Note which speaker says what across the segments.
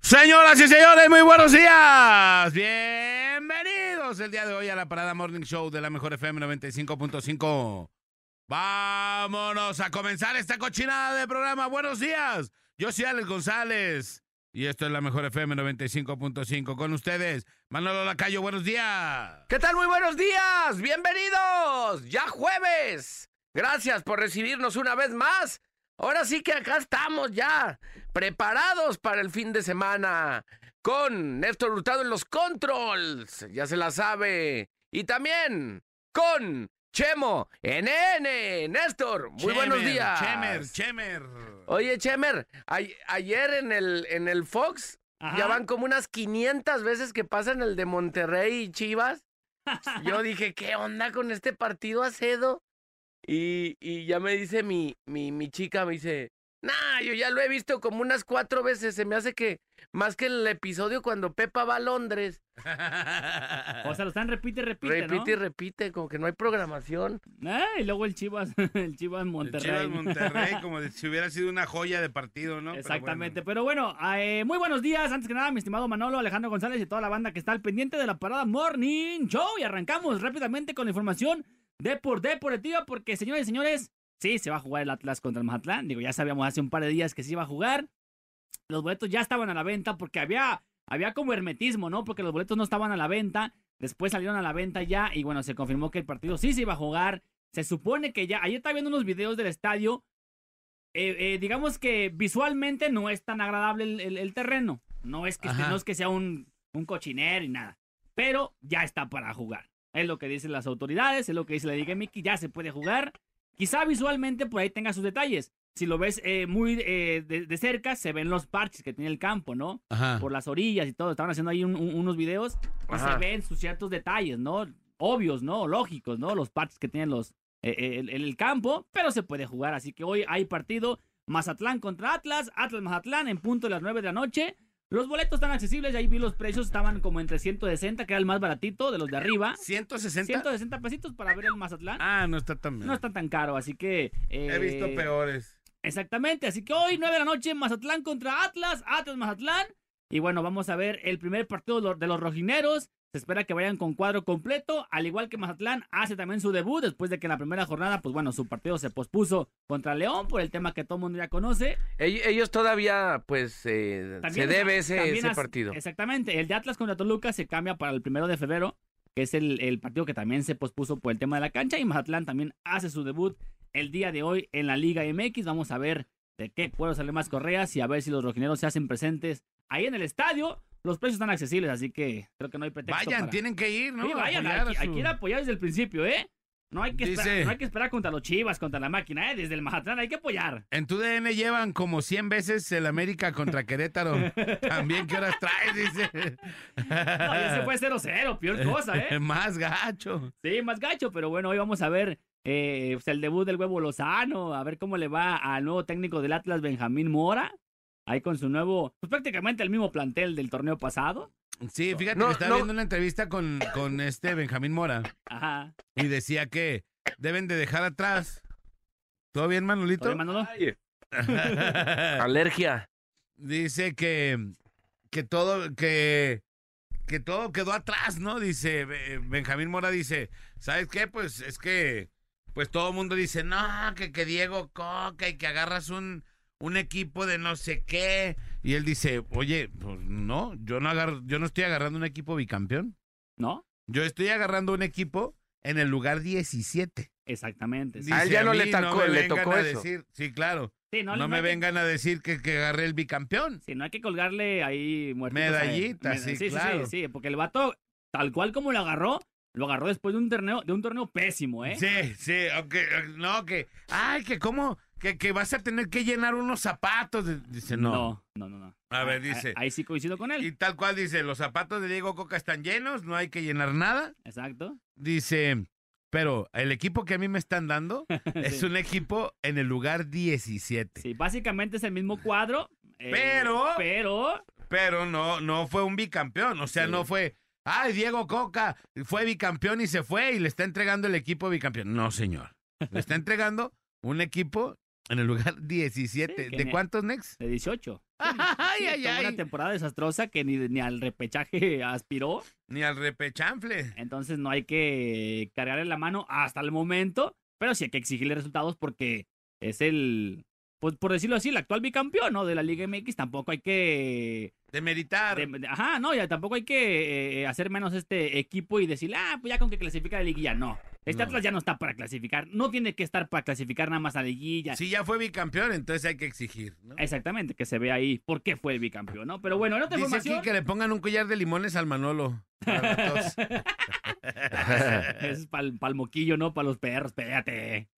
Speaker 1: Señoras y señores, muy buenos días. Bienvenidos el día de hoy a la Parada Morning Show de la Mejor FM 95.5. Vámonos a comenzar esta cochinada de programa. Buenos días. Yo soy Alex González y esto es la Mejor FM 95.5 con ustedes. Manolo Lacayo, buenos días.
Speaker 2: ¿Qué tal? Muy buenos días. Bienvenidos. Ya jueves. Gracias por recibirnos una vez más. Ahora sí que acá estamos ya, preparados para el fin de semana, con Néstor Hurtado en los controls, ya se la sabe, y también con Chemo, NN, Néstor, muy buenos
Speaker 1: Chemer,
Speaker 2: días.
Speaker 1: Chemer, Chemer.
Speaker 2: Oye, Chemer, ay- ayer en el, en el Fox, ya van como unas 500 veces que pasan el de Monterrey y Chivas. Yo dije, ¿qué onda con este partido acedo? Y, y ya me dice mi, mi, mi chica, me dice, nah, yo ya lo he visto como unas cuatro veces. Se me hace que más que el episodio cuando Pepa va a Londres.
Speaker 3: O sea, lo están repite, repite,
Speaker 2: repite y repite, como que no hay programación.
Speaker 3: ¿no? Ah, y luego el Chivas, el Chivas
Speaker 1: El
Speaker 3: Monterrey.
Speaker 1: Chivas Monterrey, como si hubiera sido una joya de partido, ¿no? Pero
Speaker 3: Exactamente, pero bueno, eh, muy buenos días. Antes que nada, mi estimado Manolo, Alejandro González y toda la banda que está al pendiente de la parada Morning Show. Y arrancamos rápidamente con la información de por deportiva, porque señores y señores, sí, se va a jugar el Atlas contra el Mazatlán. Digo, ya sabíamos hace un par de días que se iba a jugar. Los boletos ya estaban a la venta porque había, había como hermetismo, ¿no? Porque los boletos no estaban a la venta. Después salieron a la venta ya y bueno, se confirmó que el partido sí se iba a jugar. Se supone que ya, ayer estaba viendo unos videos del estadio eh, eh, digamos que visualmente no es tan agradable el, el- el terreno. No es que,
Speaker 2: Ajá.
Speaker 3: no es que sea un, un cochinero y nada. Pero ya está para jugar. Es lo que dicen las autoridades, es lo que dice la Liga Mickey, ya se puede jugar. Quizá visualmente por ahí tenga sus detalles. Si lo ves eh, muy eh, de, de cerca, se ven los parches que tiene el campo, ¿no?
Speaker 1: Ajá.
Speaker 3: Por las orillas y todo. Estaban haciendo ahí un- un- unos videos y
Speaker 2: Ajá.
Speaker 3: se ven sus ciertos detalles, ¿no? Obvios, ¿no? Lógicos, ¿no? Los parches que tienen los, eh, eh, el, el campo, pero se puede jugar. Así que hoy hay partido Mazatlán contra Atlas, Atlas Mazatlán en punto de las 9 de la noche. Los boletos están accesibles, ahí vi los precios, estaban como entre 160, que era el más baratito de los de arriba.
Speaker 1: 160.
Speaker 3: 160 pesitos para ver el Mazatlán.
Speaker 1: Ah, no está tan mal.
Speaker 3: No está tan caro, así que...
Speaker 1: He visto
Speaker 3: eh,
Speaker 1: peores.
Speaker 3: Exactamente, así que hoy 9 de la noche Mazatlán contra Atlas, Atlas Mazatlán. Y bueno, vamos a ver el primer partido de los- de los rojineros. Se espera que vayan con cuadro completo, al igual que Mazatlán hace también su debut después de que en la primera jornada, pues bueno, su partido se pospuso contra León por el tema que todo el mundo ya conoce.
Speaker 2: Ell- Ellos todavía, pues, eh, se
Speaker 3: También-
Speaker 2: debe ese,
Speaker 3: también
Speaker 2: ese
Speaker 3: hace-
Speaker 2: partido.
Speaker 3: Exactamente, el de Atlas contra Toluca se cambia para el primero de febrero, que es el, el partido que también se pospuso por el tema de la cancha. Y Mazatlán también hace su debut el día de hoy en la Liga MX. Vamos a ver de qué puedo salir más correas y a ver si los rojineros se hacen presentes ahí en el estadio. Los precios están accesibles, así que creo que no hay pretexto.
Speaker 1: Vayan,
Speaker 3: para-
Speaker 1: tienen que ir, ¿no?
Speaker 3: Sí,
Speaker 1: A
Speaker 3: vayan,
Speaker 1: apoyar a
Speaker 3: aquí,
Speaker 1: su-
Speaker 3: aquí era apoyar desde el principio, ¿eh? No hay, que
Speaker 1: Dice-
Speaker 3: esperar, no hay que esperar contra los Chivas, contra la máquina, ¿eh? Desde el Mazatlán hay que apoyar.
Speaker 1: En tu DN llevan como 100 veces el América contra Querétaro. También, ¿qué horas traes? Dice.
Speaker 3: No, ya se fue 0-0, peor cosa, ¿eh?
Speaker 1: Más gacho.
Speaker 3: Sí, más gacho, pero bueno, hoy vamos a ver eh, pues, el debut del huevo Lozano, a ver cómo le va al nuevo técnico del Atlas, Benjamín Mora, ahí con su nuevo, pues prácticamente el mismo plantel del torneo pasado.
Speaker 1: Sí, fíjate
Speaker 2: No,
Speaker 1: que estaba
Speaker 2: no.
Speaker 1: viendo una entrevista con, con este Benjamín Mora
Speaker 3: Ajá.
Speaker 1: y decía que deben de dejar atrás. ¿Todo bien, Manolito?
Speaker 3: Oye, Manolo,
Speaker 2: Alergia.
Speaker 1: dice que, que todo, que, que todo quedó atrás, ¿no? Dice Be- Benjamín Mora dice, ¿sabes qué? Pues es que, pues todo el mundo dice, no, que, que Diego Coca y que agarras un, un equipo de no sé qué. Y él dice, oye, pues no, yo no agarro, yo no estoy agarrando un equipo bicampeón.
Speaker 3: ¿no?
Speaker 1: Yo estoy agarrando un equipo en el lugar 17.
Speaker 3: Exactamente. sí.
Speaker 2: A él ya no
Speaker 1: mí
Speaker 2: le tocó,
Speaker 1: me
Speaker 2: le
Speaker 1: vengan
Speaker 2: tocó
Speaker 1: a
Speaker 2: eso.
Speaker 1: decir- sí, claro.
Speaker 3: Sí,
Speaker 1: No,
Speaker 3: no, no
Speaker 1: me
Speaker 3: hay que-
Speaker 1: vengan a decir que, que agarré el bicampeón.
Speaker 3: sí, no hay que colgarle ahí muertitos. a-
Speaker 1: Medallita,
Speaker 3: meda-
Speaker 1: sí, claro.
Speaker 3: Sí, sí, porque el vato, tal cual como lo agarró, lo agarró después de un torneo, de un torneo pésimo, ¿eh?
Speaker 1: Sí, sí, aunque no, que, ay, que cómo, que, que vas a tener que llenar unos zapatos. Dice, no.
Speaker 3: No, no, no. no.
Speaker 1: A ver, dice.
Speaker 3: Ah, Ahí, sí coincido con
Speaker 1: Y
Speaker 3: él.
Speaker 1: tal cual dice, los zapatos de Diego Coca están llenos, no hay que llenar nada.
Speaker 3: Exacto.
Speaker 1: Dice, pero el equipo que a mí me están dando es
Speaker 3: Sí.
Speaker 1: un equipo en el lugar 17.
Speaker 3: Sí, básicamente es el mismo cuadro. eh,
Speaker 1: Pero-
Speaker 3: Pero.
Speaker 1: Pero no, no fue un bicampeón, o sea,
Speaker 3: Sí.
Speaker 1: no fue, ay, Diego Coca fue bicampeón y se fue y le está entregando el equipo bicampeón. No, señor. Le está entregando un equipo En el lugar 17.
Speaker 3: Sí, que
Speaker 1: ¿De
Speaker 3: ni-
Speaker 1: cuántos, Nex?
Speaker 3: de 18.
Speaker 1: Ay,
Speaker 3: Sí,
Speaker 1: ay,
Speaker 3: tuvo
Speaker 1: ay.
Speaker 3: Una temporada desastrosa que ni, ni al repechaje aspiró.
Speaker 1: Ni al repechanfle.
Speaker 3: Entonces no hay que cargarle la mano hasta el momento, pero sí hay que exigirle resultados porque es el, pues por decirlo así, el actual bicampeón ¿no? de la Liga MX. Tampoco hay que...
Speaker 1: De meritar.
Speaker 3: de- de- ajá, no, ya tampoco hay que eh, hacer menos este equipo y decir, ah, pues ya con que clasifica a la liguilla, no. Este
Speaker 1: No.
Speaker 3: Atlas ya no está para clasificar, no tiene que estar para clasificar nada más a liguilla.
Speaker 1: Si ya fue bicampeón, entonces hay que exigir. ¿no?
Speaker 3: Exactamente, que se ve ahí por qué fue bicampeón, ¿no? Pero bueno, en otra
Speaker 1: Dice aquí
Speaker 3: información...
Speaker 1: que le pongan un collar de limones al Manolo. para la tos.
Speaker 3: Es pal, palmoquillo, ¿no? Para los perros, espérate.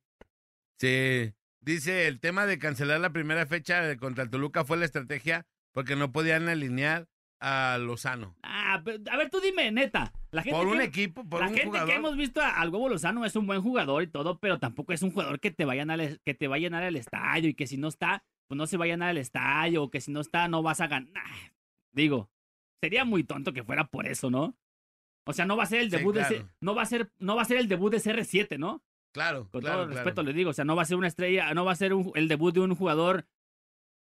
Speaker 1: Sí. Dice, el tema de cancelar la primera fecha de- contra el Toluca fue la estrategia porque no podían alinear a Lozano.
Speaker 3: Ah, pero, a ver, tú dime, neta. La gente
Speaker 1: Por un
Speaker 3: que,
Speaker 1: equipo, por
Speaker 3: la
Speaker 1: un
Speaker 3: gente
Speaker 1: jugador.
Speaker 3: que hemos visto a- al Huevo Lozano es un buen jugador y todo, pero tampoco es un jugador que te vaya a llenar, que te va a llenar el estadio y que si no está, pues no se va a llenar el estadio o que si no está no vas a ganar. Digo, sería muy tonto que fuera por eso, ¿no? O sea, no va a ser el
Speaker 1: Sí,
Speaker 3: debut de
Speaker 1: claro.
Speaker 3: C- no va a ser no va a ser el debut de CR7, ¿no?
Speaker 1: Claro,
Speaker 3: Con
Speaker 1: claro,
Speaker 3: todo el
Speaker 1: claro.
Speaker 3: respeto le digo, o sea, no va a ser una estrella, no va a ser un- el debut de un jugador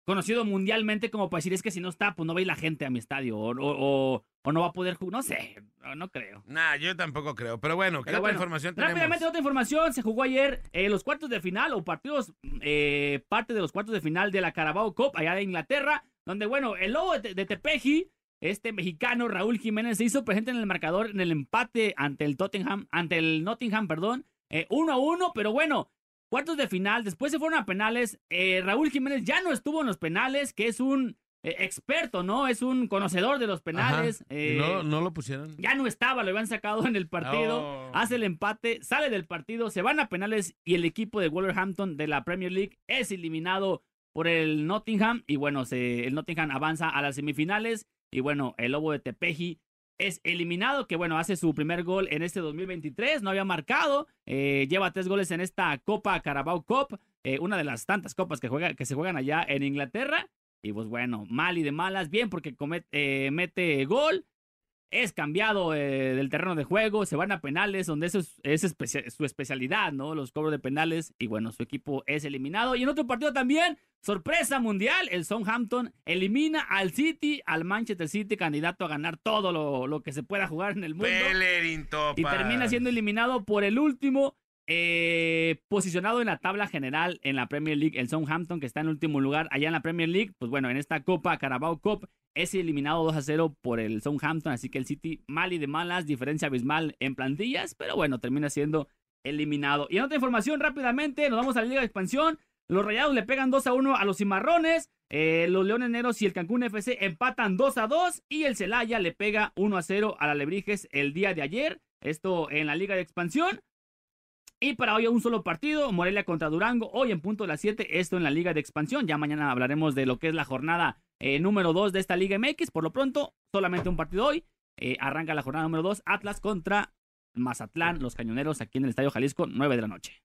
Speaker 3: conocido mundialmente como para decir es que si no está, pues no va a ir la gente a mi estadio o, o- o- o no va a poder jugar, no sé, no, no creo.
Speaker 1: Nah, yo tampoco creo. Pero bueno, ¿qué
Speaker 3: Pero
Speaker 1: otra
Speaker 3: bueno,
Speaker 1: información
Speaker 3: Rápidamente,
Speaker 1: tenemos?
Speaker 3: otra información, se jugó ayer eh, los cuartos de final o partidos, eh, parte de los cuartos de final de la Carabao Cup allá de Inglaterra, donde bueno, el lobo de, de Tepeji, este mexicano Raúl Jiménez se hizo presente en el marcador en el empate ante el Tottenham, ante el Nottingham, perdón, eh, uno a uno, pero bueno, cuartos de final, después se fueron a penales, eh, Raúl Jiménez ya no estuvo en los penales, que es un eh, experto, ¿no? Es un conocedor de los penales.
Speaker 1: Ajá.
Speaker 3: eh,
Speaker 1: No, no lo pusieron.
Speaker 3: ya no estaba, lo habían sacado en el partido.
Speaker 1: Oh.
Speaker 3: Hace el empate, sale del partido, se van a penales y el equipo de Wolverhampton de la Premier League es eliminado por el Nottingham. Y bueno, se- el Nottingham avanza a las semifinales. Y bueno, el Lobo de Tepeji es eliminado, que bueno, hace su primer gol en este 2023, no había marcado, eh, lleva tres goles en esta Copa Carabao Cup, eh, una de las tantas copas que, juega, que se juegan allá en Inglaterra. Y pues bueno, mal y de malas, bien porque comet- eh, mete gol, es cambiado eh, del terreno de juego, se van a penales, donde eso es, es especia- su especialidad, ¿no? Los cobros de penales, y bueno, su equipo es eliminado. Y en otro partido también, sorpresa mundial, el Southampton elimina al City, al Manchester City, candidato a ganar todo lo, lo que se pueda jugar en el mundo.
Speaker 1: Pelerín
Speaker 3: Y
Speaker 1: Topa.
Speaker 3: termina siendo eliminado por el último eh, posicionado en la tabla general en la Premier League, el Southampton, que está en último lugar allá en la Premier League. Pues bueno, en esta Copa Carabao Cup es eliminado 2 a 0 por el Southampton, así que el City mal y de malas, diferencia abismal en plantillas, pero bueno, termina siendo eliminado. Y en otra información, rápidamente, nos vamos a la Liga de Expansión. Los Rayados le pegan 2 a 1 a los Cimarrones. eh, los Leones Negros y el Cancún FC empatan 2 a 2. Y el Celaya le pega 1 a 0 a la Lebrijes el día de ayer. Esto en la Liga de Expansión. Y para hoy un solo partido, Morelia contra Durango, hoy en punto de las 7, esto en la Liga de Expansión. Ya mañana hablaremos de lo que es la jornada eh, número 2 de esta Liga MX. Por lo pronto, solamente un partido hoy. Eh, arranca la jornada número 2, Atlas contra Mazatlán, los cañoneros aquí en el Estadio Jalisco, 9 de la noche.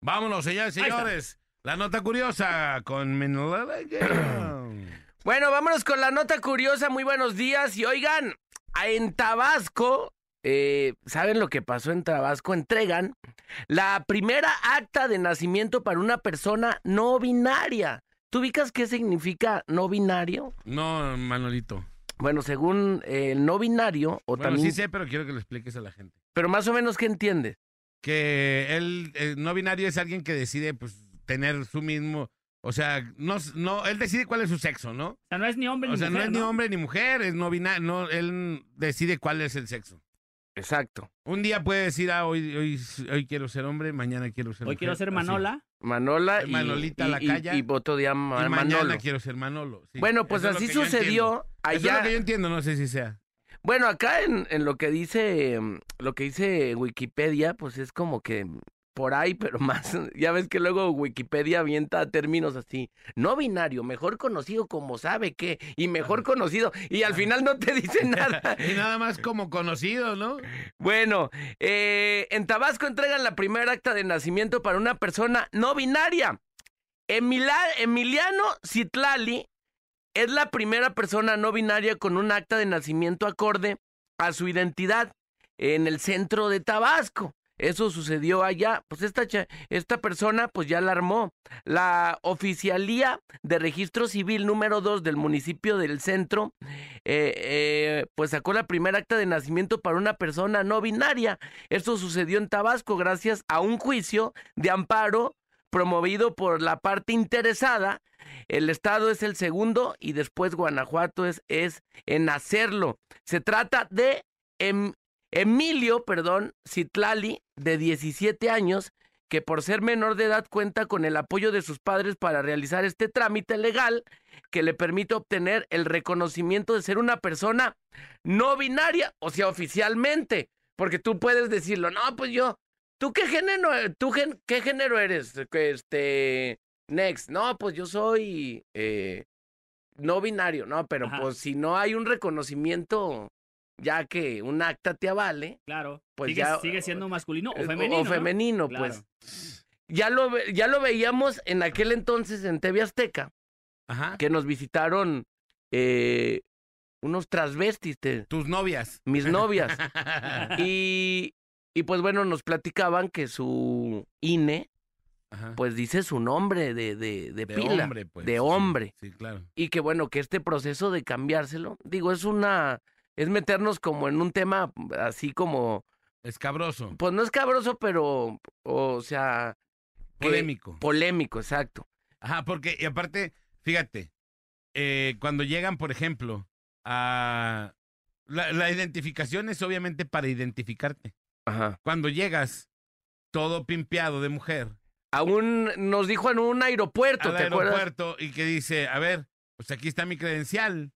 Speaker 1: Vámonos, señores,
Speaker 3: Ahí está.
Speaker 1: señores. La nota curiosa con
Speaker 2: Bueno, vámonos con la nota curiosa. Muy buenos días. Y oigan, a- en Tabasco, eh, ¿saben lo que pasó en Tabasco? Entregan la primera acta de nacimiento para una persona no binaria. ¿Tú ubicas qué significa no binario?
Speaker 1: No, Manolito.
Speaker 2: Bueno, según eh, el no binario, o
Speaker 1: Bueno,
Speaker 2: también.
Speaker 1: sí sé, pero quiero que lo expliques a la gente.
Speaker 2: Pero más o menos, ¿qué entiendes?
Speaker 1: Que el, el no binario es alguien que decide, pues, tener su mismo... O sea, no, no, él decide cuál es su sexo, ¿no?
Speaker 3: O sea, no es ni hombre ni
Speaker 1: O sea, no
Speaker 3: mujer,
Speaker 1: es ni hombre ni mujer, es no binario, no, él decide cuál es el sexo.
Speaker 2: Exacto.
Speaker 1: Un día puede decir, ah, hoy, hoy, hoy quiero ser hombre, mañana quiero ser
Speaker 3: Hoy
Speaker 1: mujer,
Speaker 3: quiero ser
Speaker 1: así.
Speaker 3: Manola.
Speaker 2: Manola
Speaker 1: Eh,
Speaker 2: y.
Speaker 1: Manolita
Speaker 2: y-
Speaker 1: la
Speaker 2: y-
Speaker 1: calla.
Speaker 2: Y, voto de
Speaker 1: Y
Speaker 2: Manolo.
Speaker 1: mañana quiero ser Manolo. sí.
Speaker 2: Bueno, pues
Speaker 1: Eso es lo
Speaker 2: así
Speaker 1: que yo entiendo.
Speaker 2: sucedió
Speaker 1: Eso es lo
Speaker 2: allá.
Speaker 1: que yo entiendo, no sé si sea.
Speaker 2: Bueno, acá en, en lo que dice mm, lo que dice Wikipedia, pues es como que por ahí, pero más. Ya ves que luego Wikipedia avienta términos así. No binario, mejor conocido como sabe qué, y mejor conocido, y al final no te dice nada.
Speaker 1: Y nada más como conocido, ¿no?
Speaker 2: Bueno, eh, en Tabasco entregan la primera acta de nacimiento para una persona no binaria. Emila- Emiliano Citlali es la primera persona no binaria con un acta de nacimiento acorde a su identidad en el centro de Tabasco. Eso sucedió allá. Pues esta, cha- esta persona pues ya la armó. La Oficialía de Registro Civil número 2 del municipio del centro eh, eh, pues sacó la primera acta de nacimiento para una persona no binaria. Esto sucedió en Tabasco gracias a un juicio de amparo promovido por la parte interesada. El estado es el segundo y después Guanajuato es, es en hacerlo. Se trata de Em- Emilio, perdón, Citlali, de 17 años, que por ser menor de edad cuenta con el apoyo de sus padres para realizar este trámite legal que le permite obtener el reconocimiento de ser una persona no binaria, o sea, oficialmente, porque tú puedes decirlo, no, pues yo, ¿tú qué género, tú gen- qué género eres? Que, Este, next, no, pues yo soy eh, no binario, no, pero
Speaker 3: Ajá.
Speaker 2: pues si no hay un reconocimiento, ya que un acta te avale,
Speaker 3: Claro.
Speaker 2: Pues
Speaker 3: sigue,
Speaker 2: ya-
Speaker 3: sigue siendo masculino o
Speaker 2: eh,
Speaker 3: femenino.
Speaker 2: o
Speaker 3: ¿no?
Speaker 2: femenino,
Speaker 3: Claro.
Speaker 2: pues. Ya lo, ve- ya lo veíamos en aquel entonces en TV Azteca,
Speaker 1: Ajá.
Speaker 2: que nos visitaron eh, unos transvestis, te-
Speaker 1: Tus novias.
Speaker 2: mis novias. y, y pues bueno, nos platicaban que su INE,
Speaker 1: Ajá.
Speaker 2: pues dice su nombre de, de, de
Speaker 1: de
Speaker 2: pila.
Speaker 1: hombre, pues.
Speaker 2: de
Speaker 1: sí,
Speaker 2: hombre.
Speaker 1: Sí, claro.
Speaker 2: Y que bueno, que este proceso de cambiárselo, digo, es una. Es meternos como en un tema así como.
Speaker 1: Escabroso.
Speaker 2: Pues no es cabroso, pero. O sea. que-
Speaker 1: Polémico.
Speaker 2: Polémico, exacto.
Speaker 1: Ajá, porque, y aparte, fíjate, eh, cuando llegan, por ejemplo, a. La, la identificación es obviamente para identificarte.
Speaker 2: Ajá.
Speaker 1: Cuando llegas todo pimpeado de mujer
Speaker 2: A un, nos dijo en un aeropuerto,
Speaker 1: al
Speaker 2: ¿te acuerdas?
Speaker 1: aeropuerto y que dice: A ver, pues aquí está mi credencial.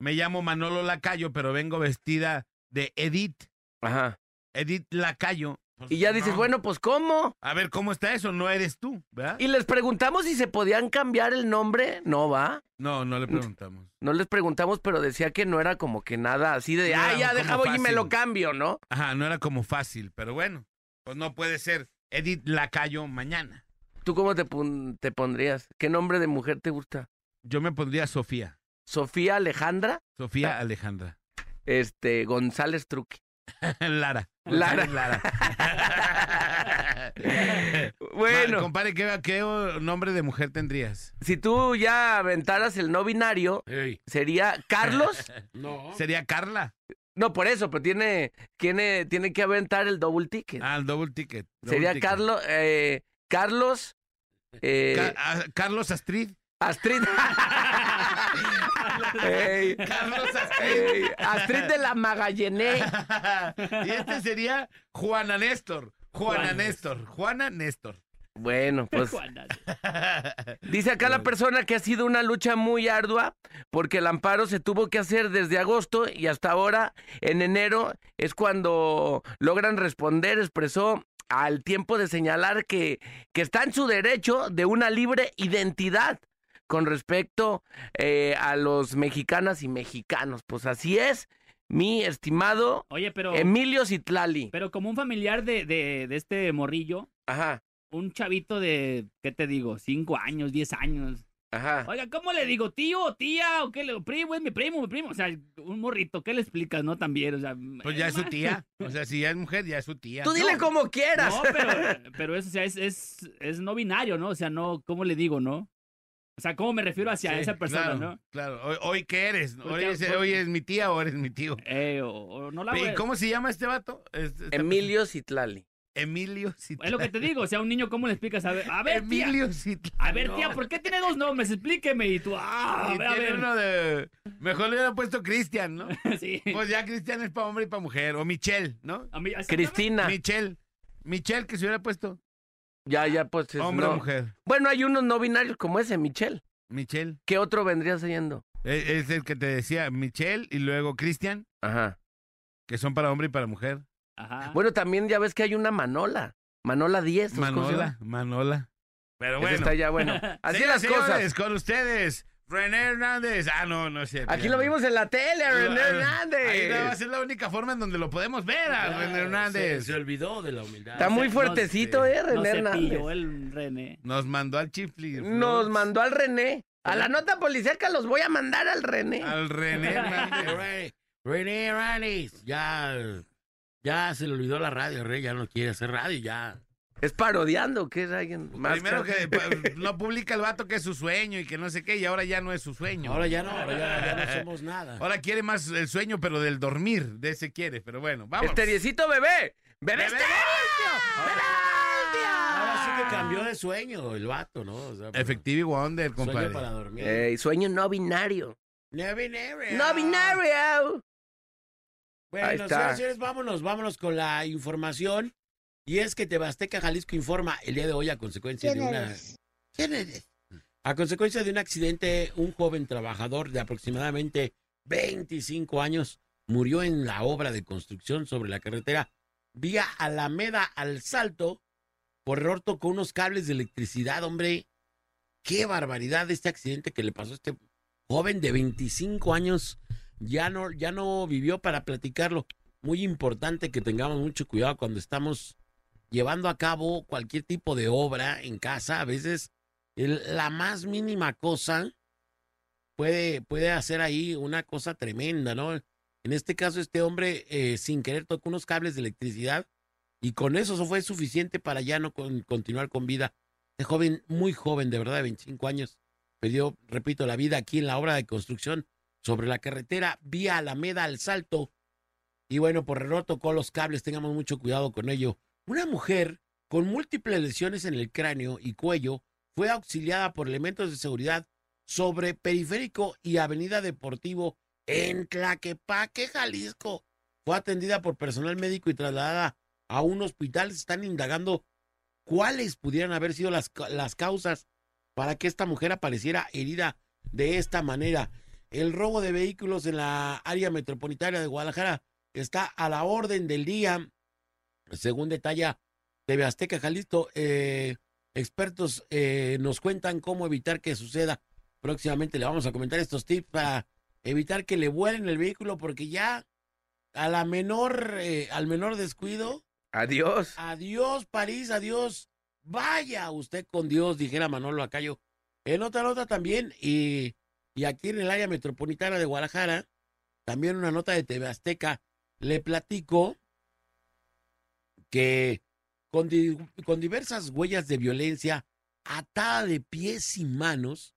Speaker 1: Me llamo Manolo Lacayo, pero vengo vestida de Edith.
Speaker 2: Ajá.
Speaker 1: Edith Lacayo. Pues,
Speaker 2: Y ya dices,
Speaker 1: no.
Speaker 2: bueno, pues ¿cómo?
Speaker 1: A ver, ¿cómo está eso? No eres tú, ¿verdad?
Speaker 2: Y les preguntamos si se podían cambiar el nombre. No va.
Speaker 1: No, no le preguntamos.
Speaker 2: No les preguntamos, pero decía que no era como que nada así de,
Speaker 1: No
Speaker 2: ah,
Speaker 1: era
Speaker 2: ya
Speaker 1: como
Speaker 2: deja voy y me
Speaker 1: fácil.
Speaker 2: lo cambio, ¿no?
Speaker 1: Ajá, no era como fácil, pero bueno, pues no puede ser Edith Lacayo mañana.
Speaker 2: ¿Tú cómo te, pon- te pondrías? ¿Qué nombre de mujer te gusta?
Speaker 1: Yo me pondría Sofía,
Speaker 2: Sofía Alejandra, Ah.
Speaker 1: Sofía Alejandra.
Speaker 2: este, González Truqui.
Speaker 1: Lara.
Speaker 2: Lara.
Speaker 1: Lara.
Speaker 2: Bueno,
Speaker 1: Ma- Compadre, ¿qué, qué oh, nombre de mujer tendrías?
Speaker 2: si tú ya aventaras el no binario, sería Carlos.
Speaker 4: No.
Speaker 1: Sería Carla.
Speaker 2: No, por eso, pero tiene, tiene, tiene que aventar el double ticket.
Speaker 1: Ah, el double ticket. double
Speaker 2: Sería
Speaker 1: ticket.
Speaker 2: Carlos, eh, Carlos, eh,
Speaker 1: Ca- ah, Carlos Astrid.
Speaker 2: Astrid. Ey,
Speaker 1: Carlos Astrid.
Speaker 2: ey, Astrid de la Magallané.
Speaker 1: y este sería Juana Néstor. Juana
Speaker 3: Juana.
Speaker 1: Néstor. Juana Néstor.
Speaker 2: Bueno, pues
Speaker 3: Juana.
Speaker 2: dice acá la persona que ha sido una lucha muy ardua porque el amparo se tuvo que hacer desde agosto y hasta ahora, en enero, es cuando logran responder, expresó al tiempo de señalar que, que está en su derecho de una libre identidad con respecto eh, a los mexicanas y mexicanos. Pues así es, mi estimado
Speaker 3: Oye, pero,
Speaker 2: Emilio Citlali.
Speaker 3: pero como un familiar de, de, de este morrillo,
Speaker 2: Ajá,
Speaker 3: un chavito de, ¿qué te digo? Cinco años, diez años.
Speaker 2: ajá.
Speaker 3: Oiga, ¿cómo le digo tío o tía? ¿O qué le digo? Primo, es mi primo, mi primo. O sea, un morrito, ¿qué le explicas, no? También, o sea.
Speaker 1: Pues ya es su
Speaker 3: más-
Speaker 1: tía. O sea, si ya es mujer, ya es su tía.
Speaker 2: Tú dile
Speaker 1: No,
Speaker 2: como quieras.
Speaker 3: No, pero, pero eso, o sea, es, es, es no binario, ¿no? O sea, no, ¿cómo le digo, no? O sea, ¿cómo me refiero hacia
Speaker 1: Sí,
Speaker 3: esa persona,
Speaker 1: claro,
Speaker 3: no?
Speaker 1: Claro, hoy, hoy qué eres,
Speaker 3: Hoy
Speaker 1: hoy,
Speaker 3: qué-
Speaker 1: es, hoy es mi tía o eres mi tío.
Speaker 3: Eh, o, o no la voy
Speaker 1: ¿Y
Speaker 3: a-
Speaker 1: cómo se llama este vato? Este- esta
Speaker 2: Emilio Citlali.
Speaker 1: persona. Emilio Citlali.
Speaker 3: Es lo que te digo, o sea, un niño, ¿cómo le explicas? A ver, a ver, tía,
Speaker 1: Emilio Citlali.
Speaker 3: a ver, tía, ¿por qué tiene dos nombres? Explíqueme. Y tú, ah, a
Speaker 1: Y
Speaker 3: ver, a
Speaker 1: tiene
Speaker 3: ver.
Speaker 1: uno de- Mejor le hubiera puesto Cristian, ¿no?
Speaker 3: Sí.
Speaker 1: Pues ya Cristian es para hombre y para mujer. O Michelle, ¿no?
Speaker 3: A mí- así-
Speaker 2: Cristina.
Speaker 1: Michelle. Michelle que se hubiera puesto
Speaker 2: Ya, ya, pues. es
Speaker 1: hombre o
Speaker 2: no.
Speaker 1: mujer.
Speaker 2: Bueno, hay unos no binarios como ese, Michelle.
Speaker 1: Michelle.
Speaker 2: ¿Qué otro vendría siendo?
Speaker 1: Es, E, es el que te decía Michelle y luego Cristian,
Speaker 2: Ajá.
Speaker 1: que son para hombre y para mujer.
Speaker 4: Ah.
Speaker 3: Ajá.
Speaker 2: Bueno, también ya ves que hay una Manola. Manola 10. ¿sabes cómo se
Speaker 1: Manola,
Speaker 2: llama?
Speaker 1: Manola. Pero
Speaker 2: Esa está ya bueno. Así
Speaker 1: Señoras,
Speaker 2: las cosas.
Speaker 1: señores, con ustedes, René Hernández. Ah, no, no es cierto.
Speaker 2: Aquí lo vimos en la tele,
Speaker 1: Ah,
Speaker 2: René
Speaker 1: Ahí no, va a
Speaker 2: Hernández.
Speaker 1: ser la única forma en donde lo podemos ver a
Speaker 4: Ah,
Speaker 1: René
Speaker 4: se-
Speaker 1: Hernández.
Speaker 4: Se, olvidó de la humildad.
Speaker 2: Está muy
Speaker 3: no,
Speaker 2: fuertecito,
Speaker 1: sí.
Speaker 2: ¿eh,
Speaker 3: No
Speaker 2: René
Speaker 3: se
Speaker 2: Hernández?
Speaker 3: pilló el René.
Speaker 1: Nos mandó al chifli.
Speaker 2: Nos mandó al René. A la nota policíaca los voy a mandar al René.
Speaker 1: al René Hernández.
Speaker 4: René Hernández. Ya, Ya se le olvidó la radio, Rey, ya no quiere hacer radio, ya.
Speaker 2: ¿Es parodiando? ¿Qué es alguien más?
Speaker 1: Primero
Speaker 2: caro?
Speaker 1: que pues, pa- no publica el vato que es su sueño y que no sé qué, y ahora ya no es su sueño.
Speaker 4: Ahora ya no, ahora ya, ya no somos nada.
Speaker 1: Ahora quiere más el sueño, pero del dormir, de ese quiere, pero bueno, vamos.
Speaker 2: Esteriecito Este bebé. ¡Bebé
Speaker 1: ¡Bebé!
Speaker 4: Ahora
Speaker 2: Estericia!
Speaker 4: sí
Speaker 1: Ah.
Speaker 4: que cambió de sueño el vato, ¿no? O sea,
Speaker 1: Efectivo y Wonder,
Speaker 4: sueño
Speaker 1: compadre.
Speaker 4: para dormir.
Speaker 2: Ey, sueño no binario.
Speaker 4: No binario.
Speaker 2: ¡No binario!
Speaker 4: Bueno,
Speaker 2: Ahí está.
Speaker 4: señoras y señores, vámonos, vámonos con la información. Y es que Tebasteca Jalisco informa el día de hoy a consecuencia de una. ¿Quién eres? A consecuencia de un accidente, un joven trabajador de aproximadamente 25 años murió en la obra de construcción sobre la carretera vía Alameda al Salto. Por error tocó unos cables de electricidad, hombre. Qué barbaridad este accidente que le pasó a este joven de 25 años. Ya no, ya no vivió para platicarlo. Muy importante que tengamos mucho cuidado cuando estamos llevando a cabo cualquier tipo de obra en casa. A veces el- la más mínima cosa puede, puede hacer ahí una cosa tremenda, ¿no? En este caso, este hombre eh, sin querer tocó unos cables de electricidad y con eso fue suficiente para ya no con- continuar con vida. Este joven, muy joven, de verdad, de 25 años, perdió, repito, la vida aquí en la obra de construcción sobre la carretera vía Alameda al Salto. Y bueno, por error tocó los cables, tengamos mucho cuidado con ello. Una mujer con múltiples lesiones en el cráneo y cuello fue auxiliada por elementos de seguridad sobre Periférico y Avenida Deportivo en Tlaquepaque, Jalisco. Fue atendida por personal médico y trasladada a un hospital. Se Están indagando cuáles pudieran haber sido las, ca- las causas para que esta mujer apareciera herida de esta manera. El robo de vehículos en la área metropolitana de Guadalajara está a la orden del día, según detalla TV Azteca Jalisco. eh, expertos eh, nos cuentan cómo evitar que suceda. Próximamente le vamos a comentar estos tips para evitar que le vuelen el vehículo porque ya a la menor, eh, al menor descuido,
Speaker 2: Adiós.
Speaker 4: Adiós, París, adiós. Vaya usted con Dios, dijera Manolo Acayo. En otra nota también, y, y aquí en el área metropolitana de Guadalajara, también una nota de TV Azteca, le platico que con, di- con diversas huellas de violencia, atada de pies y manos,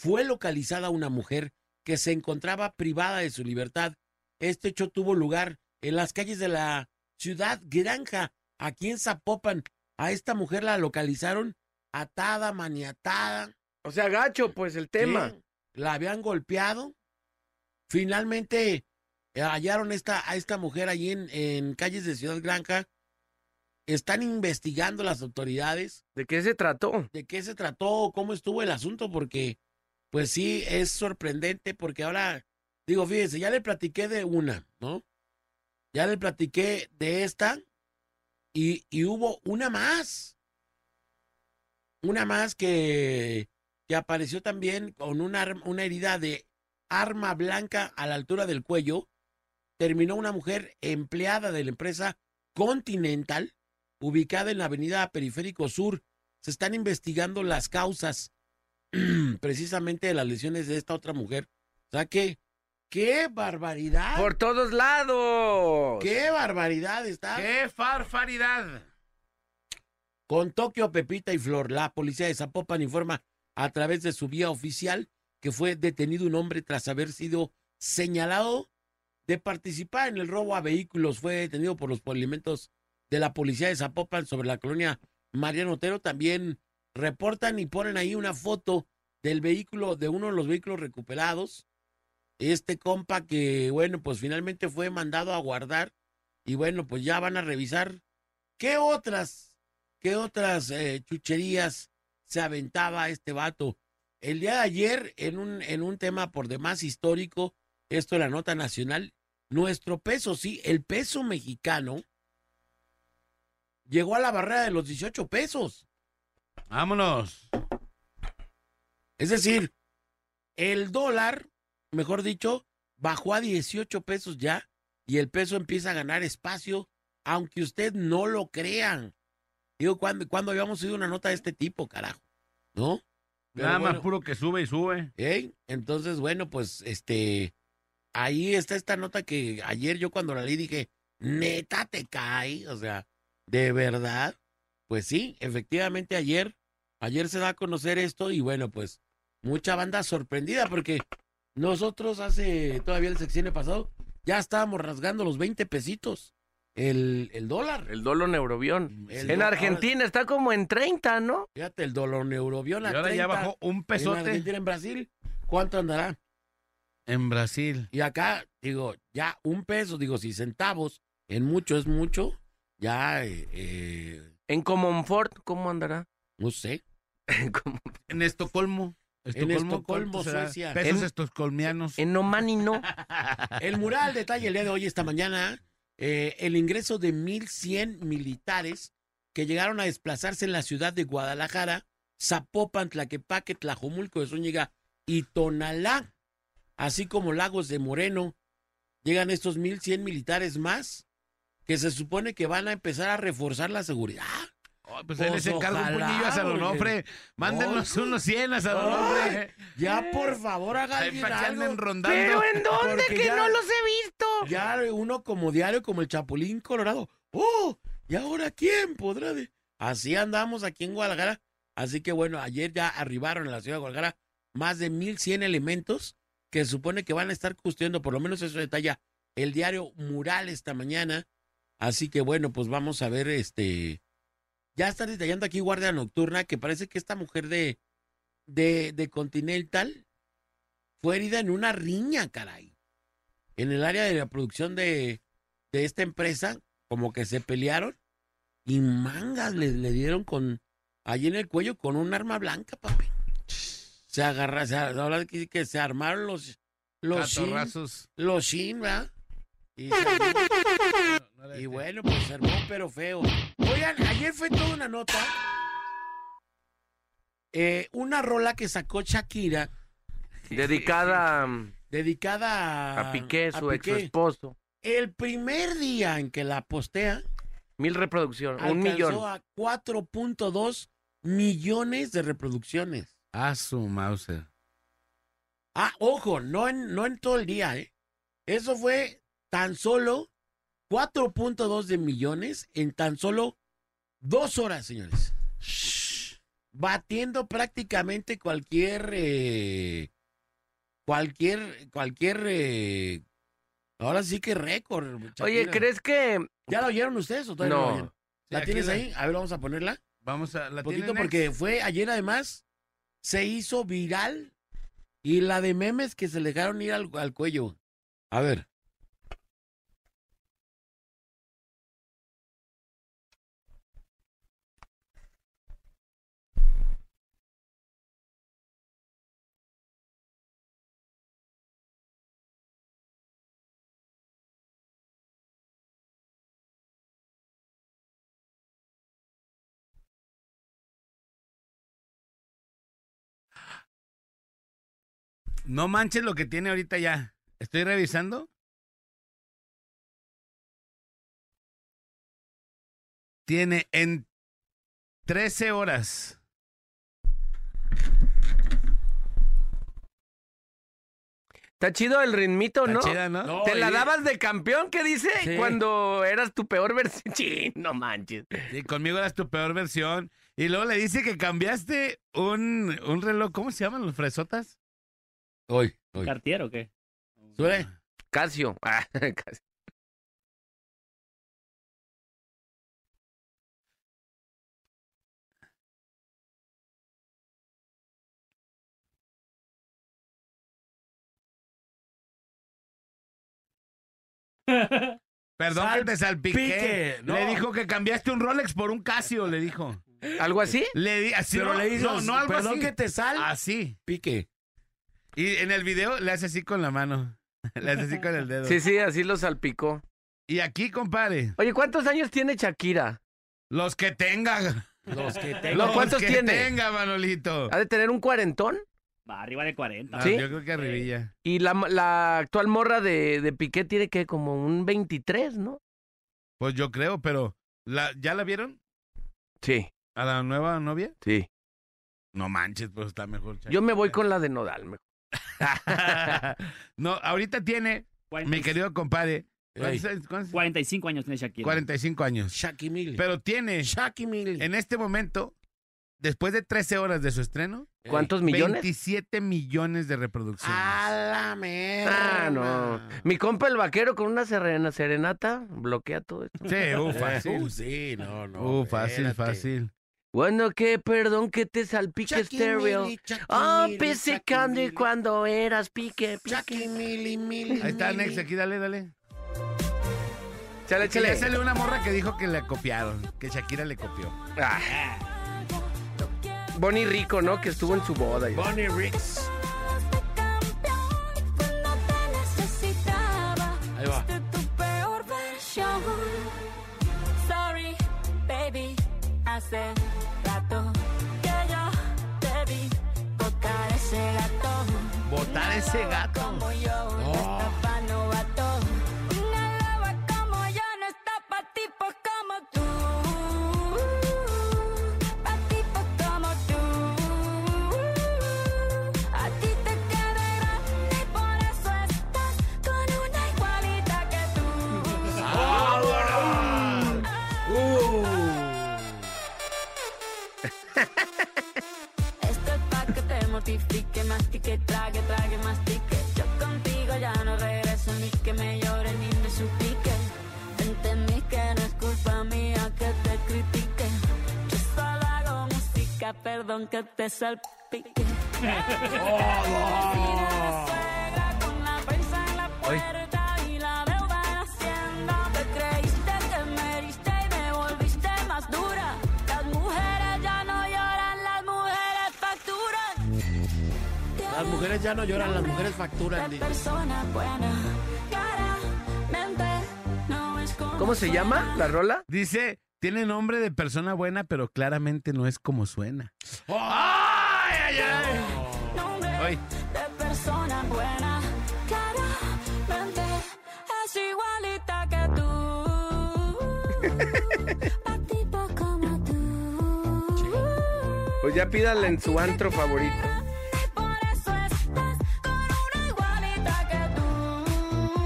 Speaker 4: fue localizada una mujer que se encontraba privada de su libertad. Este hecho tuvo lugar en las calles de la ciudad Granja, aquí en Zapopan. A esta mujer la localizaron atada, maniatada.
Speaker 2: O sea, gacho, pues el tema.
Speaker 4: Sí, La habían golpeado. Finalmente eh, hallaron esta, a esta mujer allí en, en calles de Ciudad Granja. Están investigando las autoridades
Speaker 2: ¿De qué se trató?
Speaker 4: de qué se trató, cómo estuvo el asunto, porque pues sí, es sorprendente porque ahora, digo, fíjense, ya le platiqué de una, ¿no? Ya le platiqué de esta y, y hubo una más. Una más que, que apareció también con una, arm- una herida de arma blanca a la altura del cuello. Terminó una mujer empleada de la empresa Continental, ubicada en la avenida Periférico Sur, se están investigando las causas precisamente de las lesiones de esta otra mujer. O sea que, qué barbaridad.
Speaker 2: Por todos lados.
Speaker 4: Qué barbaridad está.
Speaker 1: ¡Qué farfaridad!
Speaker 4: Con Tokio, Pepita y Flor, la policía de Zapopan informa a través de su vía oficial que fue detenido un hombre tras haber sido señalado de participar en el robo a vehículos. Fue detenido por los elementos de la policía de Zapopan sobre la colonia Mariano Otero. También reportan y ponen ahí una foto del vehículo, de uno de los vehículos recuperados. Este compa que, bueno, pues finalmente fue mandado a guardar y bueno, pues ya van a revisar qué otras ¿Qué otras eh, chucherías se aventaba este vato? El día de ayer, en un, en un tema por demás histórico, esto es la nota nacional, nuestro peso, sí, el peso mexicano llegó a la barrera de los 18 pesos.
Speaker 1: Vámonos.
Speaker 4: Es decir, el dólar, mejor dicho, bajó a 18 pesos ya y el peso empieza a ganar espacio, aunque usted no lo crean. Digo, ¿cuándo, cuándo habíamos oído una nota de este tipo, carajo? ¿No? Pero
Speaker 1: Nada
Speaker 4: bueno,
Speaker 1: más puro que sube y sube.
Speaker 4: ¿eh? Entonces, bueno, pues este, ahí está esta nota que ayer yo cuando la leí dije, neta te cae, o sea, de verdad. Pues sí, efectivamente ayer, ayer se da a conocer esto y bueno, pues mucha banda sorprendida porque nosotros hace todavía el sexenio pasado ya estábamos rasgando los 20 pesitos el, el dólar.
Speaker 2: El dólar neurobión.
Speaker 4: El
Speaker 2: En
Speaker 4: dólar-
Speaker 2: Argentina está como en 30, ¿no?
Speaker 4: Fíjate, el dólar neurobión
Speaker 1: Y
Speaker 4: a
Speaker 1: ahora ya
Speaker 4: 30,
Speaker 1: bajó un
Speaker 4: En
Speaker 1: pesote.
Speaker 4: Argentina, en Brasil, ¿cuánto andará?
Speaker 1: En Brasil.
Speaker 4: Y acá, digo, ya un peso, digo, si centavos en mucho es mucho, ya, eh, eh,
Speaker 2: En Comonfort, ¿cómo andará?
Speaker 4: no sé.
Speaker 2: En Comon-
Speaker 1: En Estocolmo.
Speaker 4: Estocolmo,
Speaker 1: ¿cuánto será?
Speaker 4: Suecia.
Speaker 1: Pesos
Speaker 2: En-
Speaker 1: estocolmianos.
Speaker 2: en Omani no.
Speaker 4: El mural detalle el día de hoy, esta mañana, eh, el ingreso de 1.100 militares que llegaron a desplazarse en la ciudad de Guadalajara, Zapopan, Tlaquepaque, Tlajomulco de Zúñiga y Tonalá, así como Lagos de Moreno. Llegan estos 1.100 militares más que se supone que van a empezar a reforzar la seguridad.
Speaker 1: Ay, pues ahí
Speaker 4: Pues
Speaker 1: les encargo un
Speaker 4: ojalá,
Speaker 1: puñillo a San Onofre. Mándenos
Speaker 4: Oye.
Speaker 1: unos 100 a San Onofre. Eh.
Speaker 4: Ya, por favor, hagan
Speaker 1: Ahí para que anden
Speaker 4: algo.
Speaker 1: rondando.
Speaker 2: ¿Pero en dónde?
Speaker 4: Porque
Speaker 2: que
Speaker 4: ya-
Speaker 2: no los he visto.
Speaker 4: Ya uno como diario, como el Chapulín Colorado. ¡Oh! ¿Y ahora quién podrá? de-? Así andamos aquí en Guadalajara. Así que bueno, ayer ya arribaron a la ciudad de Guadalajara más de 1100 elementos que se supone que van a estar custodiando, por lo menos eso detalla el diario Mural esta mañana. Así que bueno, pues vamos a ver este. Ya están detallando aquí Guardia Nocturna, que parece que esta mujer de, de, de Continental fue herida en una riña, caray en el área de la producción de, de esta empresa, como que se pelearon y mangas le, le dieron con allí en el cuello con un arma blanca, papi. Se agarra, se, ahora que, que se armaron los los shin,
Speaker 1: Catorrazos.
Speaker 4: los shin, ¿verdad? Y, se armó- y bueno, pues se armó pero feo. Oigan, ayer fue toda una nota. eh, una rola que sacó Shakira
Speaker 2: Dedicada um,
Speaker 4: dedicada
Speaker 2: a Piqué, su ex
Speaker 4: Piqué.
Speaker 2: esposo.
Speaker 4: El primer día en que la postea,
Speaker 2: Mil reproducciones, un
Speaker 4: alcanzó
Speaker 2: millón.
Speaker 4: a 4.2 millones de reproducciones.
Speaker 1: A su Mauser.
Speaker 4: Ah, ojo, no en, no en todo el día, ¿eh? Eso fue tan solo 4.2 de millones en tan solo dos horas, señores. Batiendo prácticamente cualquier, eh, cualquier, cualquier, eh, ahora sí que récord.
Speaker 2: Oye,
Speaker 4: Shakira.
Speaker 2: ¿crees que
Speaker 4: ¿Ya la oyeron ustedes o todavía no, la oyen?
Speaker 2: no?
Speaker 4: ¿La
Speaker 1: Sí, aquí
Speaker 4: tienes
Speaker 1: la-
Speaker 4: ahí? A ver, vamos a ponerla.
Speaker 1: Vamos a la
Speaker 4: poquito
Speaker 1: tienen,
Speaker 4: porque
Speaker 1: ex?
Speaker 4: fue ayer además, se hizo viral y la de memes que se le dejaron ir al, al cuello. A ver.
Speaker 1: No manches lo que tiene ahorita ya. Estoy revisando. Tiene en 13 horas.
Speaker 2: Está chido el ritmito,
Speaker 1: Está
Speaker 2: ¿no?
Speaker 1: chida, ¿no?
Speaker 4: No,
Speaker 2: ¿Te la
Speaker 4: y-
Speaker 2: dabas de campeón? ¿Qué dice?
Speaker 4: Sí.
Speaker 2: Cuando eras tu peor versión. Sí, no manches.
Speaker 1: Y conmigo eras tu peor versión. Y luego le dice que cambiaste un, un reloj. ¿Cómo se llaman los fresotas?
Speaker 4: Hoy, hoy.
Speaker 3: ¿Cartier o qué?
Speaker 4: Sube.
Speaker 2: Casio. Ah, Casio.
Speaker 1: Perdón, que te salpiqué.
Speaker 4: Salpique, no.
Speaker 1: Le dijo que cambiaste un Rolex por un Casio, le dijo.
Speaker 2: ¿Algo así?
Speaker 1: Le di, así,
Speaker 4: Pero
Speaker 1: no,
Speaker 4: le hizo,
Speaker 1: no, no algo
Speaker 4: perdón
Speaker 1: así.
Speaker 4: que te sal,
Speaker 1: Así.
Speaker 4: pique.
Speaker 1: Y en el video le hace así con la mano. Le hace así con el dedo.
Speaker 2: Sí, sí, así lo salpicó.
Speaker 1: Y aquí, compadre,
Speaker 2: Oye, ¿cuántos años tiene Shakira?
Speaker 1: los que tenga.
Speaker 4: Los que te...
Speaker 2: No,
Speaker 1: Los
Speaker 2: ¿cuántos
Speaker 1: que
Speaker 2: tiene?
Speaker 1: tenga, Manolito.
Speaker 2: ¿Ha de tener un cuarentón?
Speaker 3: Va, arriba de 40.
Speaker 1: Ah,
Speaker 2: ¿Sí?
Speaker 1: Yo creo que arribilla.
Speaker 2: Y la, la actual morra de, de Piqué tiene que como un 23, ¿no?
Speaker 1: Pues yo creo, pero ¿la, ¿ya la vieron?
Speaker 2: Sí,
Speaker 1: ¿A la nueva novia?
Speaker 2: sí.
Speaker 1: No manches, pues está mejor.
Speaker 2: Yo me voy con la de Nodal. mejor.
Speaker 1: no, ahorita tiene, mi
Speaker 3: 40.
Speaker 1: querido compadre,
Speaker 4: Ey,
Speaker 1: ¿Cuántos- cuántos-
Speaker 3: 45 años tiene Shakira.
Speaker 1: 45 años.
Speaker 4: Shaki Mil.
Speaker 1: Pero tiene,
Speaker 4: Shaki Mil.
Speaker 1: en este momento, después de 13 horas de su estreno,
Speaker 4: Ey.
Speaker 2: ¿Cuántos millones?
Speaker 1: 27 millones de reproducciones.
Speaker 4: Ah, A la merda.
Speaker 2: Ah, no. Mi compa el vaquero con una serena- serenata bloquea todo esto.
Speaker 1: Sí, uh,
Speaker 4: Eh, uh,
Speaker 1: fácil.
Speaker 4: sí, no, no.
Speaker 1: Uh, fácil,
Speaker 4: espérate.
Speaker 1: fácil.
Speaker 2: Bueno, qué perdón que te salpique
Speaker 4: Shaki
Speaker 2: stereo.
Speaker 4: Mili, Shaki
Speaker 2: Ah,
Speaker 4: Mili,
Speaker 2: pensé
Speaker 4: Shaki Mili,
Speaker 2: cuando eras pique,
Speaker 4: Shaki
Speaker 2: pique.
Speaker 4: Mili, Mili,
Speaker 1: Ahí está,
Speaker 4: Mili.
Speaker 1: Nex, aquí dale, dale.
Speaker 2: Chale,
Speaker 1: Que le
Speaker 2: chale.
Speaker 1: sale una morra que dijo que la copiaron, que Shakira le copió.
Speaker 2: Ah. Bonnie Rico, ¿no? Que estuvo en su boda. y-
Speaker 4: Bonnie Ricks. Ahí va.
Speaker 5: Sorry, baby, hace rato que yo te vi tocar ese gato.
Speaker 1: Botar ese gato.
Speaker 5: Como yo no está pa' novato. Una loba como yo no está pa' tipos como tú. Pa' tipos como tú. A ti te quedará y por eso estás con una igualita que tú.
Speaker 2: Uh.
Speaker 5: Esto es pa' que te mortifique, mastique, trague, trague, mastique. Yo contigo ya no regreso ni que me llore ni me suplique. Entendí que no es culpa mía que te critique. Yo solo hago música, perdón que te salpique.
Speaker 2: Ay.
Speaker 4: Las mujeres ya no lloran, las mujeres facturan.
Speaker 5: De
Speaker 4: dice.
Speaker 5: persona buena, cara, mente, no es como
Speaker 2: ¿Cómo se llama la rola?
Speaker 1: Dice, tiene nombre de persona buena, pero claramente no es como suena. ¡Ay, ay, ay!
Speaker 5: Nombre
Speaker 1: Ay.
Speaker 5: de persona buena, cara, mente, es igualita que tú. Pa' tipos como tú.
Speaker 2: Pues ya pídala en su antro favorito.
Speaker 5: Por eso estás con una igualita que tú.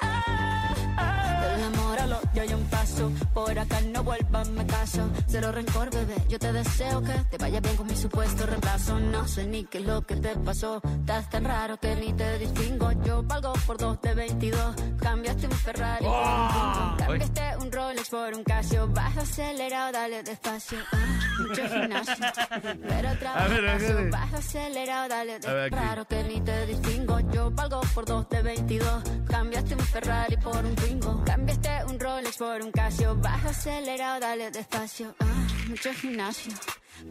Speaker 5: Ah, ah. Del amor a lo yo hay un paso. Por acá no vuelvas, me caso. Cero rencor, bebé. Yo te deseo que te vaya bien con mi supuesto reemplazo. No sé ni qué es lo que te pasó. Estás tan raro que ni te distingo. Yo valgo por dos de 22. Cambiaste un Ferrari por un Twingo. Cambiaste un Rolex por un Casio. Vas acelerado, dale despacio. Ah, mucho gimnasio. Pero otra
Speaker 1: A ver,
Speaker 5: Despacio,
Speaker 1: hágale.
Speaker 5: Vas acelerado, dale
Speaker 1: A ver, aquí.
Speaker 5: despacio que ni te distingo. Yo valgo por dos de 22. Cambiaste un Ferrari por un Twingo. Cambiaste un Rolex por un Casio. Vas acelerado, dale despacio. Ah, mucho gimnasio.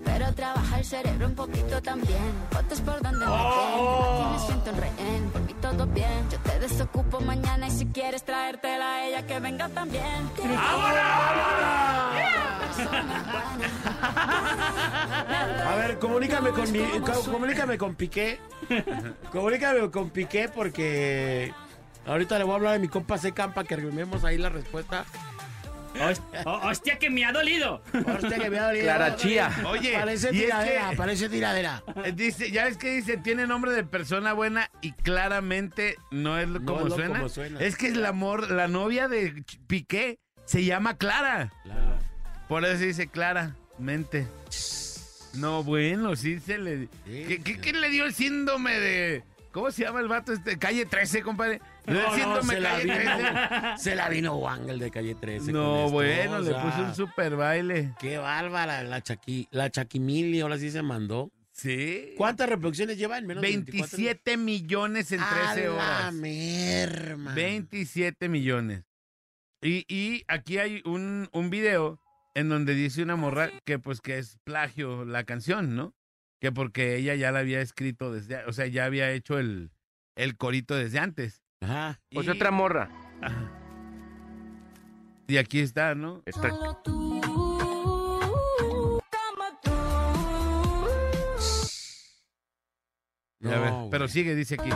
Speaker 5: Pero trabaja el cerebro un poquito también. Fotos por donde
Speaker 1: Oh.
Speaker 5: me ven. Aquí me siento en rehén. Por mí todo bien. Yo te desocupo mañana y si quieres traértela a ella que venga también.
Speaker 4: A ver, comunícame con mi, co- comunícame con Piqué. comunícame con Piqué porque ahorita le voy a hablar a mi compa Secan para que arreglemos ahí la respuesta.
Speaker 3: Hos- oh, ¡Hostia, que me ha dolido!
Speaker 4: Hostia, que me ha dolido.
Speaker 2: Clara Chía.
Speaker 1: Oye,
Speaker 4: Parece
Speaker 1: y es
Speaker 4: tiradera,
Speaker 1: que-
Speaker 4: parece tiradera.
Speaker 1: Eh, Dice, ya ves que dice, tiene nombre de persona buena y claramente no es lo-
Speaker 4: No
Speaker 1: como,
Speaker 4: es lo
Speaker 1: suena.
Speaker 4: como suena.
Speaker 1: Es que es la, mor- la novia de Ch- Piqué se llama Clara. Por eso dice claramente. No, bueno, sí se le...
Speaker 4: Sí,
Speaker 1: ¿Qué, qué,
Speaker 4: sí.
Speaker 1: qué le dio el síndrome de... ¿Cómo se llama el vato este? Calle 13, compadre. Le dio
Speaker 4: No,
Speaker 1: el
Speaker 4: no,
Speaker 1: síndrome
Speaker 4: se la
Speaker 1: Calle
Speaker 4: vino.
Speaker 1: 13.
Speaker 4: Se la vino Wang, el de calle 13. con
Speaker 1: No,
Speaker 4: esto,
Speaker 1: bueno,
Speaker 4: o
Speaker 1: le
Speaker 4: sea,
Speaker 1: puso un super baile.
Speaker 4: Qué bárbara, la Chaqui, la Chaquimili, ahora sí se mandó.
Speaker 1: Sí.
Speaker 4: ¿Cuántas reproducciones lleva en menos de 24 minutos?
Speaker 1: 27 millones en 13
Speaker 4: A la
Speaker 1: horas.
Speaker 4: merma.
Speaker 1: 27 millones. Y, y aquí hay un, un video en donde dice una
Speaker 4: ¿Ah,
Speaker 1: morra que pues que es plagio la canción, ¿no? Que porque ella ya la había escrito desde, o sea, ya había hecho el, el corito desde antes.
Speaker 4: Ajá.
Speaker 2: Pues
Speaker 1: Y-
Speaker 2: otra morra.
Speaker 1: Ajá. Y aquí está, ¿no?
Speaker 5: Solo tú, como tú.
Speaker 1: Ya ves,
Speaker 4: güey.
Speaker 1: pero sigue, dice aquí.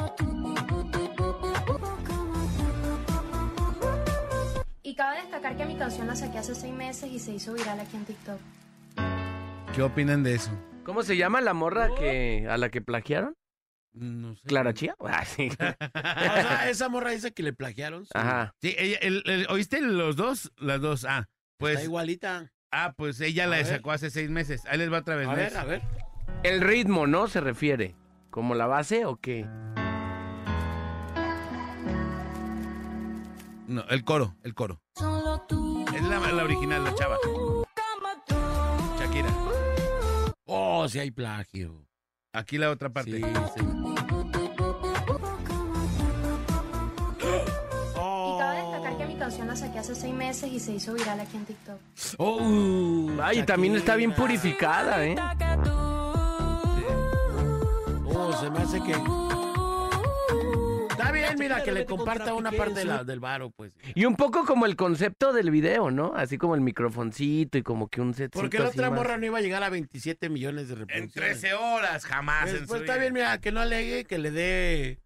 Speaker 6: Y cabe destacar que mi canción la saqué hace seis meses y se hizo viral aquí en TikTok.
Speaker 1: ¿Qué opinan de eso?
Speaker 2: ¿Cómo se llama la morra que a la que plagiaron?
Speaker 4: No sé.
Speaker 2: Clara Chía. Ah, sí.
Speaker 4: O sea, esa morra dice que le plagiaron. sí.
Speaker 2: Ajá.
Speaker 1: Sí, ella- el- el- ¿Oíste los dos? Las dos. Ah,
Speaker 4: Está
Speaker 1: pues.
Speaker 4: igualita.
Speaker 1: Ah, pues ella
Speaker 4: A
Speaker 1: la
Speaker 4: ver.
Speaker 1: sacó hace seis meses. Ahí les va otra vez.
Speaker 4: A ver,
Speaker 1: ¿ves?
Speaker 4: a ver.
Speaker 2: El ritmo, ¿no? Se refiere. ¿Como la base o qué?
Speaker 1: No, el coro, el coro.
Speaker 5: Solo tú.
Speaker 1: Es la, la original, la chava.
Speaker 5: Como tú.
Speaker 1: Shakira.
Speaker 4: Oh, sí hay plagio.
Speaker 1: Aquí la otra parte.
Speaker 4: Sí, sí.
Speaker 6: Y cabe destacar que mi canción la saqué hace seis meses y se hizo viral aquí en TikTok.
Speaker 4: Oh,
Speaker 2: Ay, y también está bien
Speaker 4: Shakira.
Speaker 2: purificada, ¿eh?
Speaker 4: Oh, se me hace que. Está bien, mira, que le comparta una parte de la- del varo, pues.
Speaker 2: Y un poco como el concepto del video, ¿no? Así como el microfoncito y como que un set.
Speaker 4: Porque la otra morra no iba a llegar a 27 millones de
Speaker 1: pues En
Speaker 4: reproducciones.
Speaker 1: 13 horas, jamás. en su
Speaker 4: Después está
Speaker 1: vida.
Speaker 4: bien, mira, que no alegue, que le dé.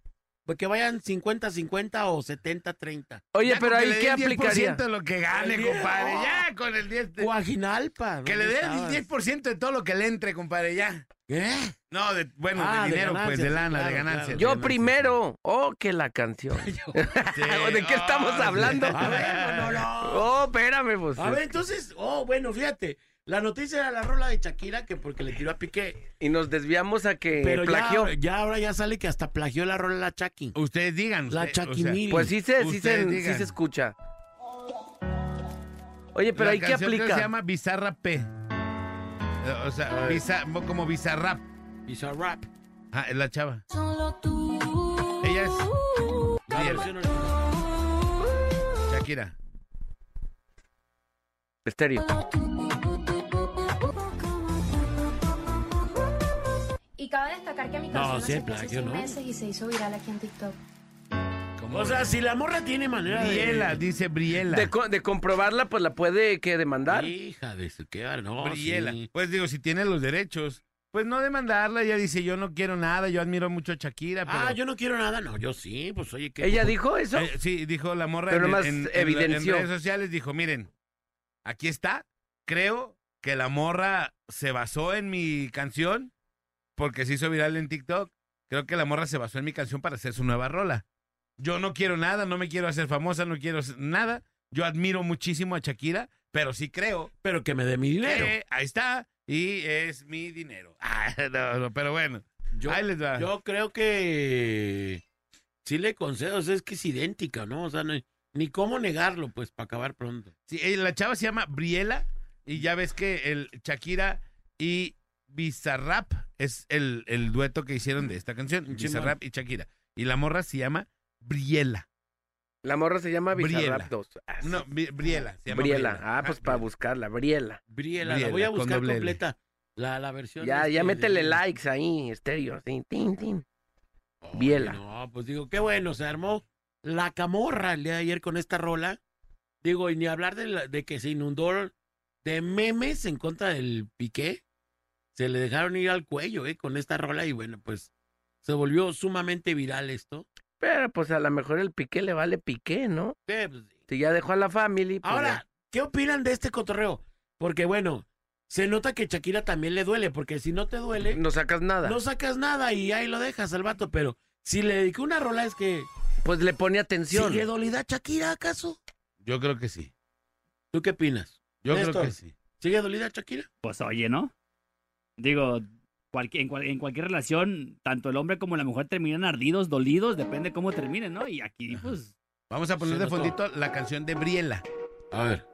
Speaker 4: Pues que vayan 50-50 o 70-30.
Speaker 2: Oye,
Speaker 1: Ya
Speaker 2: pero
Speaker 1: con que
Speaker 2: ahí
Speaker 1: le
Speaker 2: qué
Speaker 1: den 10%
Speaker 2: aplicaría.
Speaker 1: de lo que gane,
Speaker 4: El diez.
Speaker 1: compadre. Ya con el 10. de-
Speaker 4: Guajinalpa.
Speaker 1: Que le
Speaker 4: ¿dónde
Speaker 1: dé el
Speaker 4: estabas?
Speaker 1: 10% de todo lo que le entre, compadre, ya.
Speaker 4: ¿Qué?
Speaker 1: No, de, bueno,
Speaker 4: Ah,
Speaker 1: de
Speaker 4: de
Speaker 1: dinero, pues,
Speaker 4: ganancias,
Speaker 1: de
Speaker 4: sí,
Speaker 1: lana, de
Speaker 4: claro,
Speaker 1: ganancias.
Speaker 4: claro.
Speaker 1: de
Speaker 2: Yo
Speaker 1: ganancias.
Speaker 2: primero. Oh, que la canción.
Speaker 1: Sí.
Speaker 2: ¿De qué
Speaker 1: Oh,
Speaker 2: estamos
Speaker 4: Ah,
Speaker 1: sí.
Speaker 2: hablando?
Speaker 4: A ver, Manolo.
Speaker 2: Oh, espérame, pues.
Speaker 4: A ver, entonces, oh, bueno, fíjate. La noticia era la rola de Shakira, que porque le tiró a Piqué.
Speaker 2: Y nos desviamos a que
Speaker 4: Pero
Speaker 2: plagió.
Speaker 4: Ya, eh, ya ahora ya sale que hasta plagió la rola de la Chucky.
Speaker 1: Ustedes digan.
Speaker 4: La
Speaker 1: usted- o sea,
Speaker 4: Chaquimil.
Speaker 2: Pues sí se, sí,
Speaker 1: Ustedes
Speaker 2: se, sí
Speaker 1: digan.
Speaker 2: se escucha. Oye, pero
Speaker 1: la
Speaker 2: ahí qué
Speaker 1: canción creo que
Speaker 2: aplica.
Speaker 1: se llama Bizarra P. Eh, O sea, biza- como Bizarrap.
Speaker 4: Bizarrap.
Speaker 1: Ah, es la chava.
Speaker 5: Solo tú.
Speaker 1: Ella es
Speaker 4: La
Speaker 1: Bien.
Speaker 4: versión original.
Speaker 1: Shakira.
Speaker 2: Estéreo.
Speaker 6: Y cabe destacar que mi canción
Speaker 4: No,
Speaker 6: la
Speaker 4: sí,
Speaker 6: saqué hace
Speaker 4: plagio,
Speaker 6: seis
Speaker 4: ¿no?
Speaker 6: meses y se hizo viral aquí en TikTok.
Speaker 1: ¿Cómo
Speaker 4: O sea, si la morra tiene manera de...
Speaker 1: Briela, dice Briela.
Speaker 2: De, co- de comprobarla, pues la puede que demandar.
Speaker 4: Hija de su... Qué bar- no,
Speaker 1: Briela.
Speaker 4: sí.
Speaker 1: Pues digo, si tiene los derechos, pues no demandarla. Ella dice, yo no quiero nada, yo admiro mucho a Shakira. Pero...
Speaker 4: Ah, yo no quiero nada. No, yo sí, pues oye, ¿qué?
Speaker 2: ¿Ella dijo eso?
Speaker 1: Eh, sí, dijo la morra
Speaker 2: Pero
Speaker 1: en,
Speaker 2: nomás
Speaker 1: en- en la-
Speaker 2: evidenció.
Speaker 1: en redes sociales, dijo, miren, aquí está, creo que la morra se basó en mi canción, porque se hizo viral en TikTok, creo que la morra se basó en mi canción para hacer su nueva rola. Yo no quiero nada, no me quiero hacer famosa, no quiero s- nada, yo admiro muchísimo a Shakira, pero sí creo
Speaker 4: Pero que me dé mi dinero.
Speaker 1: que ahí está y es mi dinero. Ah, no, no, pero bueno,
Speaker 4: Yo,
Speaker 1: ahí les va.
Speaker 4: yo creo que sí le concedo, o sea, es que es idéntica, ¿no? O sea, no- ni cómo negarlo, pues, para acabar pronto.
Speaker 1: Sí, eh, la chava se llama Briela y ya ves que el Shakira y Bizarrap es el, el dueto que hicieron de esta canción,
Speaker 4: Simón.
Speaker 1: Bizarrap y Shakira. Y la morra se llama Briela.
Speaker 2: La morra se llama
Speaker 1: Briela.
Speaker 2: Bizarrap 2. Ah, sí.
Speaker 1: No, Bri- Briela. Se llama
Speaker 2: Briela. Ah, pues
Speaker 1: Ah,
Speaker 2: para
Speaker 1: Briela.
Speaker 2: buscarla. Briela.
Speaker 4: Briela,
Speaker 1: Briela,
Speaker 4: la voy a
Speaker 1: con
Speaker 4: buscar
Speaker 1: doble L.
Speaker 4: completa. La, la versión.
Speaker 2: Ya,
Speaker 4: este
Speaker 2: ya
Speaker 4: de-
Speaker 2: métele likes ahí, estéreo. Sí, tin, tin.
Speaker 4: Oye,
Speaker 2: Biela.
Speaker 4: No, pues digo, qué bueno, se armó la camorra el día de ayer con esta rola. Digo, y ni hablar de, la- de que se inundó de memes en contra del Piqué. Se le dejaron ir al cuello, ¿eh? Con esta rola y bueno, pues se volvió sumamente viral esto.
Speaker 2: Pero pues a lo mejor el piqué le vale piqué, ¿no?
Speaker 4: Eh, pues,
Speaker 2: Si ya dejó a la family. pues,
Speaker 4: Ahora, ¿qué opinan de este cotorreo? Porque bueno, se nota que Shakira también le duele, porque si no te
Speaker 2: ya.
Speaker 4: duele,
Speaker 2: no sacas nada.
Speaker 4: no sacas nada y ahí lo dejas al vato, pero si le dedicó una rola es que...
Speaker 2: Pues le pone atención.
Speaker 4: ¿Sigue dolida Shakira acaso?
Speaker 1: Yo creo que sí.
Speaker 4: ¿Tú qué opinas?
Speaker 1: Yo creo
Speaker 4: Néstor.
Speaker 1: que sí.
Speaker 4: ¿Sigue dolida Shakira?
Speaker 3: Pues oye, ¿no? Digo, cualqui- en, cual- en cualquier relación, tanto el hombre como la mujer terminan ardidos, dolidos, depende cómo terminen, ¿no? Y aquí, pues,
Speaker 1: Vamos a poner
Speaker 4: Se
Speaker 1: de
Speaker 4: notó.
Speaker 1: fondito la canción de Briela,
Speaker 4: A ver.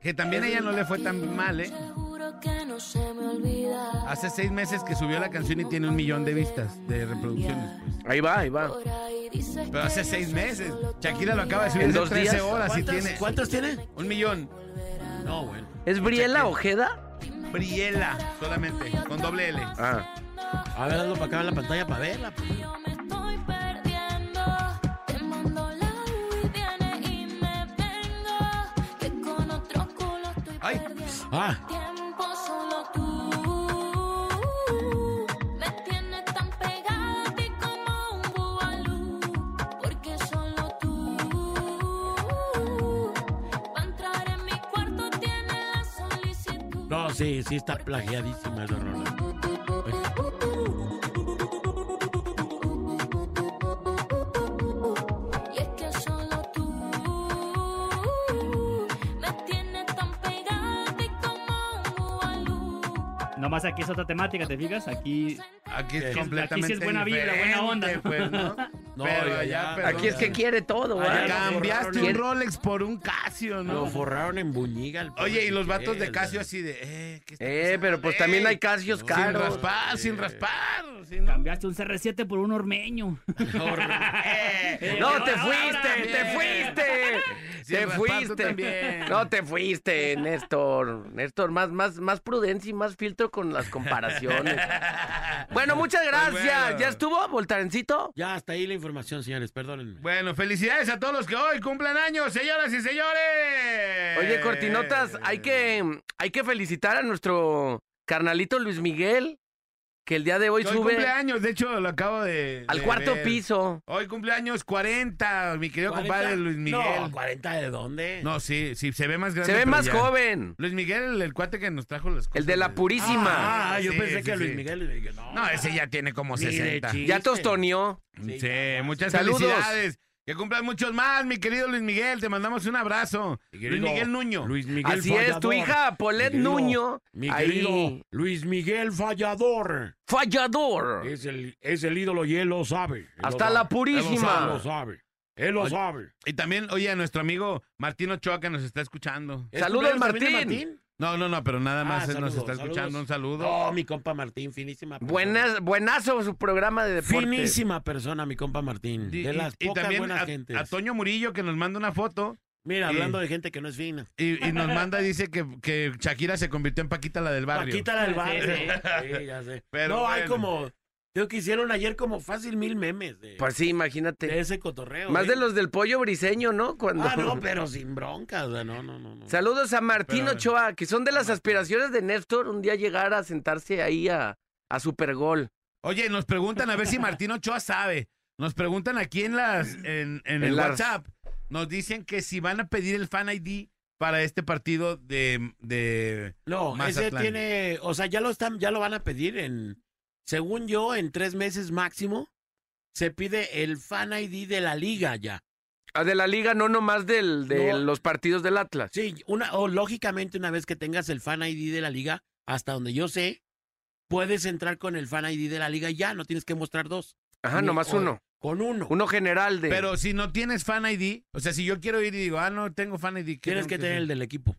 Speaker 1: que también a ella no le fue tan mal, ¿eh?
Speaker 5: Seguro que no se me olvida.
Speaker 1: Hace seis meses que subió la canción y tiene un millón de vistas, de reproducciones. pues.
Speaker 2: Ahí va, ahí va.
Speaker 5: Por ahí dices
Speaker 1: Pero hace
Speaker 5: que
Speaker 1: seis
Speaker 5: yo
Speaker 1: meses.
Speaker 5: solo
Speaker 1: Shakira lo acaba de subir
Speaker 2: En
Speaker 1: hace
Speaker 2: dos
Speaker 1: 13
Speaker 2: días.
Speaker 1: horas y
Speaker 4: ¿Cuántas,
Speaker 1: tiene
Speaker 4: cuántas tiene?
Speaker 1: un millón.
Speaker 4: No, bueno.
Speaker 2: ¿Es Briela Ojeda?
Speaker 1: Briela, solamente, con doble L.
Speaker 2: Ah,
Speaker 4: A ver, hazlo para acá en la pantalla para verla. pues.
Speaker 5: Yo me estoy perdiendo. Te mando la luz, viene y me vengo. Que con otro culo estoy
Speaker 1: Ay.
Speaker 5: perdiendo.
Speaker 4: Ah,
Speaker 5: Tiempo solo tú. Me tienes tan pegada a ti como un bubalú. Porque solo tú. Para entrar en mi cuarto tiene la solicitud.
Speaker 4: no, sí, sí está plagiadísima esa rola.
Speaker 3: Nomás aquí es otra temática, ¿te fijas? Aquí. este,
Speaker 1: Aquí es
Speaker 4: Aquí sí es
Speaker 1: completamente
Speaker 3: buena vibra,
Speaker 1: diferente,
Speaker 3: buena onda, ¿no?
Speaker 1: pues, ¿no?
Speaker 4: No,
Speaker 1: Pero
Speaker 4: ya,
Speaker 1: allá,
Speaker 4: ya.
Speaker 1: pero-
Speaker 2: Aquí es que quiere todo,
Speaker 4: Allá
Speaker 2: ¿verdad?
Speaker 4: lo
Speaker 1: Cambiaste un
Speaker 2: forraron.
Speaker 1: Rolex por un Casio,
Speaker 4: Lo
Speaker 1: ¿no?
Speaker 4: forraron en Buñiga. al pobre
Speaker 1: Oye, y los vatos de
Speaker 4: Miquel,
Speaker 1: Casio
Speaker 4: ¿verdad?
Speaker 1: así de, eh, ¿qué está
Speaker 2: Eh,
Speaker 1: pasando?
Speaker 2: pero pues
Speaker 1: Ey,
Speaker 2: también hay casios
Speaker 1: Sin
Speaker 2: caros.
Speaker 1: raspar, sin raspar. sin-
Speaker 3: Cambiaste un CR7 por un ormeño.
Speaker 1: Eh,
Speaker 2: No, te
Speaker 3: Ahora, ahora,
Speaker 2: fuiste, te
Speaker 3: bien.
Speaker 2: fuiste.
Speaker 1: Sin
Speaker 2: Te
Speaker 1: raspar, tú
Speaker 2: fuiste.
Speaker 1: también.
Speaker 2: No, te fuiste, Néstor. Néstor, más, más, más prudencia y más filtro con las comparaciones. Bueno, muchas
Speaker 4: Pues
Speaker 2: gracias.
Speaker 1: bueno.
Speaker 2: ¿Ya estuvo, Voltarencito?
Speaker 4: Ya, hasta ahí la información, señores, perdónenme.
Speaker 1: Bueno, felicidades a todos los que hoy cumplan años, señoras y señores.
Speaker 2: Oye,
Speaker 4: Eh.
Speaker 2: Cortinotas, hay que, hay que felicitar a nuestro carnalito Luis Miguel, que el día de hoy
Speaker 1: Hoy
Speaker 2: sube
Speaker 1: cumple años, de hecho, lo acabo de.
Speaker 2: al
Speaker 1: de
Speaker 2: cuarto
Speaker 1: ver.
Speaker 2: piso.
Speaker 1: Hoy cumpleaños 40, mi querido compadre Luis
Speaker 4: No,
Speaker 1: Miguel.
Speaker 4: 40 de dónde?
Speaker 1: No, sí, sí, se ve más
Speaker 2: Se
Speaker 1: grande.
Speaker 2: ve
Speaker 1: pero
Speaker 2: más
Speaker 1: ya.
Speaker 2: joven.
Speaker 1: Luis Miguel, el, el cuate que nos trajo las cosas.
Speaker 2: El de la
Speaker 1: de-
Speaker 2: purísima.
Speaker 4: Ah, yo
Speaker 1: Sí,
Speaker 4: pensé
Speaker 1: sí,
Speaker 4: que Luis
Speaker 1: sí.
Speaker 4: Miguel. le dije, No,
Speaker 1: No, ese ya tiene como
Speaker 4: Ni de
Speaker 1: 60.
Speaker 4: chiste.
Speaker 2: Ya tostoneó.
Speaker 1: Sí,
Speaker 4: Sí, ya,
Speaker 1: muchas
Speaker 2: Saludos.
Speaker 1: felicidades. Que cumplan muchos más, mi querido Luis Miguel. Te mandamos un abrazo.
Speaker 4: Mi querido
Speaker 1: Luis Miguel Nuño.
Speaker 4: Luis Miguel
Speaker 2: Así es, tu
Speaker 4: Fallador.
Speaker 2: hija Paulette
Speaker 4: Mi querido-
Speaker 2: Nuño.
Speaker 4: Mi
Speaker 2: ahí,
Speaker 4: querido Luis Miguel Fallador.
Speaker 2: fallador.
Speaker 4: Es el, es el ídolo y él lo sabe. Él lo
Speaker 2: Hasta
Speaker 4: sabe.
Speaker 2: la
Speaker 4: Él lo
Speaker 2: purísima.
Speaker 4: sabe. Él lo
Speaker 1: Oye,
Speaker 4: sabe.
Speaker 1: Y también, oye, a nuestro amigo Martín Ochoa que nos está escuchando.
Speaker 4: ¿Es
Speaker 2: Saludos,
Speaker 4: cumpleaños también de
Speaker 2: Martín.
Speaker 1: No, no, no, pero nada
Speaker 4: Ah,
Speaker 1: más él
Speaker 4: saludos,
Speaker 1: nos está escuchando.
Speaker 4: saludos.
Speaker 1: Un saludo.
Speaker 4: No, mi compa Martín, finísima. persona.
Speaker 2: Buenas, buenazo su programa de deporte.
Speaker 4: Finísima persona, mi compa Martín.
Speaker 1: Y-
Speaker 4: de
Speaker 1: y-
Speaker 4: las
Speaker 1: y,
Speaker 4: pocas
Speaker 1: también
Speaker 4: buenas
Speaker 1: a,
Speaker 4: gentes.
Speaker 1: a Toño Murillo que nos manda una foto
Speaker 4: Mira,
Speaker 1: Sí.
Speaker 4: hablando de gente que no es fina.
Speaker 1: y, y nos manda, dice que, que Shakira se convirtió en Paquita la del barrio.
Speaker 4: Paquita del barrio.
Speaker 3: Sí,
Speaker 4: Sí, ya sé.
Speaker 1: Pero
Speaker 4: no, hay
Speaker 1: bueno.
Speaker 4: como. Creo que hicieron ayer como fácil mil memes de,
Speaker 2: Pues sí,
Speaker 4: de
Speaker 2: imagínate.
Speaker 4: ese cotorreo.
Speaker 2: Más
Speaker 4: ¿eh?
Speaker 2: de los del pollo briseño, ¿no? Cuando...
Speaker 4: Ah, no, pero sin broncas. o sea, No, no, no. no.
Speaker 2: Saludos a Martín
Speaker 1: Pero-
Speaker 2: Ochoa, que son de las aspiraciones de Néstor un día llegar a sentarse ahí a, a Supergol.
Speaker 1: Oye, nos preguntan a ver si Martín Ochoa sabe. Nos preguntan aquí en las en, en el
Speaker 2: las-
Speaker 1: WhatsApp. Nos dicen que si van a pedir el fan ID para este partido de, de
Speaker 4: No,
Speaker 1: Mazatlán.
Speaker 4: ese tiene, o sea, ya lo están, ya lo van a pedir en, según yo, en tres meses máximo, se pide el fan ID de la liga ya.
Speaker 2: Ah, De la liga, no nomás del, de
Speaker 4: No.
Speaker 2: los partidos del Atlas.
Speaker 4: Sí, una, o lógicamente una vez que tengas el fan ID de la liga, hasta donde yo sé, puedes entrar con el fan ID de la liga ya, no tienes que mostrar dos.
Speaker 2: Ajá,
Speaker 4: Ni-
Speaker 2: nomás
Speaker 4: o-
Speaker 2: uno.
Speaker 4: Con uno.
Speaker 2: Uno general de...
Speaker 1: Pero si no tienes fan ID, o sea, si yo quiero ir y digo, ah, no tengo fan ID. ¿qué
Speaker 4: Tienes
Speaker 1: tengo
Speaker 4: que tener el
Speaker 1: hacer?
Speaker 4: del equipo.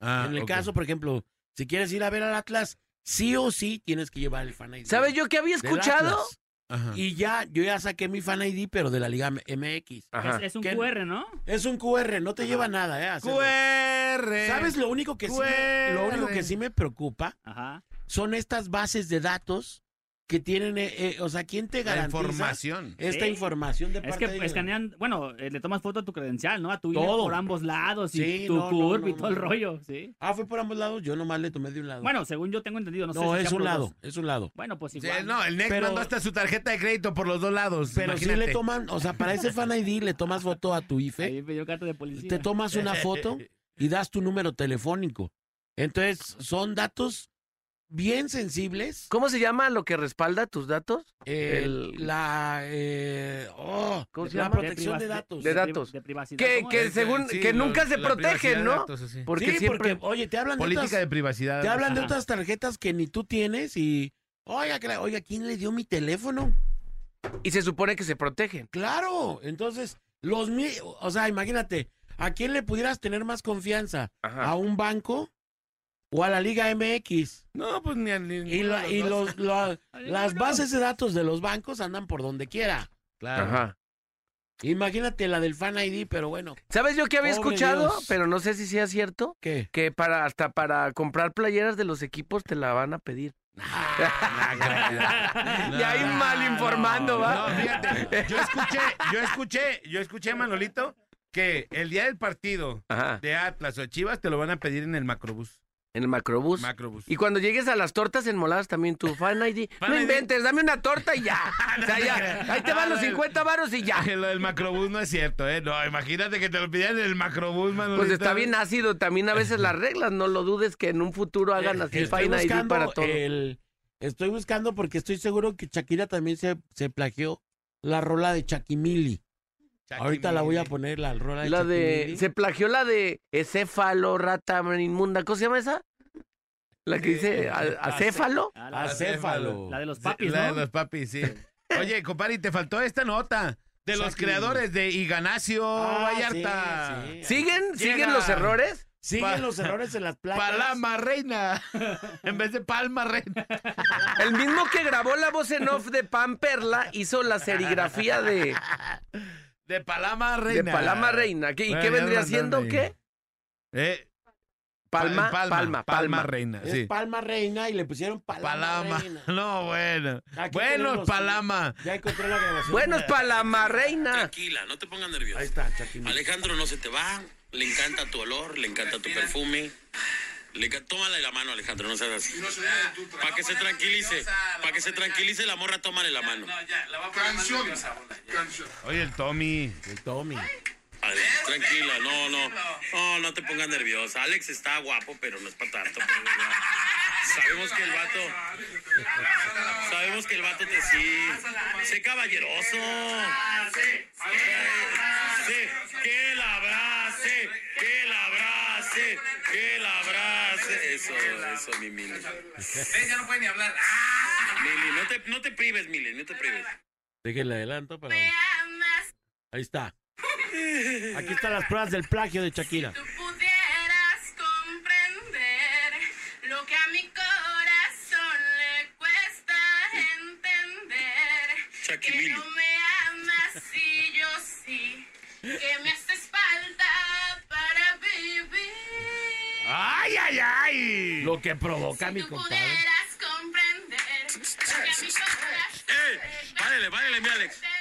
Speaker 1: Ah,
Speaker 4: en el
Speaker 1: ok.
Speaker 4: caso, por ejemplo, si quieres ir a ver al Atlas, sí o sí tienes que llevar el fan ID.
Speaker 2: ¿Sabes yo que había
Speaker 4: del
Speaker 2: escuchado?
Speaker 4: Atlas.
Speaker 1: Ajá.
Speaker 4: Y ya, yo ya saqué mi fan ID, pero de la liga MX.
Speaker 2: Ajá.
Speaker 3: Es, es un
Speaker 4: ¿Qué?
Speaker 3: QR, ¿no?
Speaker 4: Es un QR, no te lleva nada, ¿eh? hacerlo.
Speaker 1: QR.
Speaker 4: ¿Sabes lo único que sí? me- Lo único que sí me preocupa
Speaker 3: Ajá.
Speaker 4: son estas bases de datos que tienen, eh, eh, o sea, ¿quién te
Speaker 1: La
Speaker 4: garantiza
Speaker 1: información.
Speaker 4: esta
Speaker 3: Sí.
Speaker 4: información de
Speaker 3: Es
Speaker 4: parte
Speaker 3: que
Speaker 4: de-
Speaker 3: escanean, bueno, eh, le tomas foto a tu credencial, ¿no? A tu INE
Speaker 4: Todo.
Speaker 3: por ambos lados y
Speaker 4: Sí,
Speaker 3: tu
Speaker 4: no, no,
Speaker 3: CURP
Speaker 4: no,
Speaker 3: y todo el
Speaker 4: no.
Speaker 3: rollo, ¿sí?
Speaker 4: Ah, fue por ambos lados, yo nomás le tomé de un lado.
Speaker 3: Bueno, según yo tengo entendido, no,
Speaker 4: no,
Speaker 3: sé si
Speaker 4: es
Speaker 3: sea por
Speaker 4: un lado,
Speaker 3: los-
Speaker 4: es un lado.
Speaker 3: Bueno, pues
Speaker 1: Sí,
Speaker 3: igual.
Speaker 1: no, el Next
Speaker 4: Pero-
Speaker 1: mandó hasta su tarjeta de crédito por los dos lados.
Speaker 4: Pero
Speaker 1: imagínate.
Speaker 4: si le toman, o sea, para ese fan ID le tomas foto a tu IFE.
Speaker 3: Ahí me dio carta de policía.
Speaker 4: te tomas una foto y das tu número telefónico. Entonces, son datos bien sensibles.
Speaker 2: ¿Cómo se llama lo que respalda tus datos?
Speaker 4: Eh,
Speaker 2: El-
Speaker 4: La, eh, oh,
Speaker 2: ¿Cómo se
Speaker 4: la
Speaker 2: llama?
Speaker 4: protección
Speaker 3: privac-
Speaker 4: de datos.
Speaker 2: de
Speaker 3: pri-
Speaker 2: datos.
Speaker 3: De privacidad.
Speaker 2: Que-
Speaker 3: ¿cómo
Speaker 2: que
Speaker 3: es?
Speaker 1: Este,
Speaker 2: según- que nunca se
Speaker 1: la
Speaker 2: protegen,
Speaker 1: privacidad de
Speaker 2: ¿no?
Speaker 1: datos, así.
Speaker 2: Porque
Speaker 4: Sí,
Speaker 2: siempre...
Speaker 4: porque, oye, te hablan de
Speaker 1: Política
Speaker 4: otras-
Speaker 1: de privacidad.
Speaker 4: te hablan de
Speaker 3: Ajá.
Speaker 4: otras tarjetas que ni tú tienes y, oiga, que la- oiga, ¿quién le dio mi teléfono?
Speaker 2: Y se supone que se protegen.
Speaker 4: Claro, entonces, los mi- o sea, imagínate, ¿a quién le pudieras tener más confianza?
Speaker 2: Ajá.
Speaker 4: ¿A un banco o a la Liga MX?
Speaker 1: No, pues ni, ni
Speaker 4: Y, la- y los, la- las bases de datos de los bancos andan por donde quiera.
Speaker 1: Claro.
Speaker 2: Ajá.
Speaker 4: Imagínate la del fan ID, pero bueno,
Speaker 2: ¿Sabes yo que había
Speaker 4: Pobre
Speaker 2: escuchado?
Speaker 4: Dios.
Speaker 2: Pero no sé si sea cierto.
Speaker 4: ¿qué?
Speaker 2: Que para hasta para comprar playeras de los equipos te la van a pedir.
Speaker 4: Ah,
Speaker 2: y ahí
Speaker 1: Ah, No,
Speaker 2: mal informando,
Speaker 1: no,
Speaker 2: ¿va?
Speaker 1: no, fíjate, yo escuché, yo escuché, yo escuché, Manolito, que el día del partido
Speaker 2: Ajá.
Speaker 1: de Atlas o Chivas te lo van a pedir en el macrobús.
Speaker 2: En el macrobús.
Speaker 1: Macrobús.
Speaker 2: y cuando llegues a las tortas enmoladas también tu fan ID.
Speaker 1: Fan
Speaker 2: no
Speaker 1: ID.
Speaker 2: inventes, dame una torta y ya. O sea,
Speaker 1: No te
Speaker 2: ya.
Speaker 1: creas.
Speaker 2: Ahí te van
Speaker 1: No,
Speaker 2: los
Speaker 1: no,
Speaker 2: 50 varos y ya.
Speaker 1: Ah, Lo del macrobús no es cierto, ¿eh? No, imagínate que te lo pidieran en el macrobús, Manolito.
Speaker 2: Pues está bien ácido también a veces las reglas. No lo dudes que en un futuro hagan así
Speaker 4: Eh, Estoy
Speaker 2: fan ID
Speaker 4: buscando
Speaker 2: para todo.
Speaker 4: el- estoy buscando porque estoy seguro que Shakira también se, se plagió la rola de Chakimili.
Speaker 1: Chaki
Speaker 4: Ahorita la voy a
Speaker 1: Mili.
Speaker 4: poner la rola de
Speaker 2: La
Speaker 4: Chakimili.
Speaker 2: de. Se plagió la de Ecéfalo, rata inmunda. ¿Cómo se llama esa? La que
Speaker 1: eh,
Speaker 2: dice a- acéfalo.
Speaker 3: Ah, la-
Speaker 4: Acéfalo.
Speaker 3: La de los papis,
Speaker 1: La de
Speaker 3: ¿no?
Speaker 1: los papis, sí. Oye, compadre, te faltó esta nota de los
Speaker 4: Saquen.
Speaker 1: creadores de Ignacio
Speaker 4: Ah,
Speaker 1: Vallarta.
Speaker 4: sí, sí.
Speaker 2: ¿Siguen? ¿Siguen
Speaker 1: Llega.
Speaker 2: los errores?
Speaker 1: Pa-
Speaker 4: Siguen los errores en las placas.
Speaker 1: Palama Reina. En vez de Palma Reina.
Speaker 2: El mismo que grabó la voz en off de Pan Perla hizo la serigrafía de,
Speaker 1: De Palama
Speaker 2: de
Speaker 1: Reina.
Speaker 2: Palama Reina. ¿Qué- ¿Y
Speaker 1: Bueno,
Speaker 2: qué
Speaker 1: ya
Speaker 2: vendría
Speaker 1: mandaste.
Speaker 2: siendo? ¿Qué?
Speaker 1: Eh, pa-
Speaker 2: Palma, palma, palma.
Speaker 1: Palma Reina,
Speaker 4: Es
Speaker 1: sí.
Speaker 4: Palma Reina y le pusieron Palama,
Speaker 1: Palama.
Speaker 4: Reina.
Speaker 1: No, bueno.
Speaker 4: Aquí
Speaker 1: Bueno,
Speaker 4: tenemos-
Speaker 1: Palama.
Speaker 4: Ya encontré la grabación.
Speaker 2: Bueno, es Palama Reina.
Speaker 7: Tranquila, no te pongas nervioso.
Speaker 4: Ahí está, Chaquimil.
Speaker 7: Alejandro no se te va, le encanta tu olor, le encanta tu perfume. Le enca- Tómale la mano, Alejandro, no seas así. Para que se tranquilice, para que se tranquilice la morra, tómale la mano.
Speaker 8: Canción.
Speaker 1: Oye, el Tommy.
Speaker 4: El Tommy.
Speaker 7: Ale, tranquila, no, no, no, no te pongas nerviosa. Alex está guapo, pero no es para tanto. pues, ya. Sabemos que el vato, sabemos que el vato te sí, sé caballeroso. Sí, que la abrace, que la abrace, que la abrace. Eso, eso, mi Mili. pues,
Speaker 8: ya no pueden ni hablar.
Speaker 7: Mili, Ah, no te, no te prives, Mili, no te prives.
Speaker 4: Déjenle adelanto para. Ahí está. Aquí están las pruebas del plagio de Shakira.
Speaker 9: pudieras comprender lo que a mi corazón le cuesta entender. Que
Speaker 7: Shakimili.
Speaker 9: no me amas y yo sí, que me haces falta para vivir.
Speaker 1: ¡Ay, ay, ay!
Speaker 4: Lo que provoca mi
Speaker 9: Si tú
Speaker 4: compadre.
Speaker 9: pudieras comprender lo que a mi corazón
Speaker 7: ¡Eh! Báilele, báilele, mi Alex.
Speaker 9: entender.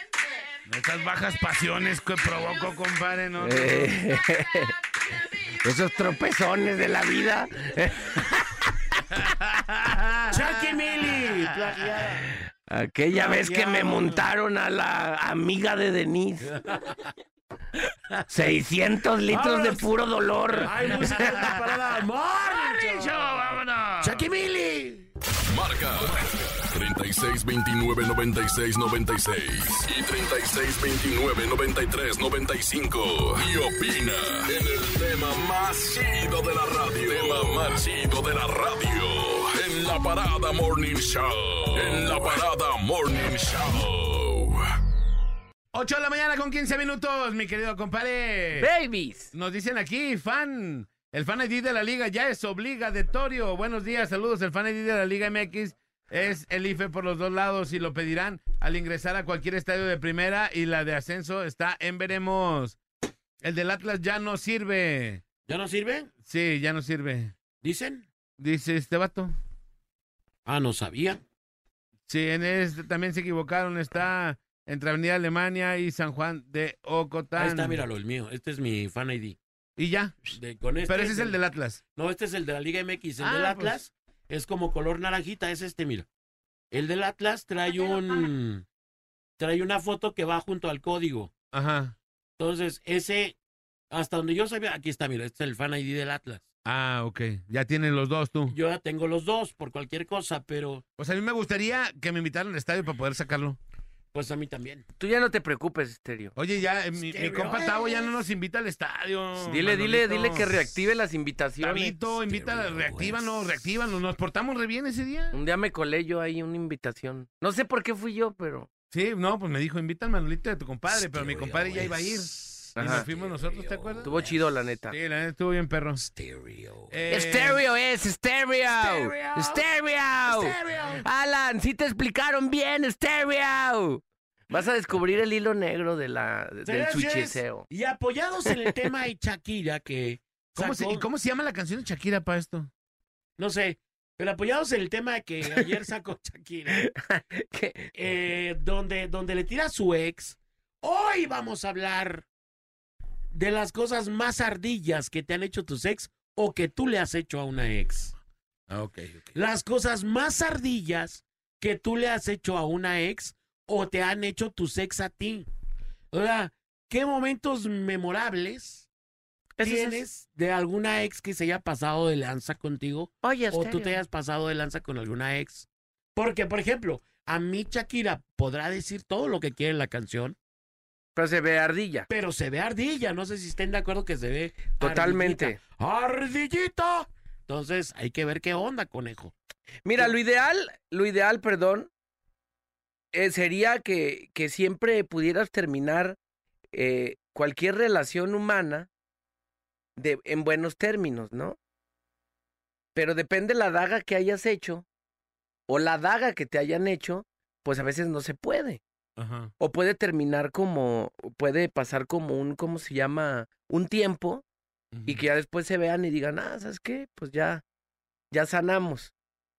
Speaker 1: Estas bajas pasiones que provoco, compadre, ¿no?
Speaker 2: Eh,
Speaker 9: para vivir.
Speaker 2: esos tropezones de la vida.
Speaker 4: Chaquimili, plagiada.
Speaker 2: Aquella vez que me montaron a la amiga de Denise. 600 litros de puro dolor.
Speaker 4: Hay música de la parada. ¡Morning Show!
Speaker 1: ¡Vámonos!
Speaker 4: ¡Chaquimili!
Speaker 10: Marca 36299696 y 36299395 y opina en el tema más chido de la radio. Tema más chido de la radio. En la parada Morning Show. En la parada Morning Show.
Speaker 1: 8 de la mañana con 15 minutos, mi querido compadre.
Speaker 2: Babies.
Speaker 1: Nos dicen aquí, fan. El fan ID de la liga ya es obligatorio. Buenos días, saludos. El fan ID de la Liga MX es el IFE por los dos lados y lo pedirán al ingresar a cualquier estadio de primera y la de ascenso está en veremos. El del Atlas ya no sirve.
Speaker 4: ¿Ya no sirve?
Speaker 1: Sí, ya no sirve.
Speaker 4: ¿Dicen?
Speaker 1: Dice este vato.
Speaker 4: Ah, no sabía.
Speaker 1: Sí, en este también se equivocaron. Está entre Avenida Alemania y San Juan de Ocotán.
Speaker 4: Ahí está, míralo, el mío. Este es mi fan ID.
Speaker 1: Y ya.
Speaker 4: De- con este
Speaker 1: Pero ese es el del Atlas.
Speaker 4: No, este es el de la Liga MX. El
Speaker 1: Ah,
Speaker 4: del
Speaker 1: pues.
Speaker 4: Atlas es como color naranjita, es este, mira. El del Atlas trae un trae una foto que va junto al código.
Speaker 1: Ajá.
Speaker 4: Entonces, ese hasta donde yo sabía, aquí está, mira, este es el fan ID del Atlas.
Speaker 1: Ah, ok. Ya tienen los dos tú.
Speaker 4: Yo ya tengo los dos por cualquier cosa, pero
Speaker 1: Pues a mí me gustaría que me invitaran al estadio para poder sacarlo.
Speaker 4: pues a mí también.
Speaker 2: Tú ya no te preocupes, Estéreo.
Speaker 1: Oye, ya, eh, mi, mi compa Tavo ya no nos invita al estadio.
Speaker 2: Dile,
Speaker 1: Manolito.
Speaker 2: dile, dile que reactive las invitaciones.
Speaker 1: Tabito, invita, reactívanos, reactívanos. Nos portamos re bien ese día.
Speaker 2: Un día me colé yo ahí una invitación. No sé por qué fui yo, pero.
Speaker 1: Sí, no, pues me dijo, invita al Manolito de tu compadre, pero mi compadre ya iba a ir. Y
Speaker 2: Ajá.
Speaker 1: nos fuimos nosotros, ¿te acuerdas?
Speaker 2: Estuvo chido, la neta.
Speaker 1: Sí, la neta estuvo bien, perro.
Speaker 4: Este, Stereo.
Speaker 1: Eh,
Speaker 2: Estéreo es estéreo. Estéreo. Alan, sí te explicaron bien, estéreo. Vas a descubrir el hilo negro de la, del
Speaker 4: Señoras y señores,
Speaker 2: suchiseo.
Speaker 4: Y apoyados en el tema de Shakira, que.
Speaker 1: ¿Cómo se,
Speaker 4: sacó-
Speaker 1: ¿Y cómo se llama la canción de Shakira para esto?
Speaker 4: No sé, pero apoyados en el tema que ayer sacó Shakira,
Speaker 2: ¿Qué?
Speaker 4: eh, donde, donde le tira a su ex, hoy vamos a hablar de las cosas más ardillas que te han hecho tus ex o que tú le has hecho a una ex.
Speaker 1: Ah, ok, ok.
Speaker 4: Las cosas más ardillas que tú le has hecho a una ex o te han hecho tus ex a ti. O sea, ¿qué momentos memorables
Speaker 2: Ese es-
Speaker 4: tienes de alguna ex que se haya pasado de lanza contigo
Speaker 2: Oye,
Speaker 4: o tú te
Speaker 2: estéreo.
Speaker 4: hayas pasado de lanza con alguna ex. Porque, por ejemplo, a mí Shakira podrá decir todo lo que quiere en la canción,
Speaker 2: Pero se ve ardilla.
Speaker 4: pero se ve ardilla. No sé si estén de acuerdo que se ve.
Speaker 2: Totalmente.
Speaker 4: ¡Ardillita! ¡Ardillita! Entonces, hay que ver qué onda, conejo.
Speaker 2: Mira, lo ideal, lo ideal, perdón, eh, sería que, que siempre pudieras terminar eh, cualquier relación humana de, en buenos términos, ¿no? Pero depende la daga que hayas hecho o la daga que te hayan hecho, pues a veces no se puede.
Speaker 4: Ajá.
Speaker 2: O puede terminar como, puede pasar como un, ¿cómo se llama? Un tiempo y que ya después se vean y digan, ah, ¿sabes qué? Pues ya, ya sanamos.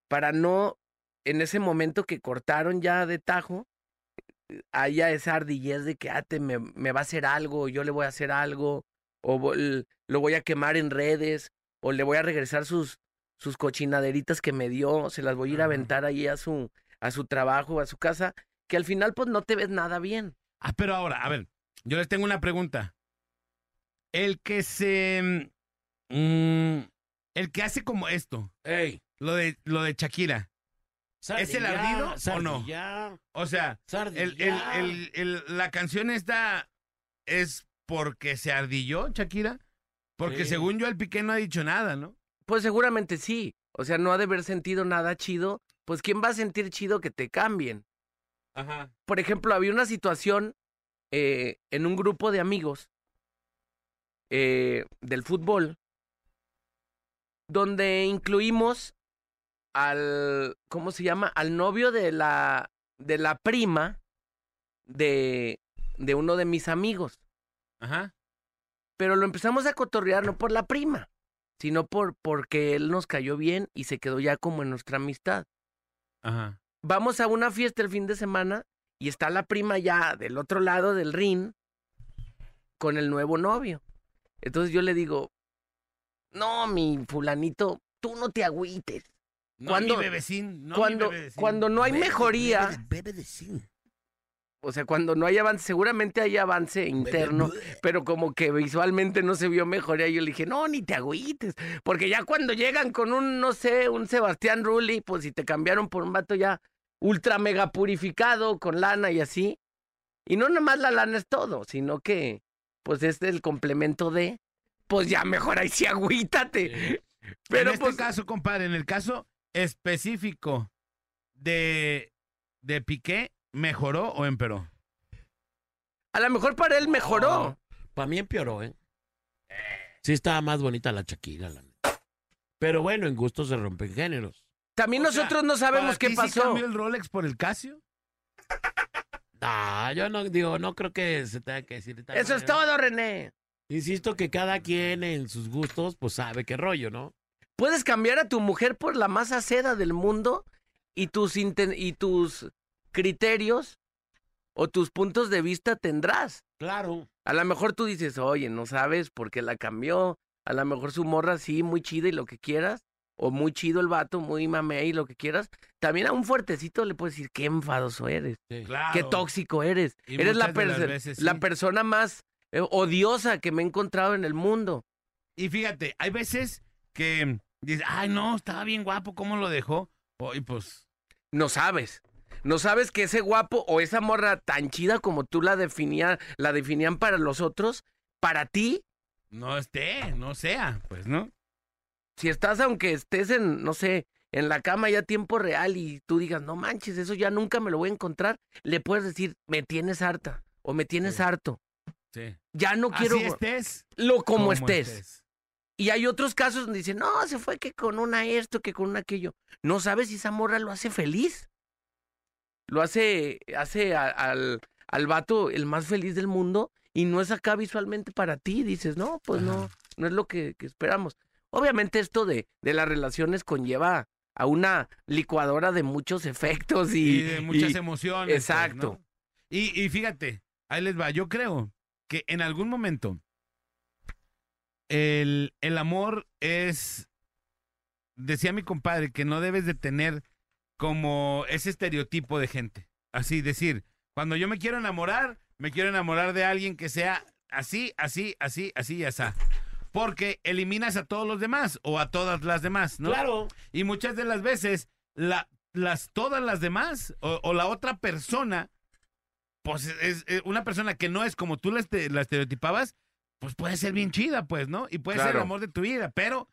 Speaker 2: Para no, en ese momento que cortaron ya de tajo, eh, haya esa ardillez de que, ah, te- me, me va a hacer algo, o yo le voy a hacer algo, o vo- l- lo voy a quemar en redes, o le voy a regresar sus, sus cochinaderitas que me dio, se las voy a ir a aventar ahí a su, a su trabajo, a su casa, que al final pues no te ves nada bien.
Speaker 1: Ah, pero ahora, a ver, yo les tengo una pregunta. El que se. mm, el que hace como esto,
Speaker 4: Ey,
Speaker 1: lo de, lo de Shakira. ¿Es el ardido
Speaker 4: Sardillá,
Speaker 1: o no?
Speaker 4: sardillá,
Speaker 1: O sea, el, el-
Speaker 4: sardillá.
Speaker 1: el- el- la canción esta es porque se ardilló, Shakira. Porque
Speaker 4: Sí.
Speaker 1: según yo, el Piqué no ha dicho nada, ¿no?
Speaker 2: Pues seguramente sí. O sea, no ha de haber sentido nada chido. Pues ¿quién va a sentir chido que te cambien?
Speaker 1: Ajá.
Speaker 2: Por ejemplo, había una situación eh, en un grupo de amigos eh, del fútbol donde incluimos al, ¿cómo se llama? Al novio de la, de la prima de, de uno de mis amigos.
Speaker 1: Ajá.
Speaker 2: Pero lo empezamos a cotorrear no por la prima, sino por, porque él nos cayó bien y se quedó ya como en nuestra amistad
Speaker 1: Ajá.
Speaker 2: vamos a una fiesta el fin de semana y está la prima ya del otro lado del ring con el nuevo novio. Entonces yo le digo, no, mi fulanito, tú no te agüites.
Speaker 1: No,
Speaker 2: Cuando-
Speaker 1: mi bebecín, no, mi
Speaker 2: cuando,
Speaker 1: bebecín.
Speaker 2: cuando no hay
Speaker 4: Bebe-
Speaker 2: mejoría,
Speaker 4: Bebe, bebe de zinc.
Speaker 2: o sea, cuando no hay avance, seguramente hay avance interno, pero como que visualmente no se vio mejoría, yo le dije, no, ni te agüites, porque ya cuando llegan con un, no sé, un Sebastián Rulli, pues si te cambiaron por un vato ya ultra mega purificado, con lana y así, y no nomás la lana es todo, sino que, pues este es el complemento de, pues ya mejor ahí sí agüítate, pero
Speaker 1: en este
Speaker 2: pues,
Speaker 1: caso, compadre, en el caso específico de, de Piqué, ¿mejoró o empeoró?
Speaker 2: a lo mejor para él mejoró.
Speaker 4: Para mí empeoró, ¿eh? Sí estaba más bonita la Shakira, la neta. Pero bueno, en gusto se rompen géneros.
Speaker 2: También
Speaker 1: O sea,
Speaker 2: nosotros no sabemos
Speaker 1: ¿Para ti
Speaker 2: qué
Speaker 1: Sí
Speaker 2: pasó.
Speaker 1: cambió el Rolex por el Casio?
Speaker 4: No, yo no digo, no creo que se tenga que decir. de tal
Speaker 2: Eso es
Speaker 4: manera.
Speaker 2: todo, René.
Speaker 4: Insisto que cada quien en sus gustos, pues sabe qué rollo, ¿no?
Speaker 2: Puedes cambiar a tu mujer por la más acera del mundo y tus, inten- y tus criterios o tus puntos de vista tendrás.
Speaker 4: Claro.
Speaker 2: A lo mejor tú dices, oye, no sabes por qué la cambió. A lo mejor su morra sí, muy chida y lo que quieras. O muy chido el vato, muy mamey y lo que quieras. También a un fuertecito le puedes decir, qué enfadoso eres.
Speaker 4: Sí.
Speaker 1: Claro.
Speaker 2: Qué tóxico eres.
Speaker 1: Y
Speaker 2: eres la,
Speaker 1: muchas de las
Speaker 2: perso-
Speaker 1: veces
Speaker 2: la
Speaker 1: sí.
Speaker 2: persona más eh, odiosa que me he encontrado en el mundo.
Speaker 1: Y fíjate, hay veces que dices, ay, no, estaba bien guapo, ¿cómo lo dejó? Oh, y pues,
Speaker 2: No sabes. No sabes que ese guapo o esa morra tan chida como tú la definía, la definían para los otros, para ti,
Speaker 1: no esté, no sea, pues, ¿no?
Speaker 2: si estás aunque estés en, no sé, en la cama ya a tiempo real y tú digas, no manches, eso ya nunca me lo voy a encontrar, le puedes decir, me tienes harta o me tienes
Speaker 1: Sí.
Speaker 2: harto.
Speaker 1: Sí.
Speaker 2: Ya no
Speaker 1: Así
Speaker 2: quiero
Speaker 1: estés.
Speaker 2: lo como, estés. Y hay otros casos donde dicen, no, se fue que con una esto, que con una aquello. No sabes si esa morra lo hace feliz. Lo hace, hace a- al, al vato el más feliz del mundo y no es acá visualmente para ti. Dices, no, pues no, no es lo que, que esperamos. Obviamente esto de, de las relaciones conlleva a una licuadora de muchos efectos
Speaker 1: Y,
Speaker 2: y,
Speaker 1: de muchas
Speaker 2: y-
Speaker 1: emociones. pues,
Speaker 2: exacto.
Speaker 1: ¿no? y, y fíjate, ahí les va, yo creo que en algún momento el, el amor es, decía mi compadre, que no debes de tener como ese estereotipo de gente. Así, decir, cuando yo me quiero enamorar, me quiero enamorar de alguien que sea así, así, así, así y así. Porque eliminas a todos los demás o a todas las demás, ¿no?
Speaker 4: Claro.
Speaker 1: Y muchas de las veces, la, las, todas las demás, o, o la otra persona, pues es, es una persona que no es como tú la, este- la estereotipabas, pues puede ser bien chida, pues, ¿no? Y puede ser el
Speaker 2: Claro.
Speaker 1: amor de tu vida, pero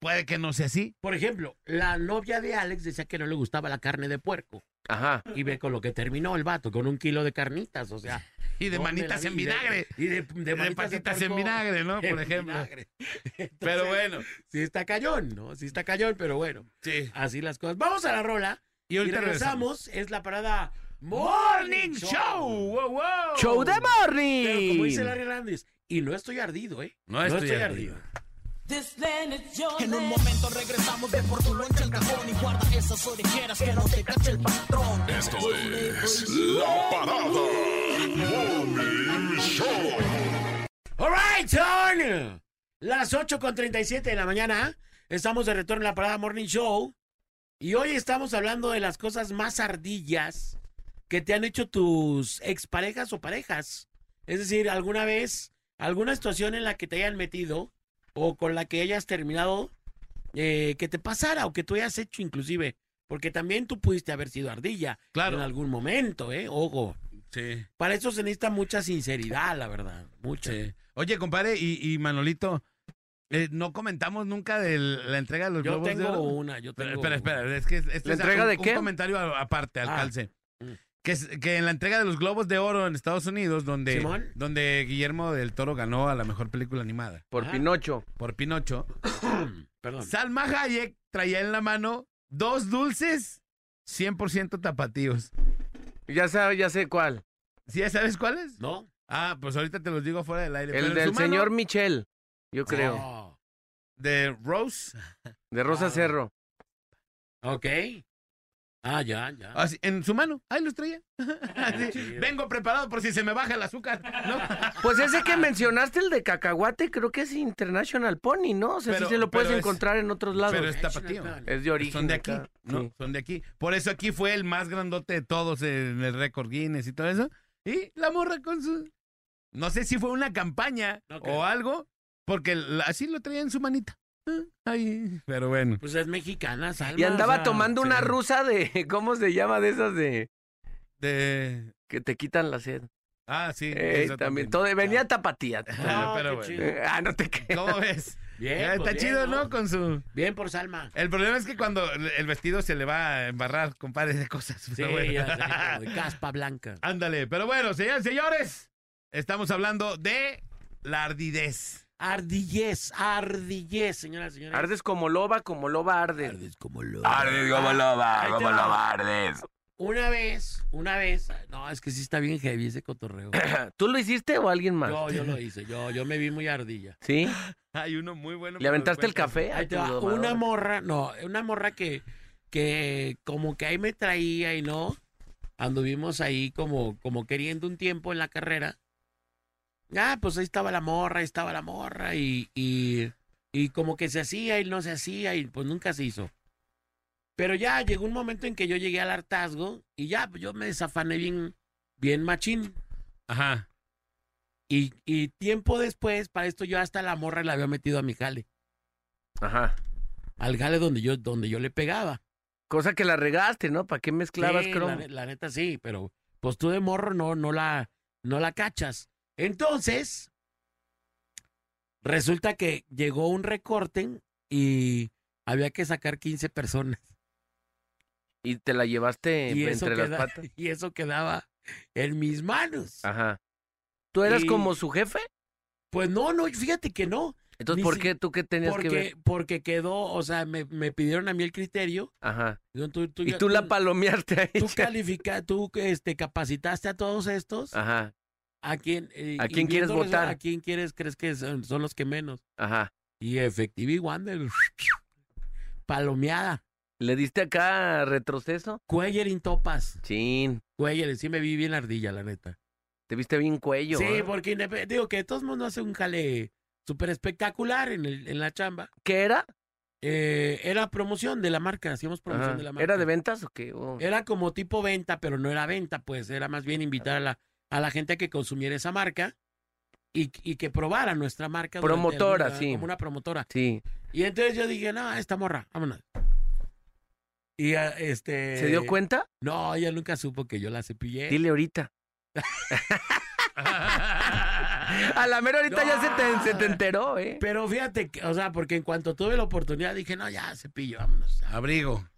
Speaker 1: Puede que no sea así.
Speaker 4: Por ejemplo, la novia de Alex decía que no le gustaba la carne de puerco.
Speaker 2: Ajá.
Speaker 4: Y ve con lo que terminó el vato, con un kilo de carnitas, o sea.
Speaker 1: Y de
Speaker 4: ¿dónde
Speaker 1: manitas
Speaker 4: la
Speaker 1: en
Speaker 4: vi?
Speaker 1: vinagre.
Speaker 4: Y de, de
Speaker 1: De
Speaker 4: manitas de
Speaker 1: Eh, patitas en
Speaker 4: puerco
Speaker 1: vinagre, ¿no?
Speaker 4: en
Speaker 1: Por ejemplo.
Speaker 4: vinagre.
Speaker 1: Pero
Speaker 4: Entonces,
Speaker 1: bueno,
Speaker 4: Sí está cañón, ¿no? Sí está cañón, pero bueno.
Speaker 1: sí.
Speaker 4: Así las cosas. Vamos a la rola.
Speaker 1: Y
Speaker 4: Y
Speaker 1: ahorita
Speaker 4: regresamos. Es la parada
Speaker 1: Morning Show. Wow, wow.
Speaker 2: Show de
Speaker 4: Pero como dice
Speaker 2: morning.
Speaker 4: Larry Hernández, y no estoy ardido, ¿eh?
Speaker 1: No estoy ardido.
Speaker 11: En un momento regresamos de por tu loncha al cajón y guarda esas orejeras que no te cache el patrón.
Speaker 10: Esto es La Parada Morning Show.
Speaker 4: All right, son las 8 con 37 de la mañana. Estamos de retorno en la parada Morning Show. Y hoy estamos hablando de las cosas más ardillas que te han hecho tus exparejas o parejas. Es decir, alguna vez, alguna situación en la que te hayan metido o con la que hayas terminado eh, que te pasara o que tú hayas hecho inclusive. Porque también tú pudiste haber sido ardilla en
Speaker 1: Claro.
Speaker 4: algún momento, ¿eh? Ojo.
Speaker 1: Sí.
Speaker 4: Para eso se necesita mucha sinceridad, la verdad. Mucha.
Speaker 1: Sí. Oye, compadre, y, y Manolito, eh, no comentamos nunca de la entrega de los
Speaker 4: Yo
Speaker 1: globos de
Speaker 4: tengo
Speaker 1: oro?
Speaker 4: una, yo
Speaker 1: Pero,
Speaker 4: tengo
Speaker 1: espera,
Speaker 4: una.
Speaker 1: espera, es que este es
Speaker 2: entrega
Speaker 1: un,
Speaker 2: de
Speaker 1: un
Speaker 2: qué?
Speaker 1: comentario a- aparte, al
Speaker 4: Ah.
Speaker 1: calce.
Speaker 4: Mm.
Speaker 1: Que, es- que en la entrega de los Globos de Oro en Estados Unidos, donde,
Speaker 4: Simón.
Speaker 1: donde Guillermo del Toro ganó a la mejor película animada
Speaker 2: Por
Speaker 4: Ajá.
Speaker 2: Pinocho.
Speaker 1: por Pinocho,
Speaker 4: Ah. Perdón.
Speaker 1: Salma Hayek traía en la mano dos dulces 100% tapatíos.
Speaker 2: Ya sé, ya sé cuál.
Speaker 1: ¿Sí ya sabes cuáles?
Speaker 4: ¿No?
Speaker 1: Ah, pues ahorita te los digo fuera del aire. pero
Speaker 2: El
Speaker 1: en
Speaker 2: del
Speaker 1: su mano,
Speaker 2: señor Michel, yo creo.
Speaker 4: No.
Speaker 1: De Rose.
Speaker 2: De Rosa
Speaker 4: Ah.
Speaker 2: Cerro.
Speaker 4: Ok. Ah, ya, ya. Ah,
Speaker 1: Así, en su mano. Ahí los traía. Así,
Speaker 4: chido.
Speaker 1: Vengo preparado por si se me baja el azúcar. ¿no?
Speaker 2: Pues ese que mencionaste, el de cacahuate, creo que es International Pony, ¿no? O sea,
Speaker 1: Pero-
Speaker 2: sí se lo puedes
Speaker 1: pero es-
Speaker 2: encontrar en otros lados.
Speaker 1: Pero es tapatío.
Speaker 2: es de origen.
Speaker 1: Son de aquí.
Speaker 2: acá.
Speaker 1: No,
Speaker 2: Sí.
Speaker 1: son de aquí. Por eso aquí fue el más grandote de todos en el récord Guinness y todo eso. Y la morra con su. No sé si fue una campaña
Speaker 4: No creo.
Speaker 1: o algo, porque la- así lo traía en su manita. Ah, Ahí. Pero bueno.
Speaker 4: Pues es mexicana, Salma.
Speaker 2: Y andaba
Speaker 4: o sea,
Speaker 2: tomando una
Speaker 1: sí.
Speaker 2: rusa de, ¿cómo se llama? De esas de
Speaker 1: De.
Speaker 2: que te quitan la sed.
Speaker 1: Ah, sí.
Speaker 2: Eh,
Speaker 1: eso
Speaker 2: también. Todo, venía tapatía.
Speaker 1: Ah, pero
Speaker 4: qué
Speaker 1: bueno.
Speaker 4: chido.
Speaker 2: Eh, ah, no te creas.
Speaker 1: ¿Cómo ves?
Speaker 4: Bien,
Speaker 1: Ya
Speaker 4: pues
Speaker 1: está
Speaker 4: bien,
Speaker 1: chido, ¿no? Con su.
Speaker 4: Bien por Salma.
Speaker 1: El problema es que cuando el el vestido se le va a embarrar con pares de cosas.
Speaker 4: Sí,
Speaker 1: pero bueno.
Speaker 4: ya sé, como de caspa blanca.
Speaker 1: Ándale, pero bueno, señores, señores, estamos hablando de la ardidez.
Speaker 4: Ardillez, ardillez, señoras y señores.
Speaker 2: Ardes como loba, como loba Ah, ardes.
Speaker 4: Ardes como lo.
Speaker 7: loba,
Speaker 4: Ahí te como va. loba,
Speaker 7: ardes.
Speaker 4: Una vez, una vez. No, es que sí está bien heavy ese cotorreo.
Speaker 2: ¿Tú lo hiciste o alguien más?
Speaker 4: Yo, yo lo hice, yo, yo me vi muy ardilla.
Speaker 2: ¿Sí?
Speaker 1: Hay uno muy bueno.
Speaker 2: ¿Le aventaste el café? a
Speaker 4: Ahí te
Speaker 2: tu
Speaker 4: va,
Speaker 2: domador?
Speaker 4: Una morra, no, una morra que, que como que ahí me traía y no. Anduvimos ahí como, como queriendo un tiempo en la carrera. Ah, pues ahí estaba la morra, ahí estaba la morra y, y, y como que se hacía y no se hacía y pues nunca se hizo. Pero ya llegó un momento en que yo llegué al hartazgo y ya pues, yo me desafané bien, bien machín.
Speaker 1: Ajá.
Speaker 4: Y, y tiempo después, para esto yo hasta la morra la había metido a mi jale.
Speaker 2: Ajá.
Speaker 4: al gale donde yo, donde yo le pegaba.
Speaker 2: Cosa que la regaste, ¿no? ¿Para qué mezclabas
Speaker 4: Sí,
Speaker 2: cromo?
Speaker 4: la, ne- la neta sí, pero pues tú de morro no, no, la, no la cachas. Entonces, resulta que llegó un recorte y había que sacar 15 personas.
Speaker 2: Y te la llevaste
Speaker 4: y, eso
Speaker 2: entre las
Speaker 4: queda-
Speaker 2: patas.
Speaker 4: y eso quedaba en mis manos.
Speaker 2: Ajá. ¿Tú eras
Speaker 4: Y-
Speaker 2: como su jefe?
Speaker 4: Pues no, no, fíjate que no.
Speaker 2: Entonces,
Speaker 4: Ni
Speaker 2: ¿por
Speaker 4: si-
Speaker 2: qué tú qué tenías que ver?
Speaker 4: Porque, porque quedó, o sea, me, me pidieron a mí el criterio.
Speaker 2: Ajá.
Speaker 4: Dijeron, Tú, tú
Speaker 2: Y
Speaker 4: ya-
Speaker 2: tú la
Speaker 4: tú-
Speaker 2: palomeaste ahí.
Speaker 4: tú califica, tú este, capacitaste a todos estos.
Speaker 2: Ajá,
Speaker 4: ¿A quién, eh,
Speaker 2: ¿A
Speaker 4: y
Speaker 2: quién quieres
Speaker 4: viéndolos,
Speaker 2: votar?
Speaker 4: ¿A quién quieres crees que son, son los que menos?
Speaker 2: ajá.
Speaker 4: Y Efectivi Wander. Palomeada.
Speaker 2: ¿Le diste acá retroceso?
Speaker 4: Cuellerin topas.
Speaker 2: Chin.
Speaker 4: Cuellerin, sí me vi bien ardilla, la neta.
Speaker 2: Te viste bien cuello.
Speaker 4: sí,
Speaker 2: ¿eh?
Speaker 4: porque indep- digo que de todos mundo hace un jale súper espectacular en, el- en la chamba.
Speaker 2: ¿Qué era?
Speaker 4: Eh, era promoción de la marca, hacíamos promoción
Speaker 2: Ajá.
Speaker 4: de la marca.
Speaker 2: ¿Era de ventas o qué? Oh.
Speaker 4: Era como tipo venta, pero no era venta, pues era más bien invitar a la, a la gente a que consumiera esa marca y, y que probara nuestra marca. durante
Speaker 2: Promotora,
Speaker 4: alguna-
Speaker 2: sí.
Speaker 4: Como una promotora.
Speaker 2: Sí.
Speaker 4: Y entonces yo dije, no, esta morra, vámonos. Y ah, este.
Speaker 2: ¿Se dio cuenta?
Speaker 4: No, ella nunca supo que yo la cepillé.
Speaker 2: Dile ahorita. A la mera ahorita ya se te, se te enteró, ¿eh?
Speaker 4: Pero fíjate, que, o sea, porque en cuanto tuve la oportunidad dije, no, ya, cepillo, vámonos.
Speaker 1: Abrigo.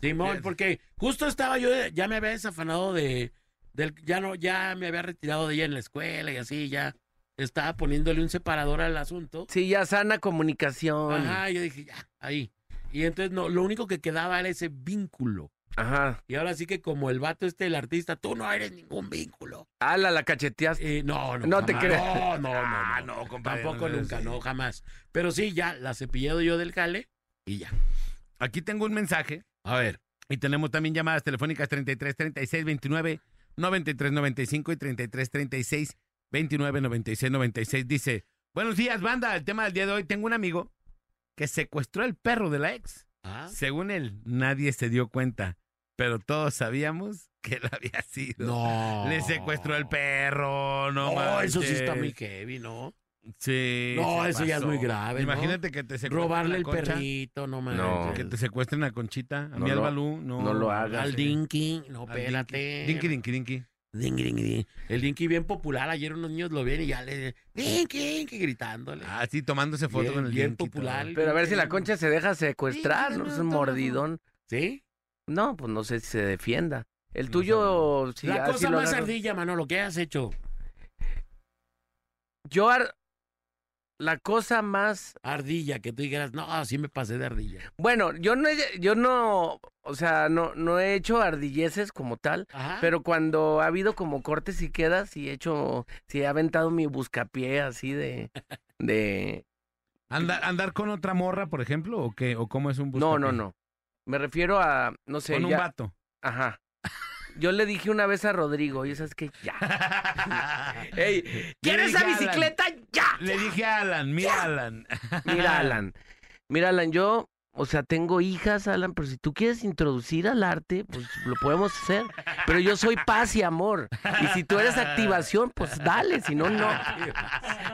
Speaker 4: Simón,
Speaker 1: Bien.
Speaker 4: porque justo estaba yo, ya me había desafanado de, del, ya no, ya me había retirado de ella en la escuela y así, ya estaba poniéndole un separador al asunto.
Speaker 2: Sí, ya sana comunicación.
Speaker 4: Ajá, yo dije, ya, ahí. Y entonces no, lo único que quedaba era ese vínculo.
Speaker 2: Ajá.
Speaker 4: Y ahora sí que como el vato este, el artista, tú no eres ningún vínculo.
Speaker 2: Ala, la cacheteaste.
Speaker 4: Eh, no, no.
Speaker 2: No te
Speaker 4: jamás.
Speaker 2: creas.
Speaker 4: No, no, no.
Speaker 1: Ah,
Speaker 4: no.
Speaker 1: no, compadre.
Speaker 4: Tampoco
Speaker 1: no, no,
Speaker 4: nunca,
Speaker 1: sí.
Speaker 4: no, jamás. Pero sí, ya la cepillado yo del jale y ya.
Speaker 1: Aquí tengo un mensaje
Speaker 4: A ver.
Speaker 1: y tenemos también llamadas telefónicas 33 36 29 93 95 y 33 36 29 96 96. Dice, buenos días, banda. El tema del día de hoy, tengo un amigo que secuestró el perro de la ex.
Speaker 4: Ah,
Speaker 1: Según él, nadie se dio cuenta, pero todos sabíamos que él había sido.
Speaker 4: no.
Speaker 1: Le secuestró el perro, no
Speaker 4: No, eso sí está
Speaker 1: manches.
Speaker 4: muy heavy, ¿no?
Speaker 1: Sí.
Speaker 4: No,
Speaker 1: se
Speaker 4: eso ya es muy
Speaker 1: pasó.
Speaker 4: grave, ¿no?
Speaker 1: Imagínate que te secuestren.
Speaker 4: Robarle
Speaker 1: a
Speaker 4: el
Speaker 1: Concha,
Speaker 4: perrito, no manches.
Speaker 2: No.
Speaker 1: Que te secuestren a Conchita, a
Speaker 2: No
Speaker 1: mí al
Speaker 2: lo-
Speaker 1: Balú, no. eh.
Speaker 2: no lo hagas. eh.
Speaker 4: Al Dinky, no,
Speaker 1: Al Dinky.
Speaker 4: espérate.
Speaker 1: Dinky, dinky, dinky.
Speaker 4: Dinky, dinky, dinky. El Dinky bien popular, ayer unos niños lo vieron y ya le... Dinky, Dinky, gritándole.
Speaker 1: Ah, sí, tomándose foto
Speaker 4: Bien-
Speaker 1: con el
Speaker 4: bien
Speaker 1: Dinky,
Speaker 4: popular.
Speaker 1: todo.
Speaker 2: Pero a ver si la concha se deja secuestrar,
Speaker 4: Sí,
Speaker 2: ¿no? Es
Speaker 4: no,
Speaker 2: un
Speaker 4: no, no.
Speaker 2: mordidón.
Speaker 4: ¿Sí?
Speaker 2: No, pues no sé si se defienda. El
Speaker 1: No
Speaker 2: tuyo, si
Speaker 4: la
Speaker 2: así
Speaker 4: cosa
Speaker 2: lo
Speaker 4: más
Speaker 2: agarras.
Speaker 4: ardilla, Manolo, ¿qué has hecho?
Speaker 2: Yo, ar- la cosa más.
Speaker 4: Ardilla, que tú dijeras, no, sí me pasé de ardilla.
Speaker 2: Bueno, yo no, he- yo no, o sea, no, no he hecho ardilleces como tal,
Speaker 4: Ajá.
Speaker 2: pero cuando ha habido como cortes y quedas, y he hecho, sí he aventado mi buscapié así de, de,
Speaker 1: ¿Andar, andar con otra morra, por ejemplo, o qué? ¿O cómo es un
Speaker 2: no, no,
Speaker 1: buscapié?
Speaker 2: no. Me refiero a, no sé,
Speaker 1: Con un
Speaker 2: ya-
Speaker 1: vato.
Speaker 2: ajá. Yo le dije una vez a Rodrigo, y sabes que ya. Ey,
Speaker 1: Le
Speaker 2: ¿quieres
Speaker 1: dije
Speaker 2: esa
Speaker 1: a Alan,
Speaker 2: bicicleta? Ya.
Speaker 1: Le dije a Alan, mira, Alan.
Speaker 2: Mira, Alan. Mira, Alan, yo, o sea, tengo hijas, Alan, pero si tú quieres introducir al arte, pues lo podemos hacer. Pero yo soy paz y amor. Y si tú eres activación, pues dale, si no, no.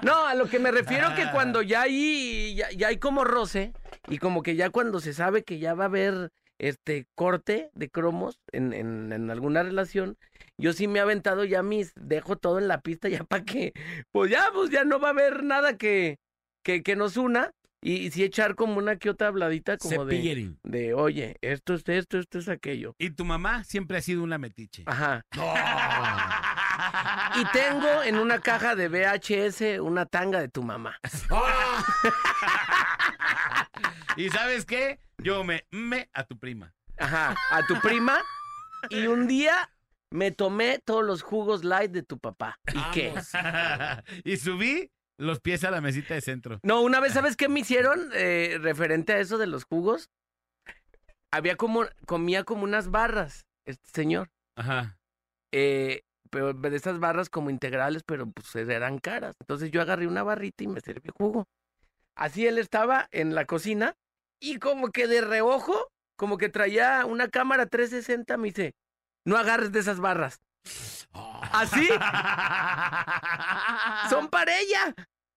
Speaker 2: No, a lo que me refiero
Speaker 1: Ah.
Speaker 2: que cuando ya hay, ya, ya hay como roce, y como que ya cuando se sabe que ya va a haber este corte de cromos en, en, en alguna relación, yo sí me he aventado ya mis, dejo todo en la pista ya para que, pues ya, pues ya no va a haber nada que, que, que nos una, y, y sí echar como una que otra habladita como de,
Speaker 4: Cepillerín.
Speaker 2: de, oye, esto es esto, esto es aquello.
Speaker 1: Y tu mamá siempre ha sido una metiche. Ah.
Speaker 2: Ajá.
Speaker 4: No.
Speaker 2: Y tengo en una caja de VHS una tanga de tu mamá.
Speaker 4: Ah,
Speaker 1: ¿Y sabes qué? Yo me, me a tu prima.
Speaker 2: Ajá, a tu prima. Y un día me tomé todos los jugos light de tu papá. ¿Y qué?
Speaker 4: vamos.
Speaker 1: y subí los pies a la mesita de centro.
Speaker 2: No, una vez, ¿sabes qué me hicieron eh, referente a eso de los jugos? Había como, comía como unas barras, este señor.
Speaker 1: Ajá.
Speaker 2: Eh, pero de esas barras como integrales, pero pues eran caras. Entonces yo agarré una barrita y me serví jugo. Así él estaba en la cocina y como que de reojo, como que traía una cámara 360, me dice, no agarres de esas barras.
Speaker 4: Ah,
Speaker 2: Así, son para ella.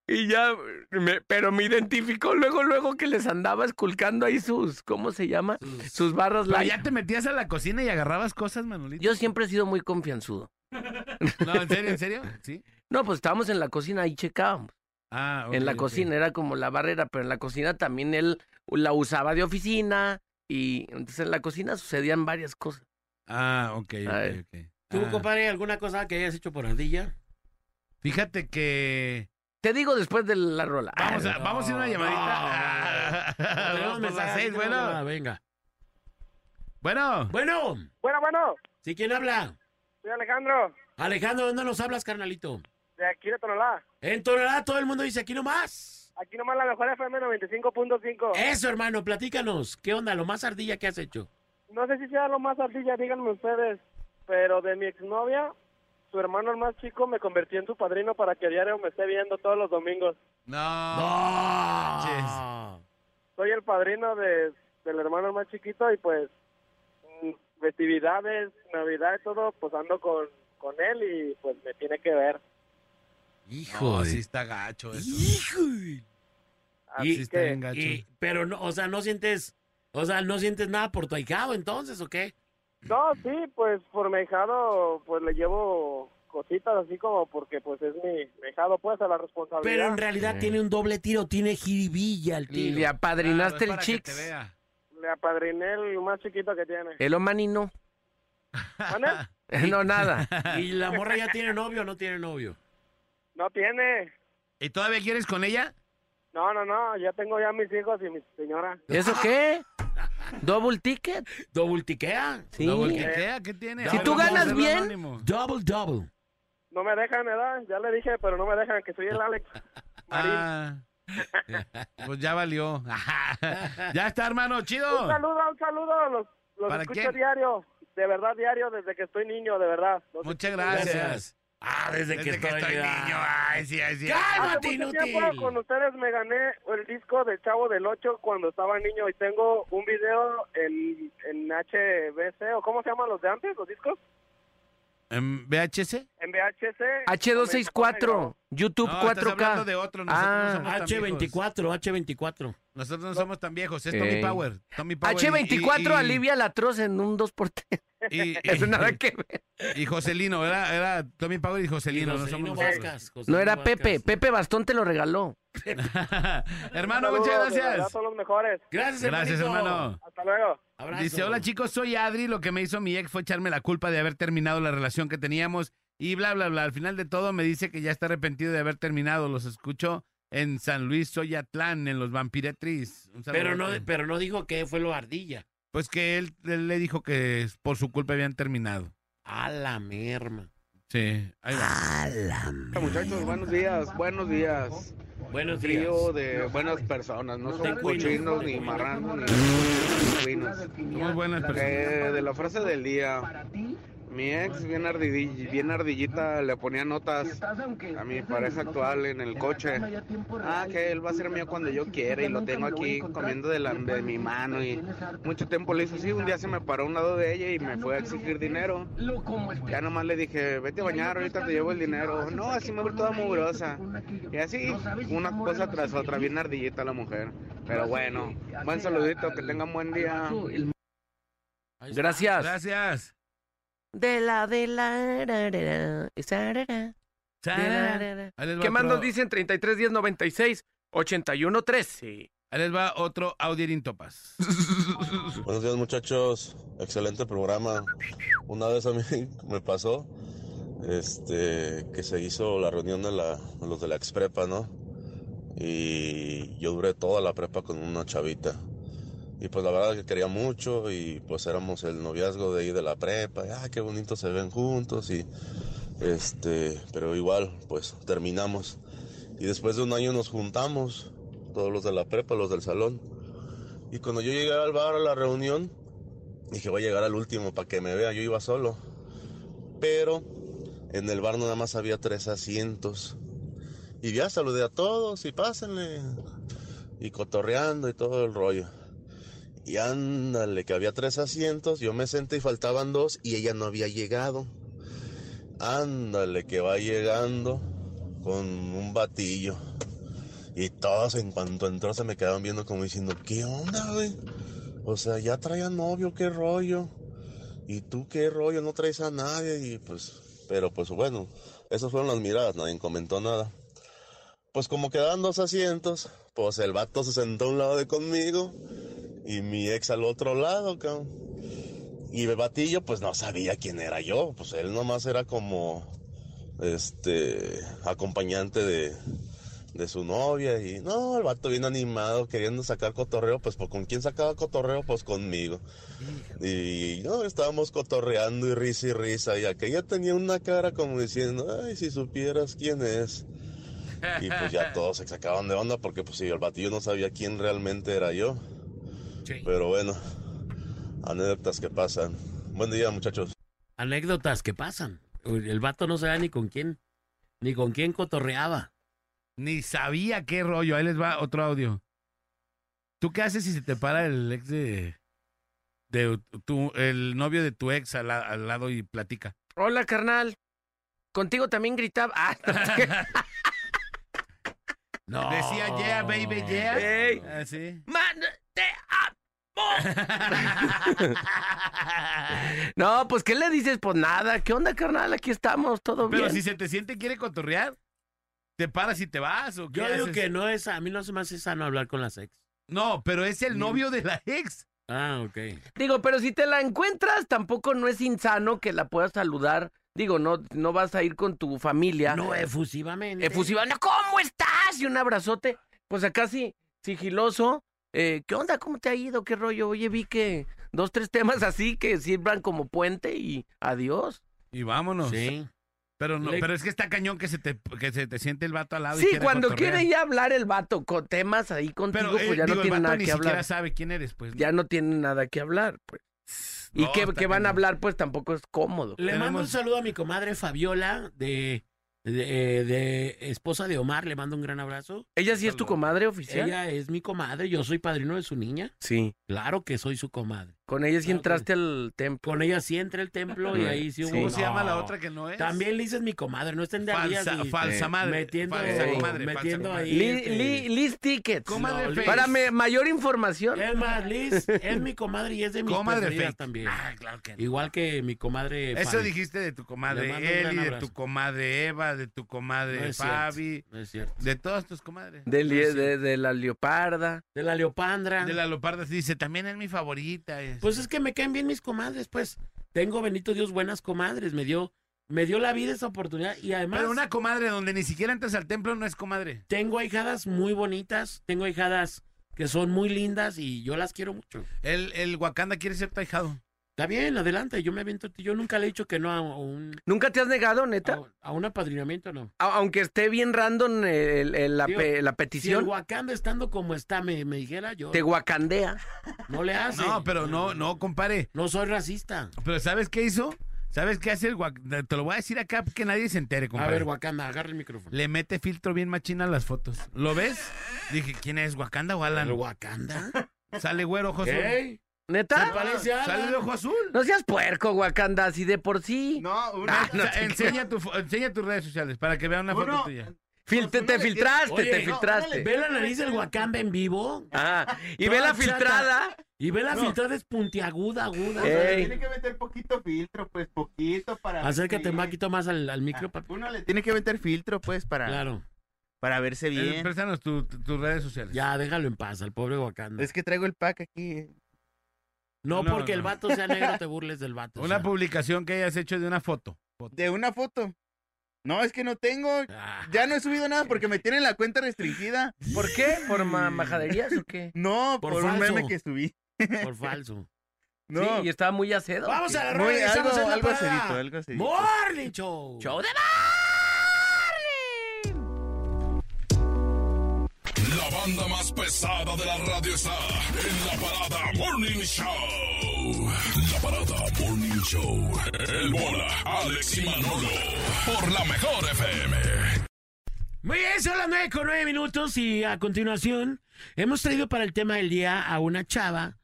Speaker 2: Y ya, me- pero me identificó luego, luego que les andaba esculcando ahí sus, ¿cómo se llama?
Speaker 4: sus-
Speaker 2: Sus barras
Speaker 1: Pero
Speaker 2: light.
Speaker 1: ya te metías a la cocina y agarrabas cosas, Manolito.
Speaker 2: Yo siempre he sido muy confianzudo.
Speaker 1: No, en serio, en serio. Sí.
Speaker 2: No, pues estábamos en la cocina ahí checábamos.
Speaker 1: Ah, ok,
Speaker 2: en la
Speaker 1: ok.
Speaker 2: cocina era como la barrera, pero en la cocina también él la usaba de oficina y entonces en la cocina sucedían varias cosas.
Speaker 1: Ah, ok, ok,
Speaker 2: Ay.
Speaker 1: ok.
Speaker 4: ¿Tú,
Speaker 1: Ah.
Speaker 4: compadre, alguna cosa que hayas hecho por ardilla?
Speaker 1: Fíjate que.
Speaker 2: Te digo después de la rola.
Speaker 1: Vamos a,
Speaker 4: no,
Speaker 1: vamos a ir a una
Speaker 4: no,
Speaker 1: llamadita.
Speaker 4: Tenemos
Speaker 1: Vamos a
Speaker 4: mensajes,
Speaker 1: seis,
Speaker 4: tenemos llamada,
Speaker 1: bueno.
Speaker 4: Venga.
Speaker 1: Bueno.
Speaker 4: Bueno,
Speaker 12: Bueno, bueno,
Speaker 4: ¿sí quién habla?
Speaker 12: soy Alejandro,
Speaker 4: Alejandro, ¿dónde nos hablas, carnalito?
Speaker 12: de aquí de Tonalá.
Speaker 4: En Tonalá todo el mundo dice aquí nomás.
Speaker 12: Aquí nomás la mejor FM 95.5.
Speaker 4: Eso, hermano, platícanos. ¿Qué onda? Lo más ardilla que has hecho.
Speaker 12: No sé si sea lo más ardilla, díganme ustedes, pero de mi exnovia, su hermano el más chico me convirtió en su padrino para que diario me esté viendo todos los domingos.
Speaker 1: No.
Speaker 4: ¡No!
Speaker 12: Soy el padrino de, del hermano el más chiquito y pues mm, festividades, Navidad y todo, pues ando con, con él y pues me tiene que ver.
Speaker 4: Hijo
Speaker 1: No,
Speaker 4: de-
Speaker 1: sí está gacho eso.
Speaker 4: Hijo de-
Speaker 2: Ah, pues
Speaker 12: Así
Speaker 1: Sí está
Speaker 12: que
Speaker 1: bien gacho.
Speaker 4: Y- pero no, o sea, no sientes, o sea, no sientes nada por tu ahijado entonces, ¿o qué?
Speaker 12: No, sí, pues por mi ahijado, pues le llevo cositas así como porque pues es mi dejado pues a la responsabilidad.
Speaker 4: Pero en realidad tiene un doble tiro, tiene jiribilla el tiro.
Speaker 2: le apadrinaste el chicks.
Speaker 12: Le apadriné el más chiquito que tiene.
Speaker 2: El omanino.
Speaker 12: ¿Mande?
Speaker 2: No, nada.
Speaker 4: ¿Y la morra ya tiene novio o no tiene novio?
Speaker 12: No tiene.
Speaker 1: ¿Y todavía quieres con ella?
Speaker 12: No, no, no, ya tengo ya mis hijos y mi señora.
Speaker 2: ¿Eso qué? ¿Double ticket?
Speaker 4: ¿Double tiquea?
Speaker 2: Sí.
Speaker 1: Double
Speaker 12: Ah, eh,
Speaker 1: tiquea, ¿Qué tiene?
Speaker 2: Si tú ganas bien,
Speaker 4: Double, double.
Speaker 12: No me dejan, ¿verdad? Ya le dije, pero no me dejan, que soy el Alex. Marín.
Speaker 1: Ah, pues ya valió. ya está, hermano,
Speaker 12: Un
Speaker 1: chido.
Speaker 12: saludo, un saludo. Los, los
Speaker 1: ¿Para
Speaker 12: escucho
Speaker 1: quién?
Speaker 12: diario. De verdad, diario, desde que estoy niño, de verdad. Los
Speaker 1: Muchas
Speaker 12: escucho
Speaker 1: gracias.
Speaker 12: diario.
Speaker 4: Ah, desde,
Speaker 1: que estoy, niño. Ay, sí, ay, sí.
Speaker 2: pues,
Speaker 12: Hace mucho tiempo con ustedes me gané el disco de Chavo del 8 cuando estaba niño y tengo un video en, en HBC, o ¿cómo se llaman los de antes, los discos?
Speaker 1: ¿En VHS?
Speaker 12: En VHC.
Speaker 2: H264, YouTube
Speaker 1: No, estás
Speaker 2: 4K.
Speaker 1: hablando de otro, nosotros no somos tan
Speaker 4: H24, H24.
Speaker 1: Nosotros no somos tan viejos, es Tommy
Speaker 2: Ey.
Speaker 1: Power. Tommy Power y-
Speaker 2: H24
Speaker 1: y- y-
Speaker 2: alivia la atroz en un 2x3.
Speaker 1: Y,
Speaker 2: Eso nada que ver.
Speaker 1: y Joselino, era, era Tommy Power y Joselino.
Speaker 4: Y
Speaker 1: no
Speaker 4: Joselino
Speaker 1: somos
Speaker 4: Vázquez,
Speaker 1: nosotros.
Speaker 2: No era Pepe. Pepe Bastón te lo regaló.
Speaker 1: hermano,
Speaker 12: Saludos,
Speaker 1: muchas
Speaker 12: de verdad,
Speaker 1: gracias.
Speaker 12: Son los mejores.
Speaker 4: Gracias,
Speaker 1: Gracias,
Speaker 4: hermanito.
Speaker 1: hermano.
Speaker 12: Hasta luego.
Speaker 4: Abrazo.
Speaker 1: Dice, hola chicos, soy Adri, lo que me hizo mi ex fue echarme la culpa de haber terminado la relación que teníamos y bla, bla, bla. Al final de todo me dice que ya está arrepentido de haber terminado. Los escucho en San Luis Soyatlán, en los Vampiretris. Un saludo.
Speaker 4: Pero no, pero no dijo que fue lo ardilla.
Speaker 1: Pues que él, él le dijo que por su culpa habían terminado.
Speaker 4: A la merma.
Speaker 1: Sí, ahí va.
Speaker 13: Muchachos, buenos días, buenos días.
Speaker 4: Buenos días.
Speaker 13: Trío de buenas personas, no son
Speaker 4: cuides.
Speaker 13: cochinos ni marranos ni cuinos.
Speaker 1: Muy buenas personas.
Speaker 13: Eh, de la frase del día, mi ex bien, ardidill- bien ardillita le ponía notas a mi pareja actual en el coche. Ah, que él va a ser mío cuando yo quiera y lo tengo aquí comiendo de, la- de mi mano y mucho tiempo le hizo así. Un día se me paró a un lado de ella y me fue a exigir dinero. Ya nomás le dije, vete a bañar, ahorita te llevo el dinero. No, así me ve toda mugrosa. Y así, una cosa tras otra, bien ardillita la mujer. Pero bueno, buen saludito, que tengan buen día.
Speaker 2: Gracias.
Speaker 1: Gracias.
Speaker 2: De la, de la, ra, ra, ra, esa, ra, ra, de la, ra, ra.
Speaker 1: Ahí les va
Speaker 2: ¿Qué más
Speaker 1: otro-
Speaker 2: nos dicen? 33 10 96 81 13.
Speaker 1: Ahí les va otro Audierin Topas.
Speaker 14: Buenos días muchachos, excelente programa. Una vez a mí me pasó este, que se hizo la reunión de la- los de la exprepa, ¿no? Y yo duré toda la prepa con una chavita. Y pues la verdad que quería mucho y pues éramos el noviazgo de ahí de la prepa. Y, ah, qué bonito se ven juntos y este, pero igual pues terminamos. Y después de un año nos juntamos, todos los de la prepa, los del salón. Y cuando yo llegué al bar a la reunión, dije, voy a llegar al último para que me vea. Yo iba solo. Pero en el bar nada más había tres asientos. Y ya saludé a todos y pásenle. Y cotorreando y todo el rollo. Y ándale, que había tres asientos. Yo me senté y faltaban dos y ella no había llegado. Ándale, que va llegando con un batillo. Y todos en cuanto entró se me quedaban viendo como diciendo, ¿qué onda, güey? O sea, ya traía novio, qué rollo. Y tú qué rollo, no traes a nadie. Y pues, pero pues bueno, esas fueron las miradas, nadie comentó nada. Pues como quedaban dos asientos, pues el vato se sentó a un lado de conmigo y mi ex al otro lado, cabrón. Y el batillo pues no sabía quién era yo, pues él nomás era como este acompañante de, de su novia y no, el vato bien animado queriendo sacar cotorreo, pues, pues, con quién sacaba cotorreo, pues conmigo. Y no, estábamos cotorreando y risa y risa y aquella tenía una cara como diciendo, ay, si supieras quién es. Y pues ya todos se sacaban de onda porque pues sí, el batillo no sabía quién realmente era yo. Pero bueno, anécdotas que pasan. Buen día muchachos.
Speaker 4: Anécdotas que pasan. El vato no sabía ni con quién, ni con quién cotorreaba.
Speaker 1: Ni sabía qué rollo. Ahí les va otro audio. ¿Tú qué haces si se te para el ex de. de tu, el novio de tu ex al, la- al lado y platica?
Speaker 2: Hola, carnal. Contigo también gritaba. Ah,
Speaker 1: Decía, yeah, Ah, baby, yeah.
Speaker 2: Ey.
Speaker 1: Así.
Speaker 2: Man, te amo. No, pues, ¿qué le dices? Pues nada, ¿qué onda, carnal? Aquí estamos, todo
Speaker 1: Pero
Speaker 2: bien.
Speaker 1: si se te siente, quiere cotorrear, te paras y te vas. ¿o qué
Speaker 4: Yo digo
Speaker 1: haces?
Speaker 4: que no es, a mí no se me hace sano hablar con las ex.
Speaker 1: No, pero es
Speaker 2: Mm.
Speaker 1: el novio de la ex.
Speaker 4: Ah, ok.
Speaker 2: Digo, pero si te la encuentras, tampoco no es insano que la puedas saludar. Digo, no, no vas a ir con tu familia.
Speaker 4: No, efusivamente.
Speaker 2: Efusivamente. ¿Cómo estás? Y un abrazote. Pues acá sí, sigiloso. Eh, ¿Qué onda? ¿Cómo te ha ido? ¿Qué rollo? Oye, vi que dos, tres temas así que sirvan como puente y adiós.
Speaker 1: Y vámonos.
Speaker 4: Sí.
Speaker 1: Pero, no,
Speaker 2: Le-
Speaker 1: pero es que está cañón que se te, que se te siente el vato al lado. y
Speaker 2: Sí,
Speaker 1: quiere
Speaker 2: cuando
Speaker 1: cotorrear.
Speaker 2: quiere ya hablar el vato con temas ahí contigo,
Speaker 1: Pero, eh,
Speaker 2: pues ya
Speaker 1: digo,
Speaker 2: no
Speaker 1: el
Speaker 2: tiene
Speaker 1: vato
Speaker 2: nada
Speaker 1: ni
Speaker 2: que
Speaker 1: siquiera
Speaker 2: hablar.
Speaker 1: sabe quién eres, pues.
Speaker 2: Ya no tiene nada que hablar, pues. Y
Speaker 1: No,
Speaker 2: que,
Speaker 1: está
Speaker 2: que van
Speaker 1: cañón.
Speaker 2: a hablar, pues tampoco es cómodo.
Speaker 4: Le mando un saludo a mi comadre Fabiola, de, de, de esposa de Omar. Le mando un gran abrazo.
Speaker 2: ¿Ella sí es tu comadre oficial?
Speaker 4: Ella es mi comadre, yo soy padrino de su niña.
Speaker 2: Sí.
Speaker 4: Claro que soy su comadre.
Speaker 2: Con ella sí entraste al templo.
Speaker 4: Con ella sí entré al templo y ahí sí hubo.
Speaker 1: ¿Cómo se llama la
Speaker 4: No.
Speaker 1: otra que no es?
Speaker 4: También le dices mi comadre, no estén de ardillas
Speaker 1: Falsa-
Speaker 4: y-
Speaker 1: falsa madre,
Speaker 4: eh, Metiendo,
Speaker 1: falsa comadre,
Speaker 4: metiendo
Speaker 1: falsa
Speaker 4: ahí.
Speaker 2: Li-
Speaker 4: este,
Speaker 2: li- Liz Tickets.
Speaker 4: Comadre
Speaker 2: No,
Speaker 4: Face.
Speaker 2: Para me- mayor información.
Speaker 4: Es más, Liz es mi comadre y es de mis
Speaker 1: Comadre
Speaker 4: preferidas
Speaker 1: fake.
Speaker 4: también.
Speaker 1: Ah, claro que no.
Speaker 4: Igual que mi comadre.
Speaker 1: Eso
Speaker 4: Fabi.
Speaker 1: dijiste de tu
Speaker 4: Le mando
Speaker 1: comadre
Speaker 4: un gran
Speaker 1: Eli, de
Speaker 4: abrazo.
Speaker 1: tu comadre Eva, de tu
Speaker 4: No
Speaker 1: comadre
Speaker 4: es cierto,
Speaker 1: Fabi,
Speaker 4: No es cierto.
Speaker 1: de todas tus comadres.
Speaker 2: De, li- de- de la leoparda.
Speaker 4: De la leopandra.
Speaker 1: De la Loparda sí dice, también es mi favorita. este". es".
Speaker 4: Pues es que me caen bien mis comadres, pues. Tengo, bendito Dios, buenas comadres. Me dio, me dio la vida esa oportunidad y además
Speaker 1: Pero una comadre donde ni siquiera entras al templo no es comadre.
Speaker 4: tengo ahijadas muy bonitas. Tengo ahijadas que son muy lindas y yo las quiero mucho.
Speaker 1: El, el Wakanda quiere ser tajado.
Speaker 4: Está bien, adelante, yo me aviento. Yo nunca le he dicho que no a un,
Speaker 2: ¿Nunca te has negado, neta?
Speaker 4: a un apadrinamiento, no.
Speaker 2: A- aunque esté bien random el- el- la,
Speaker 4: Digo,
Speaker 2: pe- la
Speaker 4: Si el
Speaker 2: petición,
Speaker 4: Wakanda estando como está me, me dijera yo,
Speaker 2: te guacandea.
Speaker 4: no le hace.
Speaker 1: No, pero no, no, compare.
Speaker 4: No soy racista.
Speaker 1: Pero ¿sabes qué hizo? ¿Sabes qué hace el Wakanda? Te lo voy a decir acá que nadie se entere,
Speaker 4: A
Speaker 1: compadre.
Speaker 4: ver, Wakanda, agarra el micrófono.
Speaker 1: Le mete filtro bien machina a las fotos. ¿Lo ves? Dije, ¿quién es? ¿Wakanda o
Speaker 4: ¿El
Speaker 1: Alan?
Speaker 4: Wakanda?
Speaker 1: Sale güero, ojo azul.
Speaker 4: ¿Ey? ¿Te
Speaker 2: ¿Neta?
Speaker 4: parece a
Speaker 1: Sale de
Speaker 4: Alan?
Speaker 1: ojo azul.
Speaker 2: No seas puerco, Wakanda, así de por sí.
Speaker 14: No, uno.
Speaker 2: Ah, no
Speaker 1: O sea,
Speaker 2: te
Speaker 1: enseña, tu fo- enseña tus redes sociales para que vean una foto
Speaker 14: Uno-
Speaker 1: tuya.
Speaker 2: Fil- te, te
Speaker 14: Oye,
Speaker 2: filtraste,
Speaker 4: Oye,
Speaker 2: te
Speaker 4: no,
Speaker 2: filtraste.
Speaker 4: ¿Ve la nariz del Wakanda en vivo?
Speaker 2: Ah, y
Speaker 4: Toda
Speaker 2: ve la
Speaker 4: chata.
Speaker 2: filtrada.
Speaker 4: Y ve la
Speaker 14: No.
Speaker 4: filtrada es puntiaguda, aguda.
Speaker 2: Eh.
Speaker 14: le
Speaker 2: Ey.
Speaker 14: tiene que meter poquito filtro, pues poquito para.
Speaker 4: Acércate
Speaker 14: verse
Speaker 4: un
Speaker 14: bien.
Speaker 4: poquito más al, al micro,
Speaker 14: Ah,
Speaker 4: papi.
Speaker 14: Uno le tiene que meter filtro, pues, para,
Speaker 4: Claro.
Speaker 14: para verse
Speaker 1: Eh,
Speaker 14: bien.
Speaker 1: Préstanos tu- tu- tus redes sociales.
Speaker 4: Ya, déjalo en paz, al pobre Wakanda.
Speaker 14: Es que traigo el pack aquí. eh.
Speaker 4: No,
Speaker 1: No,
Speaker 4: porque el
Speaker 1: no.
Speaker 4: vato sea negro, te burles del vato.
Speaker 1: Una
Speaker 4: o sea.
Speaker 1: publicación que hayas hecho de una foto.
Speaker 14: De una foto. No, es que no tengo.
Speaker 4: Ah.
Speaker 14: Ya no he subido nada porque me tienen la cuenta restringida.
Speaker 2: ¿Por qué? ¿Por ma- majaderías o qué?
Speaker 14: No,
Speaker 4: Por
Speaker 14: por, un
Speaker 4: falso.
Speaker 14: meme que subí.
Speaker 4: Por falso.
Speaker 14: No.
Speaker 2: Sí, y estaba muy acedo.
Speaker 4: Vamos a la
Speaker 14: Muy-
Speaker 4: rueda.
Speaker 14: algo,
Speaker 4: Estamos en la
Speaker 14: algo
Speaker 4: parada.
Speaker 14: acidito, algo acidito.
Speaker 4: Morning Show.
Speaker 2: Show de
Speaker 15: La banda más pesada de la radio está en la parada Morning Show. La parada Morning Show. El bola, Alex y Manolo. Por la mejor FM.
Speaker 4: Muy bien, son las nueve con nueve minutos y a continuación hemos traído para el tema del día a una chava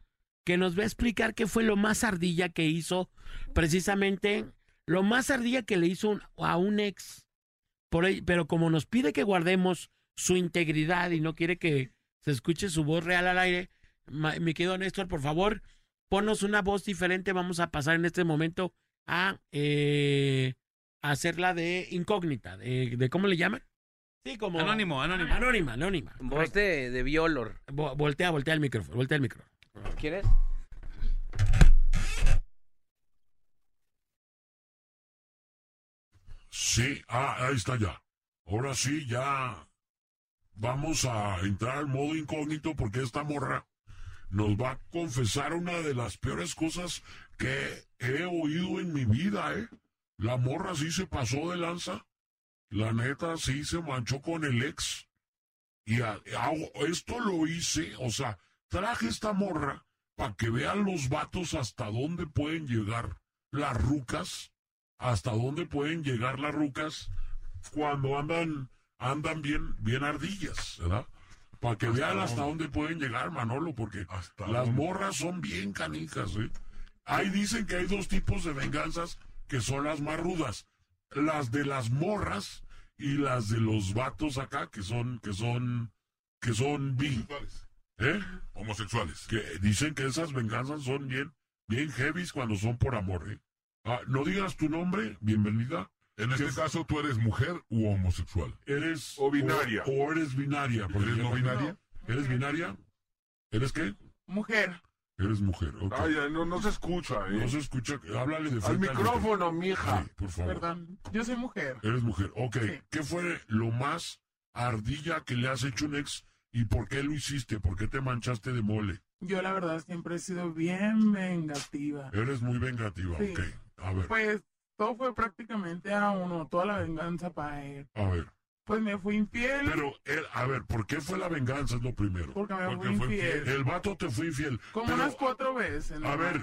Speaker 4: que nos va a explicar qué fue lo más ardilla que hizo, precisamente lo más ardilla que le hizo un- a un ex. Por ahí- pero como nos pide que guardemos su integridad y no quiere que se escuche su voz real al aire, ma- mi querido Néstor, por favor, ponnos una voz diferente. Vamos a pasar en este momento a eh, hacerla de incógnita, de, de- cómo le llaman. Sí, como
Speaker 1: Anónimo, anónimo.
Speaker 4: Anónima, anónima.
Speaker 2: Voz de, de violor.
Speaker 4: Vo- voltea, voltea el micrófono, voltea el micrófono.
Speaker 2: ¿Quieres?
Speaker 15: Sí, ah, ahí está ya. Ahora sí, ya. Vamos a entrar al modo incógnito porque esta morra nos va a confesar una de las peores cosas que he oído en mi vida, ¿eh? La morra sí se pasó de lanza. La neta sí se manchó con el ex. Y a- hago- esto lo hice, o sea, traje esta morra para que vean los vatos hasta dónde pueden llegar las rucas hasta dónde pueden llegar las rucas cuando andan andan bien bien ardillas, ¿verdad? Para que vean hasta dónde pueden llegar, Manolo, porque las morras son bien canijas, ¿eh? Ahí dicen que hay dos tipos de venganzas que son las más rudas, las de las morras y las de los vatos acá que son que son que son bi. ¿eh? Homosexuales. Que dicen que esas venganzas son bien, bien heavies cuando son por amor, ¿eh? Ah, no digas tu nombre, bienvenida. En este caso, tú eres mujer u homosexual. Eres. O
Speaker 16: binaria.
Speaker 15: O, eres binaria. porque
Speaker 16: ¿Eres no
Speaker 15: ya-
Speaker 16: binaria?
Speaker 15: ¿Eres binaria? ¿Eres qué?
Speaker 16: Mujer.
Speaker 15: Eres mujer. ok.
Speaker 16: Ay, ay, no, no se escucha, ¿eh?
Speaker 15: No se escucha. Háblale de
Speaker 16: Al
Speaker 15: frente
Speaker 16: micrófono, mija.
Speaker 15: Sí, por favor.
Speaker 16: Perdón, yo soy mujer.
Speaker 15: Eres mujer. Ok. ¿Qué fue lo más ardilla que le has hecho un ex y por qué lo hiciste? ¿Por qué te manchaste de mole?
Speaker 16: Yo la verdad siempre he sido bien vengativa.
Speaker 15: Eres muy vengativa.
Speaker 16: Sí.
Speaker 15: Ok. A ver.
Speaker 16: Pues todo fue prácticamente a uno, toda la venganza para él.
Speaker 15: A ver.
Speaker 16: Pues me fui infiel.
Speaker 15: Pero, él, a ver, ¿por qué fue la venganza? Es lo primero.
Speaker 16: Porque me fui infiel.
Speaker 15: El vato te fue infiel.
Speaker 16: Como
Speaker 15: Pero,
Speaker 16: unas cuatro veces.
Speaker 15: A
Speaker 16: nomás.
Speaker 15: ver,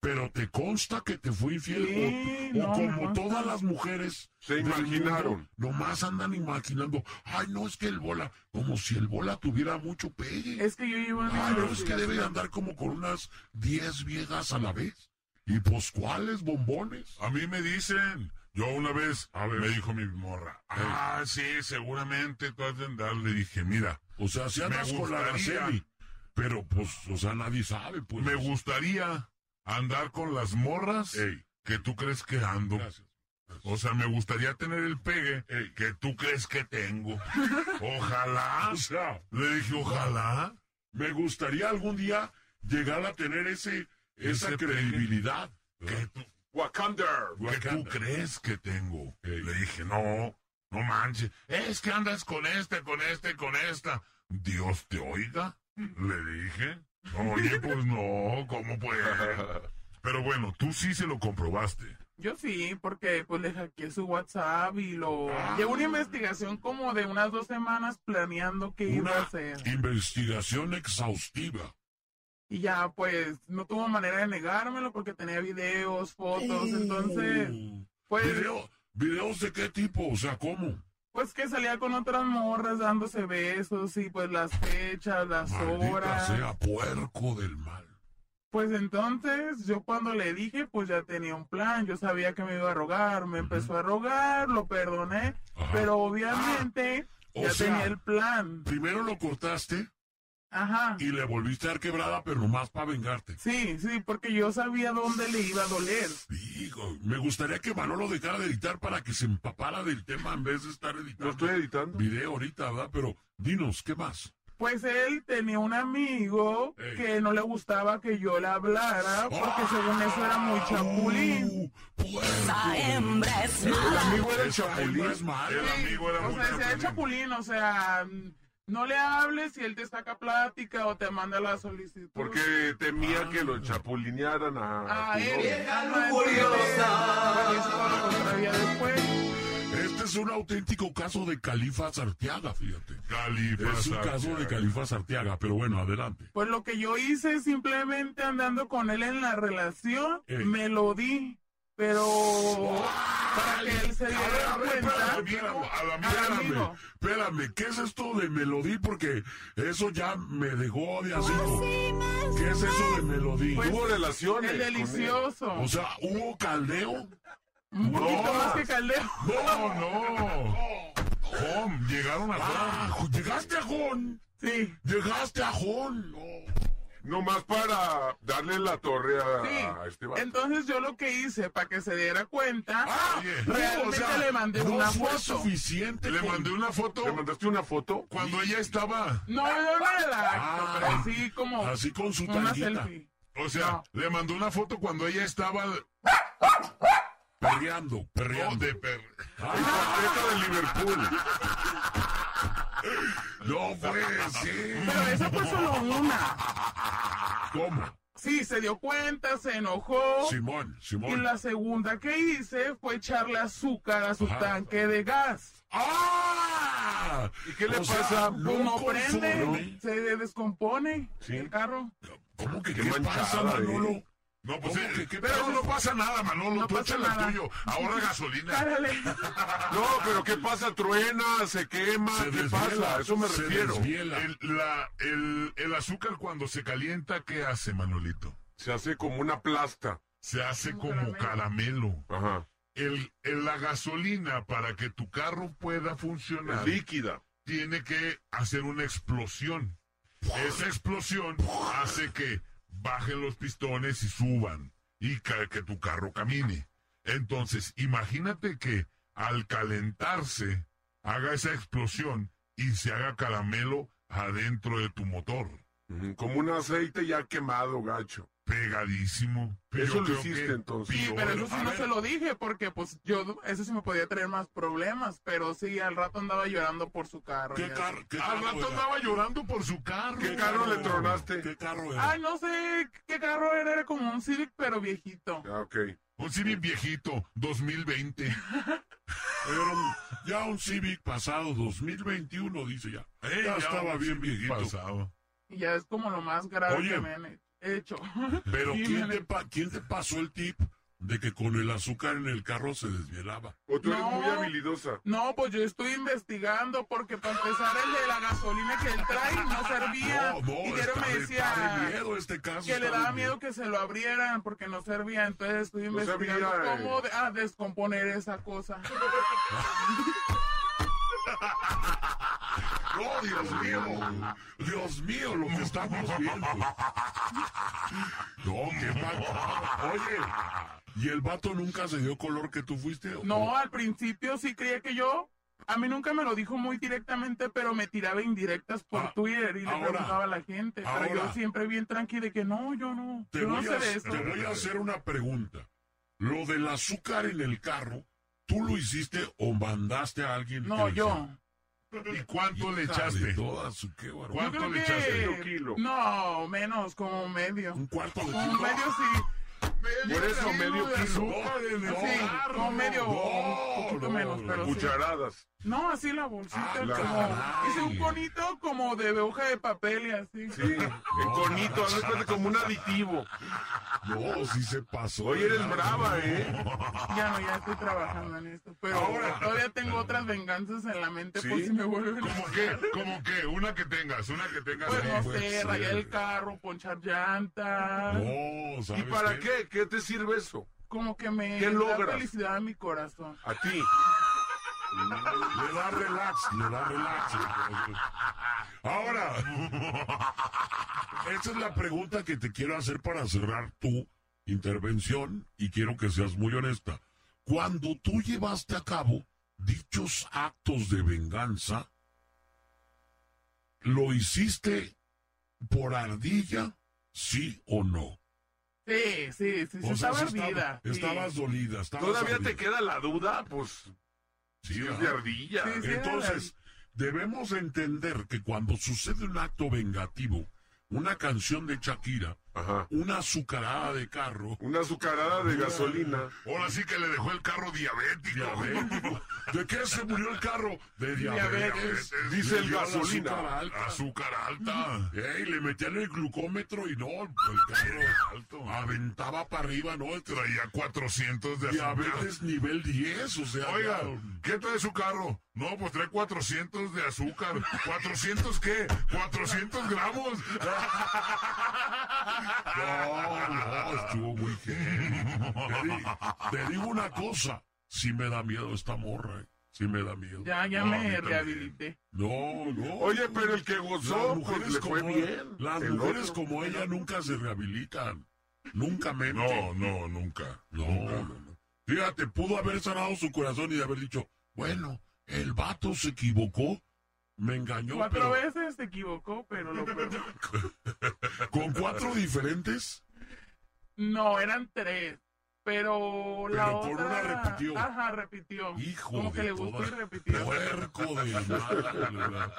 Speaker 15: pero ¿te consta que te fue infiel?
Speaker 16: Sí,
Speaker 15: o, o
Speaker 16: no, me
Speaker 15: como
Speaker 16: consta.
Speaker 15: todas las mujeres.
Speaker 16: Se
Speaker 15: del
Speaker 16: imaginaron.
Speaker 15: mundo, nomás andan imaginando. Ay, no, es que el bola. Como si el bola tuviera mucho pegue.
Speaker 16: Es que yo llevo en
Speaker 15: Ay, no, es que debe de andar como con unas 10 viejas a la vez. ¿Y pues cuáles bombones?
Speaker 10: A mí me dicen, yo una vez me dijo mi morra, ah, sí, seguramente tú has de andar. Le dije, mira,
Speaker 15: O sea, si
Speaker 10: me
Speaker 15: andas con la
Speaker 10: gustaría-
Speaker 15: Araceli. Pero pues, o sea, nadie sabe, pues.
Speaker 10: me gustaría andar con las morras que tú crees que ando. O sea, me gustaría tener el pegue que tú crees que tengo. Ojalá.
Speaker 15: O sea,
Speaker 10: le dije, ojalá.
Speaker 15: Me gustaría algún día llegar a tener ese, esa
Speaker 10: Ese
Speaker 15: credibilidad.
Speaker 10: que tú, Wakanda, que tú crees que tengo. Le dije, no, no manches, es que andas con este, con este, con esta. Dios te oiga, le dije. Oye, pues no, ¿cómo puede? Pero bueno, tú sí se lo comprobaste.
Speaker 16: Yo sí, porque pues le hackeé su WhatsApp y lo... Llevo una investigación como de unas dos semanas planeando qué iba a
Speaker 15: Una
Speaker 16: hacer.
Speaker 15: investigación exhaustiva.
Speaker 16: Y ya, pues, no tuvo manera de negármelo porque tenía videos, fotos, entonces... Pues,
Speaker 15: Video- ¿Videos de qué tipo? O sea, ¿cómo?
Speaker 16: pues que salía con otras morras dándose besos y pues las fechas, las
Speaker 15: Maldita
Speaker 16: horas.
Speaker 15: sea, puerco del mal.
Speaker 16: Pues entonces, yo cuando le dije, pues ya tenía un plan, yo sabía que me iba a rogar, me empezó a rogar, lo perdoné, pero obviamente
Speaker 15: o
Speaker 16: ya
Speaker 15: sea,
Speaker 16: tenía el plan.
Speaker 15: Primero lo cortaste
Speaker 16: Ajá.
Speaker 15: y le volviste a dar
Speaker 10: Ah,
Speaker 15: quebrada, pero nomás para vengarte.
Speaker 16: Sí, sí, porque yo sabía dónde le iba a doler.
Speaker 15: Hijo, me gustaría que Manolo dejara de editar para que se empapara del tema en vez de estar editando. No estoy editando. Video ahorita, ¿verdad? Pero dinos, ¿qué más?
Speaker 16: Pues él tenía un amigo
Speaker 15: Ey.
Speaker 16: que no le gustaba que yo le hablara porque
Speaker 10: Ah.
Speaker 16: según eso era muy chapulín.
Speaker 15: Esa hembra
Speaker 16: es
Speaker 10: Uh, pues. El amigo era el
Speaker 15: Esa
Speaker 10: chapulín.
Speaker 15: hembra es mala.
Speaker 10: El amigo era
Speaker 16: O
Speaker 10: muy
Speaker 16: sea, decía
Speaker 10: chapulín.
Speaker 16: "Es chapulín, o sea, no le hables y él te saca plática o te manda la solicitud.
Speaker 10: Porque temía
Speaker 15: Ah.
Speaker 10: que lo chapulinearan a...
Speaker 16: Ah,
Speaker 10: tu
Speaker 16: él,
Speaker 10: novia.
Speaker 16: ah, no, entonces, pues, eso lo contraría después.
Speaker 15: Este es un auténtico caso de Califa Sartiaga, fíjate.
Speaker 10: Califa
Speaker 15: es un caso
Speaker 10: Sartiaga.
Speaker 15: de Califa Sartiaga, pero bueno, adelante.
Speaker 16: Pues lo que yo hice simplemente andando con él en la relación,
Speaker 15: Ey.
Speaker 16: me lo di. Pero para que él se diera cuenta,
Speaker 15: Espérame, espérame, ¿qué es esto de melodí? Porque eso ya me dejó de así. ¿Qué es eso de melodí?
Speaker 16: Pues, Hubo relaciones el con él. delicioso.
Speaker 15: O sea, ¿hubo caldeo?
Speaker 16: un poquito más que caldeo.
Speaker 15: No, no. Jom, llegaron a
Speaker 10: Ah,
Speaker 15: Jom. Llegaste a Jom.
Speaker 16: Sí.
Speaker 15: Llegaste a Jom.
Speaker 10: Nomás para darle la torre a,
Speaker 15: Ah,
Speaker 10: a
Speaker 16: Sí.
Speaker 10: este vato.
Speaker 16: Entonces yo lo que hice para que se diera cuenta,
Speaker 15: Ah,
Speaker 10: Oye,
Speaker 16: realmente
Speaker 10: o sea,
Speaker 16: le mandé
Speaker 10: no
Speaker 16: una
Speaker 10: fue
Speaker 16: foto.
Speaker 15: suficiente.
Speaker 10: Le mandé una foto. ¿Le mandaste una foto? Cuando ella estaba.
Speaker 16: No, no, nada. pero
Speaker 10: Ah,
Speaker 16: así como
Speaker 15: Así con su
Speaker 16: una
Speaker 15: tanguita.
Speaker 16: selfie.
Speaker 10: O sea, le mandó una foto cuando ella estaba.
Speaker 15: Perreando, perreando.
Speaker 10: de per... El cuarteto de Liverpool.
Speaker 15: No puede
Speaker 16: Pero
Speaker 15: ser.
Speaker 16: esa fue Pues solo una.
Speaker 15: ¿Cómo?
Speaker 16: Sí, se dio cuenta, se enojó.
Speaker 15: Simón, Simón.
Speaker 16: Y la segunda que hice fue echarle azúcar a su
Speaker 15: Ajá.
Speaker 16: tanque de gas.
Speaker 15: ¡Ah!
Speaker 10: ¿Y qué le
Speaker 16: O sea,
Speaker 10: pasa?
Speaker 16: No, prende, se de- descompone
Speaker 10: Sí.
Speaker 16: el carro.
Speaker 15: ¿Cómo que
Speaker 10: Qué
Speaker 15: qué, pasa,
Speaker 10: manchada, eh.
Speaker 15: Manolo?
Speaker 10: No, pues
Speaker 15: ¿Cómo
Speaker 10: eh,
Speaker 15: que qué
Speaker 10: pero
Speaker 15: pasa?
Speaker 10: no pasa nada, Manolo.
Speaker 16: No
Speaker 10: Tú
Speaker 16: pasa
Speaker 10: échale el
Speaker 16: nada.
Speaker 10: tuyo. Ahora gasolina.
Speaker 16: Cárale.
Speaker 10: No, pero ¿qué pasa? Truena, se quema,
Speaker 15: Se
Speaker 10: ¿qué
Speaker 15: desviela,
Speaker 10: pasa? A eso me
Speaker 15: se
Speaker 10: refiero.
Speaker 15: desviela.
Speaker 10: El, la- el- el azúcar cuando se calienta, ¿qué hace, Manolito? Se hace como una plasta. Se hace como caramelo. Ajá. El, el- la gasolina, para que tu carro pueda funcionar,
Speaker 16: Es
Speaker 10: líquida, tiene que hacer una explosión.
Speaker 17: Esa explosión hace que bajen los pistones y suban y ca- que tu carro camine. Entonces, imagínate que al calentarse haga esa explosión y se haga caramelo adentro de tu motor.
Speaker 18: Como un aceite ya quemado, gacho.
Speaker 17: Pegadísimo. Pero
Speaker 18: Eso lo
Speaker 17: creo
Speaker 18: hiciste
Speaker 17: que-
Speaker 18: entonces.
Speaker 17: Sí,
Speaker 18: ¿no?
Speaker 17: pero
Speaker 18: Bueno,
Speaker 17: eso sí
Speaker 18: a
Speaker 17: no
Speaker 18: ver,
Speaker 17: se
Speaker 16: lo dije porque pues yo eso sí me podía traer más problemas, pero sí al rato andaba llorando por su carro.
Speaker 17: ¿Qué
Speaker 16: y así.
Speaker 17: carro? ¿Qué
Speaker 18: Al
Speaker 17: carro
Speaker 18: rato
Speaker 17: era?
Speaker 18: andaba
Speaker 17: llorando por su carro.
Speaker 18: ¿Qué carro le tronaste?
Speaker 17: ¿Qué carro era?
Speaker 16: Ay, no sé qué carro era, era como un Civic pero viejito.
Speaker 18: Ah, ok.
Speaker 17: Un Civic viejito, 2020.
Speaker 15: Era un- ya un Civic pasado 2021, dice ya.
Speaker 17: Eh, ya
Speaker 15: ya estaba
Speaker 17: un
Speaker 15: bien
Speaker 17: Civic
Speaker 15: viejito.
Speaker 17: pasado.
Speaker 16: Y ya es como lo más grave
Speaker 15: Oye.
Speaker 16: que me han he- hecho.
Speaker 15: Pero
Speaker 16: Sí,
Speaker 15: ¿quién
Speaker 16: me-
Speaker 15: te, pa- ¿quién te pasó el tip de que con el azúcar en el carro se desvielaba?
Speaker 18: O tú eres
Speaker 16: No.
Speaker 18: muy habilidosa.
Speaker 16: No, pues yo estoy investigando porque para empezar el de la gasolina que él trae no servía.
Speaker 15: No, no,
Speaker 16: y Diego
Speaker 15: está
Speaker 16: me
Speaker 15: de-
Speaker 16: decía
Speaker 15: está de miedo este caso,
Speaker 16: que le
Speaker 15: está de
Speaker 16: daba
Speaker 15: miedo.
Speaker 16: miedo que se lo abrieran porque no servía. Entonces estoy
Speaker 15: No servía,
Speaker 16: investigando
Speaker 15: eh.
Speaker 16: cómo de- ah, descomponer esa cosa.
Speaker 15: ¡Oh, Dios mío! ¡Dios mío, lo que estamos viendo! No, qué mal. Oye, ¿y el vato nunca se dio color que tú fuiste? o-
Speaker 16: No, al principio sí creía que yo. A mí nunca me lo dijo muy directamente, pero me tiraba indirectas por Twitter y le
Speaker 15: Ah, ahora,
Speaker 16: preguntaba a la gente. pero
Speaker 15: ahora.
Speaker 16: yo siempre bien tranqui de que no, yo no.
Speaker 15: Te
Speaker 16: yo no
Speaker 15: voy,
Speaker 16: sé
Speaker 15: a,
Speaker 16: de eso.
Speaker 15: te voy a hacer una pregunta. Lo del azúcar en el carro, ¿tú lo hiciste o mandaste a alguien? que
Speaker 16: No,
Speaker 15: lo
Speaker 16: yo.
Speaker 15: hiciera?
Speaker 17: ¿Y cuánto le
Speaker 15: Hija
Speaker 17: echaste?
Speaker 15: de toda su- qué barbaridad.
Speaker 16: Yo creo que- No, menos, como medio. ¿Un
Speaker 15: cuarto
Speaker 16: de Como medio sí.
Speaker 18: Por eso medio
Speaker 16: de
Speaker 18: kilo.
Speaker 16: azúcar en el
Speaker 18: Sí,
Speaker 16: carro.
Speaker 18: no,
Speaker 16: medio,
Speaker 18: no,
Speaker 16: un poquito
Speaker 18: no,
Speaker 16: menos,
Speaker 18: no,
Speaker 16: pero sí.
Speaker 18: Cucharadas.
Speaker 16: No, así la bolsita.
Speaker 18: Ah, la
Speaker 16: como-
Speaker 18: caray.
Speaker 16: hice un conito como de hoja de papel y así.
Speaker 18: Sí, el conito, haz de cuenta como un aditivo.
Speaker 15: No, sí se pasó.
Speaker 18: Oye, eres brava, ¿eh?
Speaker 16: Ya no, ya estoy trabajando en esto. Pero todavía tengo otras venganzas en la mente por
Speaker 17: ¿Sí?
Speaker 16: si me vuelven a...
Speaker 17: ¿Cómo qué? ¿Cómo qué? Una que tengas, una que tengas.
Speaker 16: Pues
Speaker 17: ahí.
Speaker 16: no sé, rayar el carro, ponchar llantas.
Speaker 15: Oh,
Speaker 17: No,
Speaker 18: ¿Y
Speaker 17: ¿sabes
Speaker 18: para qué? ¿Qué te sirve eso?
Speaker 16: Como que me
Speaker 18: ¿Qué
Speaker 16: da
Speaker 18: logras?
Speaker 16: felicidad a mi corazón.
Speaker 18: A ti.
Speaker 15: Le da relax, le da relax. Ahora, esa es la pregunta que te quiero hacer para cerrar tu intervención y quiero que seas muy honesta. Cuando tú llevaste a cabo dichos actos de venganza, ¿lo hiciste por ardilla, sí o no?
Speaker 16: Sí, sí, sí, sí,
Speaker 15: O sea,
Speaker 16: estaba
Speaker 15: sí estaba-
Speaker 16: ardida. sí.
Speaker 15: Estabas dolida, estabas
Speaker 18: ¿Todavía
Speaker 15: ardida.
Speaker 18: te queda la duda? Pues
Speaker 15: Sí,
Speaker 18: es
Speaker 15: ah.
Speaker 18: de ardilla.
Speaker 15: Sí, sí, Entonces, debemos entender que cuando sucede un acto vengativo, una canción de Shakira, una azucarada de carro,
Speaker 18: una azucarada de gasolina.
Speaker 17: Ahora sí que le dejó el carro diabético.
Speaker 15: Diabético. ¿De qué se murió el carro? De
Speaker 17: Diabetes.
Speaker 15: diabetes.
Speaker 17: Dice
Speaker 15: Le
Speaker 17: el
Speaker 15: dio la
Speaker 17: gasolina.
Speaker 15: Azúcar alta.
Speaker 17: Azúcar alta.
Speaker 15: Ey, le metían el glucómetro y no, el carro alto. Aventaba para arriba, ¿no?
Speaker 17: Traía 400 de azúcar.
Speaker 15: Diabetes nivel 10, o sea.
Speaker 17: Oiga,
Speaker 15: ya-
Speaker 17: ¿qué trae su carro? No, pues trae 400 de azúcar. ¿400 qué? 400 gramos.
Speaker 15: No, no, Ah, estuvo muy heavy. Te, di- te digo una cosa, si me da miedo esta morra, eh. si me da miedo.
Speaker 16: Ya, ya
Speaker 15: No, a mí
Speaker 16: me
Speaker 15: también.
Speaker 16: rehabilité.
Speaker 15: No, no.
Speaker 18: Oye, pero el que gozó,
Speaker 15: Las
Speaker 18: pues,
Speaker 15: mujeres
Speaker 18: le fue
Speaker 15: como-
Speaker 18: bien.
Speaker 15: Las
Speaker 18: El
Speaker 15: mujeres
Speaker 18: otro.
Speaker 15: como ella nunca se rehabilitan. Nunca me.
Speaker 17: No, no, nunca.
Speaker 15: No, no, no. Fíjate, pudo haber sanado su corazón y de haber dicho, bueno, el vato se equivocó, me engañó.
Speaker 16: Cuatro
Speaker 15: pero-
Speaker 16: veces se equivocó, pero lo perdonó.
Speaker 15: ¿Con cuatro diferentes?
Speaker 16: No, eran tres. Pero la
Speaker 15: Pero
Speaker 16: otra.
Speaker 15: por una repitió.
Speaker 16: Ajá, repitió.
Speaker 15: Hijo
Speaker 16: Como
Speaker 15: de
Speaker 16: que le gustó
Speaker 15: toda-
Speaker 16: y repitió.
Speaker 15: Puerco del mal, de verdad.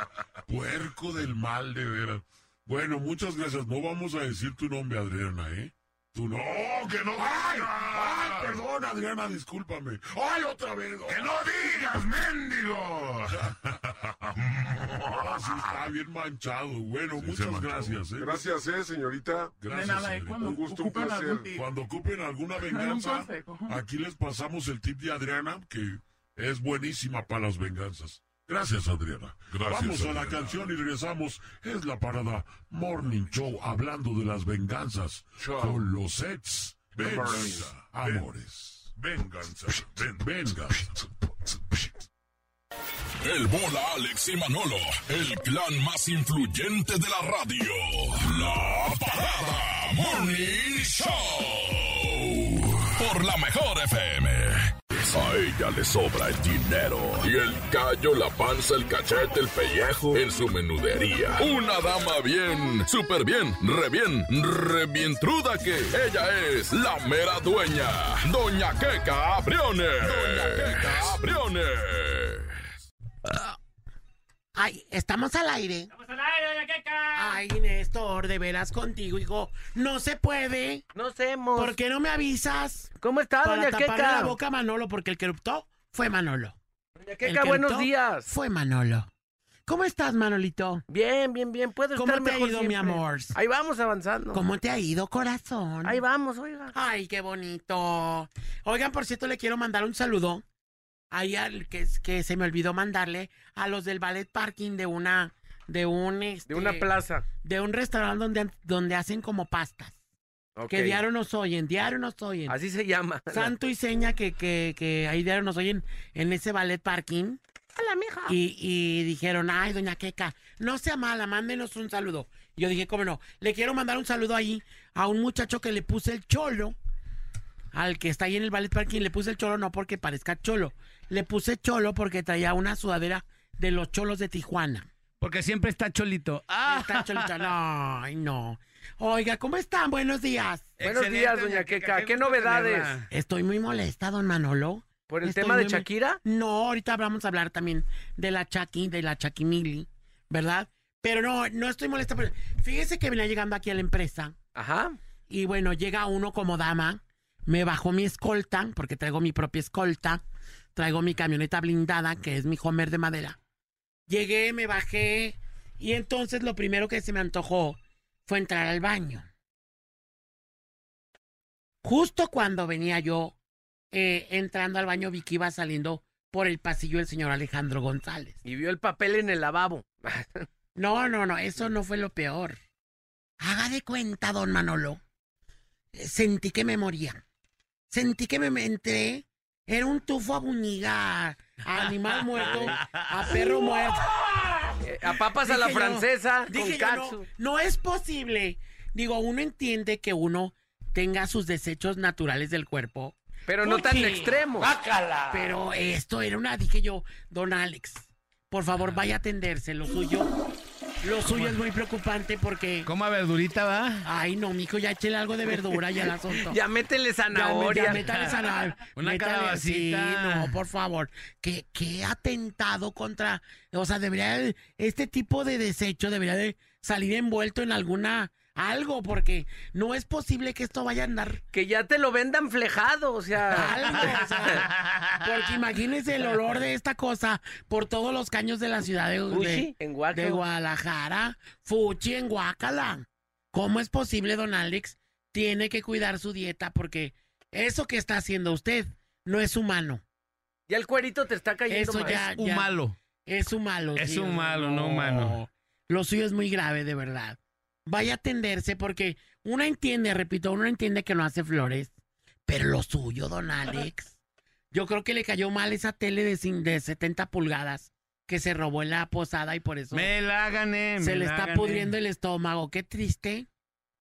Speaker 15: Puerco del mal, de veras. Bueno, muchas gracias. No vamos a decir tu nombre, Adriana, ¿eh? Tu no, Oh, que no. ¡Ay! ¡Ay, perdón, Adriana, discúlpame! ¡Ay, otra vez! ¡Que no digas, mendigo! sí, está bien manchado. Bueno, muchas gracias, ¿eh?
Speaker 18: Gracias, eh, señorita.
Speaker 15: Gracias,
Speaker 16: nada, ¿eh?
Speaker 15: señorita.
Speaker 16: Cuando
Speaker 15: Un gusto, un
Speaker 16: ocupen
Speaker 15: placer.
Speaker 16: algún tip.
Speaker 15: Cuando ocupen alguna
Speaker 16: Algún
Speaker 15: venganza,
Speaker 16: consejo.
Speaker 15: aquí les pasamos el tip de Adriana, que es buenísima para las venganzas. Gracias, Adriana.
Speaker 17: Gracias,
Speaker 15: Vamos a
Speaker 17: Adriana.
Speaker 15: la canción y regresamos. Es la parada Morning Show hablando de las venganzas con los ex venganza, amores.
Speaker 17: Venganza.
Speaker 15: Venganza.
Speaker 10: El bola Alex y Manolo, el clan más influyente de la radio. La parada Morning Show. Por la mejor FM.
Speaker 19: A ella le sobra el dinero. Y el callo, la panza, el cachete, el pellejo en su menudería.
Speaker 10: Una dama bien, súper bien, re bien, re bien truda que ella es la mera dueña, Doña Queca Briones. Briones.
Speaker 4: Ay, estamos al aire. Estamos al aire, doña Queca. Ay, Néstor, de veras contigo, hijo. No se puede. No hacemos. ¿Por qué no me avisas?
Speaker 2: ¿Cómo está,
Speaker 4: Para
Speaker 2: doña
Speaker 4: taparle
Speaker 2: Queca?
Speaker 4: la boca a Manolo, porque el que optó fue Manolo. Doña
Speaker 2: Queca, buenos días.
Speaker 4: Fue Manolo. ¿Cómo estás, Manolito?
Speaker 2: Bien, bien, bien. Puedo
Speaker 4: ¿Cómo
Speaker 2: estar
Speaker 4: te ha
Speaker 2: mejor
Speaker 4: ido, mi
Speaker 2: siempre.
Speaker 4: amor?
Speaker 2: Ahí vamos avanzando.
Speaker 4: ¿Cómo te ha ido, corazón?
Speaker 2: Ahí vamos, oiga.
Speaker 4: Ay, qué bonito. Oigan, por cierto, le quiero mandar un saludo. Ahí al que, que se me olvidó mandarle a los del ballet parking de una de un este,
Speaker 2: De una plaza.
Speaker 4: de un restaurante donde, donde hacen como pastas.
Speaker 2: Ok.
Speaker 4: Que diario nos oyen, diario nos oyen.
Speaker 2: Así se llama.
Speaker 4: Santo y seña que, que, que ahí diario nos oyen en ese ballet parking.
Speaker 2: Hola, mija.
Speaker 4: Y, y dijeron, ay, doña Queca, no sea mala, mándenos un saludo. Y Yo dije, cómo no, le quiero mandar un saludo ahí a un muchacho que le puse el cholo, al que está ahí en el ballet parking, le puse el cholo no porque parezca cholo, le puse cholo porque traía una sudadera de los cholos de Tijuana.
Speaker 3: Porque siempre está cholito.
Speaker 4: Ah. Está cholito, no, ay, no. Oiga, ¿cómo están? Buenos días.
Speaker 2: Buenos días, doña Queca. ¿Qué novedades?
Speaker 4: Estoy muy molesta, don Manolo.
Speaker 2: ¿Por el tema de
Speaker 4: muy mol-
Speaker 2: Shakira?
Speaker 4: No, ahorita vamos a hablar también de la Chaki, de la Chakimili, ¿verdad? Pero no, no estoy molesta. pero Fíjese que venía llegando aquí a la empresa.
Speaker 2: Ajá.
Speaker 4: Y bueno, llega uno como dama, me bajó mi escolta, porque traigo mi propia escolta, traigo mi camioneta blindada, que es mi Homer de madera. Llegué, me bajé, y entonces lo primero que se me antojó fue entrar al baño. Justo cuando venía yo eh, entrando al baño, vi que iba saliendo por el pasillo el señor Alejandro González.
Speaker 2: Y vio el papel en el lavabo.
Speaker 4: No, no, no, eso no fue lo peor. Haga de cuenta, don Manolo. eh, Sentí que me moría. Sentí que me me entré. Era un tufo a buñiga, a animal muerto, a perro muerto.
Speaker 2: Eh, a papas a la
Speaker 4: yo,
Speaker 2: francesa, con
Speaker 4: dije yo,
Speaker 2: catsup.
Speaker 4: no, no es posible. Digo, uno entiende que uno tenga sus desechos naturales del cuerpo.
Speaker 2: Pero no tan extremos.
Speaker 4: Bácala. Pero esto era una, dije yo, don Alex, por favor vaya a atenderse, lo suyo. Lo suyo es muy preocupante porque...
Speaker 1: ¿Cómo a verdurita va?
Speaker 4: Ay, no, mijo, ya échele algo de verdura, ya el asunto.
Speaker 2: Ya métele zanahoria.
Speaker 4: Ya, me- ya métale zanahoria.
Speaker 2: Una
Speaker 4: métale-
Speaker 2: calabacita.
Speaker 4: sí, no, por favor. ¿Qué, qué atentado contra... O sea, debería... de- Este tipo de desecho debería de salir envuelto en alguna... Algo, porque no es posible que esto vaya a andar...
Speaker 2: Que ya te lo vendan flejado, o sea.
Speaker 4: Algo, o sea, porque imagínense el olor de esta cosa por todos los caños de la ciudad de,
Speaker 2: Fuchi,
Speaker 4: de- de Guadalajara. Fuchi en Guacala. ¿Cómo es posible, don Alex? Tiene que cuidar su dieta porque eso que está haciendo usted no es humano.
Speaker 2: Ya el cuerito te está cayendo
Speaker 4: Eso
Speaker 2: mal.
Speaker 4: ya, ya- Es un malo.
Speaker 1: Es
Speaker 4: sí,
Speaker 1: un malo, no humano.
Speaker 4: Lo suyo es muy grave, de verdad. Vaya a atenderse porque uno entiende, repito, uno entiende que no hace flores, pero lo suyo, don Alex. Yo creo que le cayó mal esa tele de, cin- de 70 pulgadas que se robó en la posada y por eso
Speaker 1: Me la gané,
Speaker 4: se
Speaker 1: me eh.
Speaker 4: le
Speaker 1: la
Speaker 4: está
Speaker 1: gané.
Speaker 4: pudriendo el estómago. Qué triste,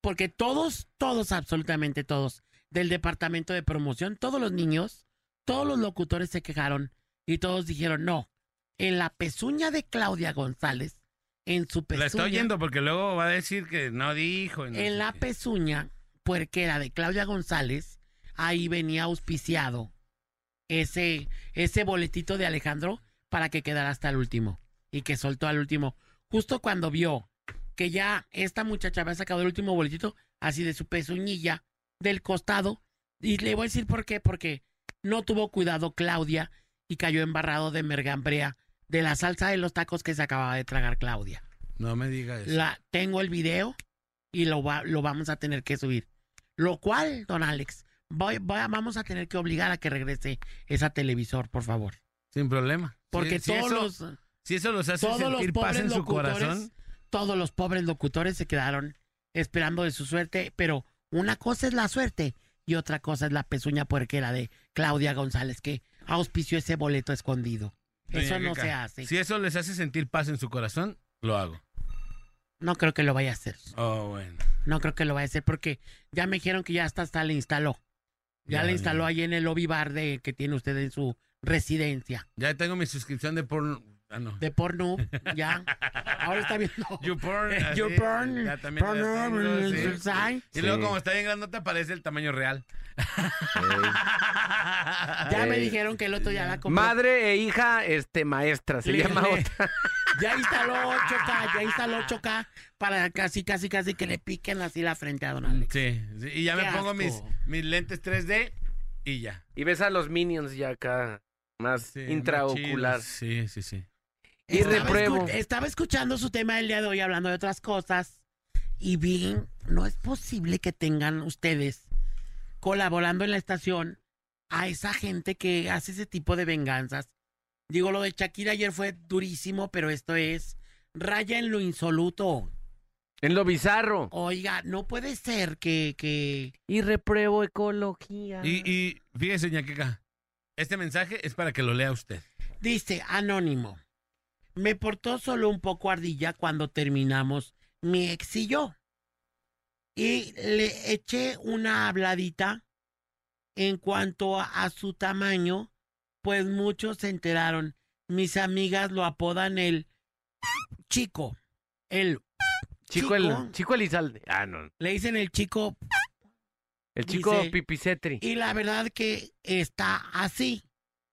Speaker 4: porque todos, todos, absolutamente todos del departamento de promoción, todos los niños, todos los locutores se quejaron y todos dijeron no. En la pezuña de Claudia González, en su pezuña,
Speaker 1: La está oyendo porque luego va a decir que no dijo. y no sé
Speaker 4: en la
Speaker 1: qué.
Speaker 4: pezuña puerquera de Claudia González, ahí venía auspiciado ese, ese boletito de Alejandro para que quedara hasta el último. Y que soltó al último. Justo cuando vio que ya esta muchacha había sacado el último boletito, así de su pezuñilla, del costado. Y le voy a decir por qué, porque no tuvo cuidado Claudia y cayó embarrado de mergambrea de la salsa de los tacos que se acababa de tragar Claudia.
Speaker 1: No me diga eso.
Speaker 4: La, tengo el video y lo, va- lo vamos a tener que subir. Lo cual, don Alex, voy- voy a- vamos a tener que obligar a que regrese esa televisor, por favor.
Speaker 1: Sin problema.
Speaker 4: Porque
Speaker 1: Si- si
Speaker 4: todos
Speaker 1: eso-
Speaker 4: los...
Speaker 1: Si eso los hace
Speaker 4: todos los
Speaker 1: sentir paz
Speaker 4: pobres
Speaker 1: en su
Speaker 4: locutores,
Speaker 1: corazón.
Speaker 4: Todos los pobres locutores se quedaron esperando de su suerte, pero una cosa es la suerte y otra cosa es la pezuña puerquera de Claudia González que auspició ese boleto escondido. Eso
Speaker 1: Doña
Speaker 4: no
Speaker 1: Queca,
Speaker 4: se hace.
Speaker 1: Si eso les hace sentir paz en su corazón, lo hago.
Speaker 4: No creo que lo vaya a hacer.
Speaker 1: Oh, bueno.
Speaker 4: No creo que lo vaya a hacer porque ya me dijeron que ya hasta, hasta le instaló. Ya,
Speaker 1: Ya,
Speaker 4: le instaló ahí en el lobby bar de, que tiene usted en su residencia.
Speaker 1: Ya tengo mi suscripción de porno. Ah, no.
Speaker 4: De porno, ya. Ahora está viendo.
Speaker 1: YouPorn. así,
Speaker 4: YouPorn,
Speaker 1: Ya también. ya
Speaker 4: porno,
Speaker 1: tengo, sí.
Speaker 4: sí.
Speaker 1: Y luego,
Speaker 4: Sí.
Speaker 1: como está bien grandota, aparece el tamaño real.
Speaker 4: Ya
Speaker 1: Eh,
Speaker 4: me dijeron que el otro ya la compró.
Speaker 2: Eh, Madre e hija, este, maestra, se
Speaker 4: Le-
Speaker 2: llama
Speaker 4: le-
Speaker 2: otra.
Speaker 4: Ya instaló 8K, ya instaló 8K para casi, casi, casi que le piquen así la frente a Don Alex.
Speaker 1: Sí, sí, y ya
Speaker 4: Qué
Speaker 1: me pongo
Speaker 4: asco.
Speaker 1: mis, mis lentes 3D y ya.
Speaker 2: Y ves a los minions ya acá, más intraocular.
Speaker 1: más sí, sí, sí.
Speaker 2: Y
Speaker 4: Estaba
Speaker 2: repruebo.
Speaker 4: escu- estaba escuchando su tema del día de hoy, hablando de otras cosas, y vi, no es posible que tengan ustedes colaborando en la estación a esa gente que hace ese tipo de venganzas. Digo, lo de Shakira ayer fue durísimo, pero esto es raya en lo insoluto.
Speaker 2: En lo bizarro.
Speaker 4: Oiga, no puede ser que... que...
Speaker 2: Y repruebo ecología.
Speaker 1: Y, y fíjese, ñaqueca, este mensaje es para que lo lea usted.
Speaker 4: Dice Anónimo, me portó solo un poco ardilla cuando terminamos mi ex y yo. Y le eché una habladita en cuanto a, a su tamaño, pues muchos se enteraron. Mis amigas lo apodan el chico. El
Speaker 2: Chico, el, chico Elizalde. Ah, no.
Speaker 4: Le dicen el chico.
Speaker 2: El chico
Speaker 4: Dice,
Speaker 2: Pipicetri.
Speaker 4: Y la verdad que está así.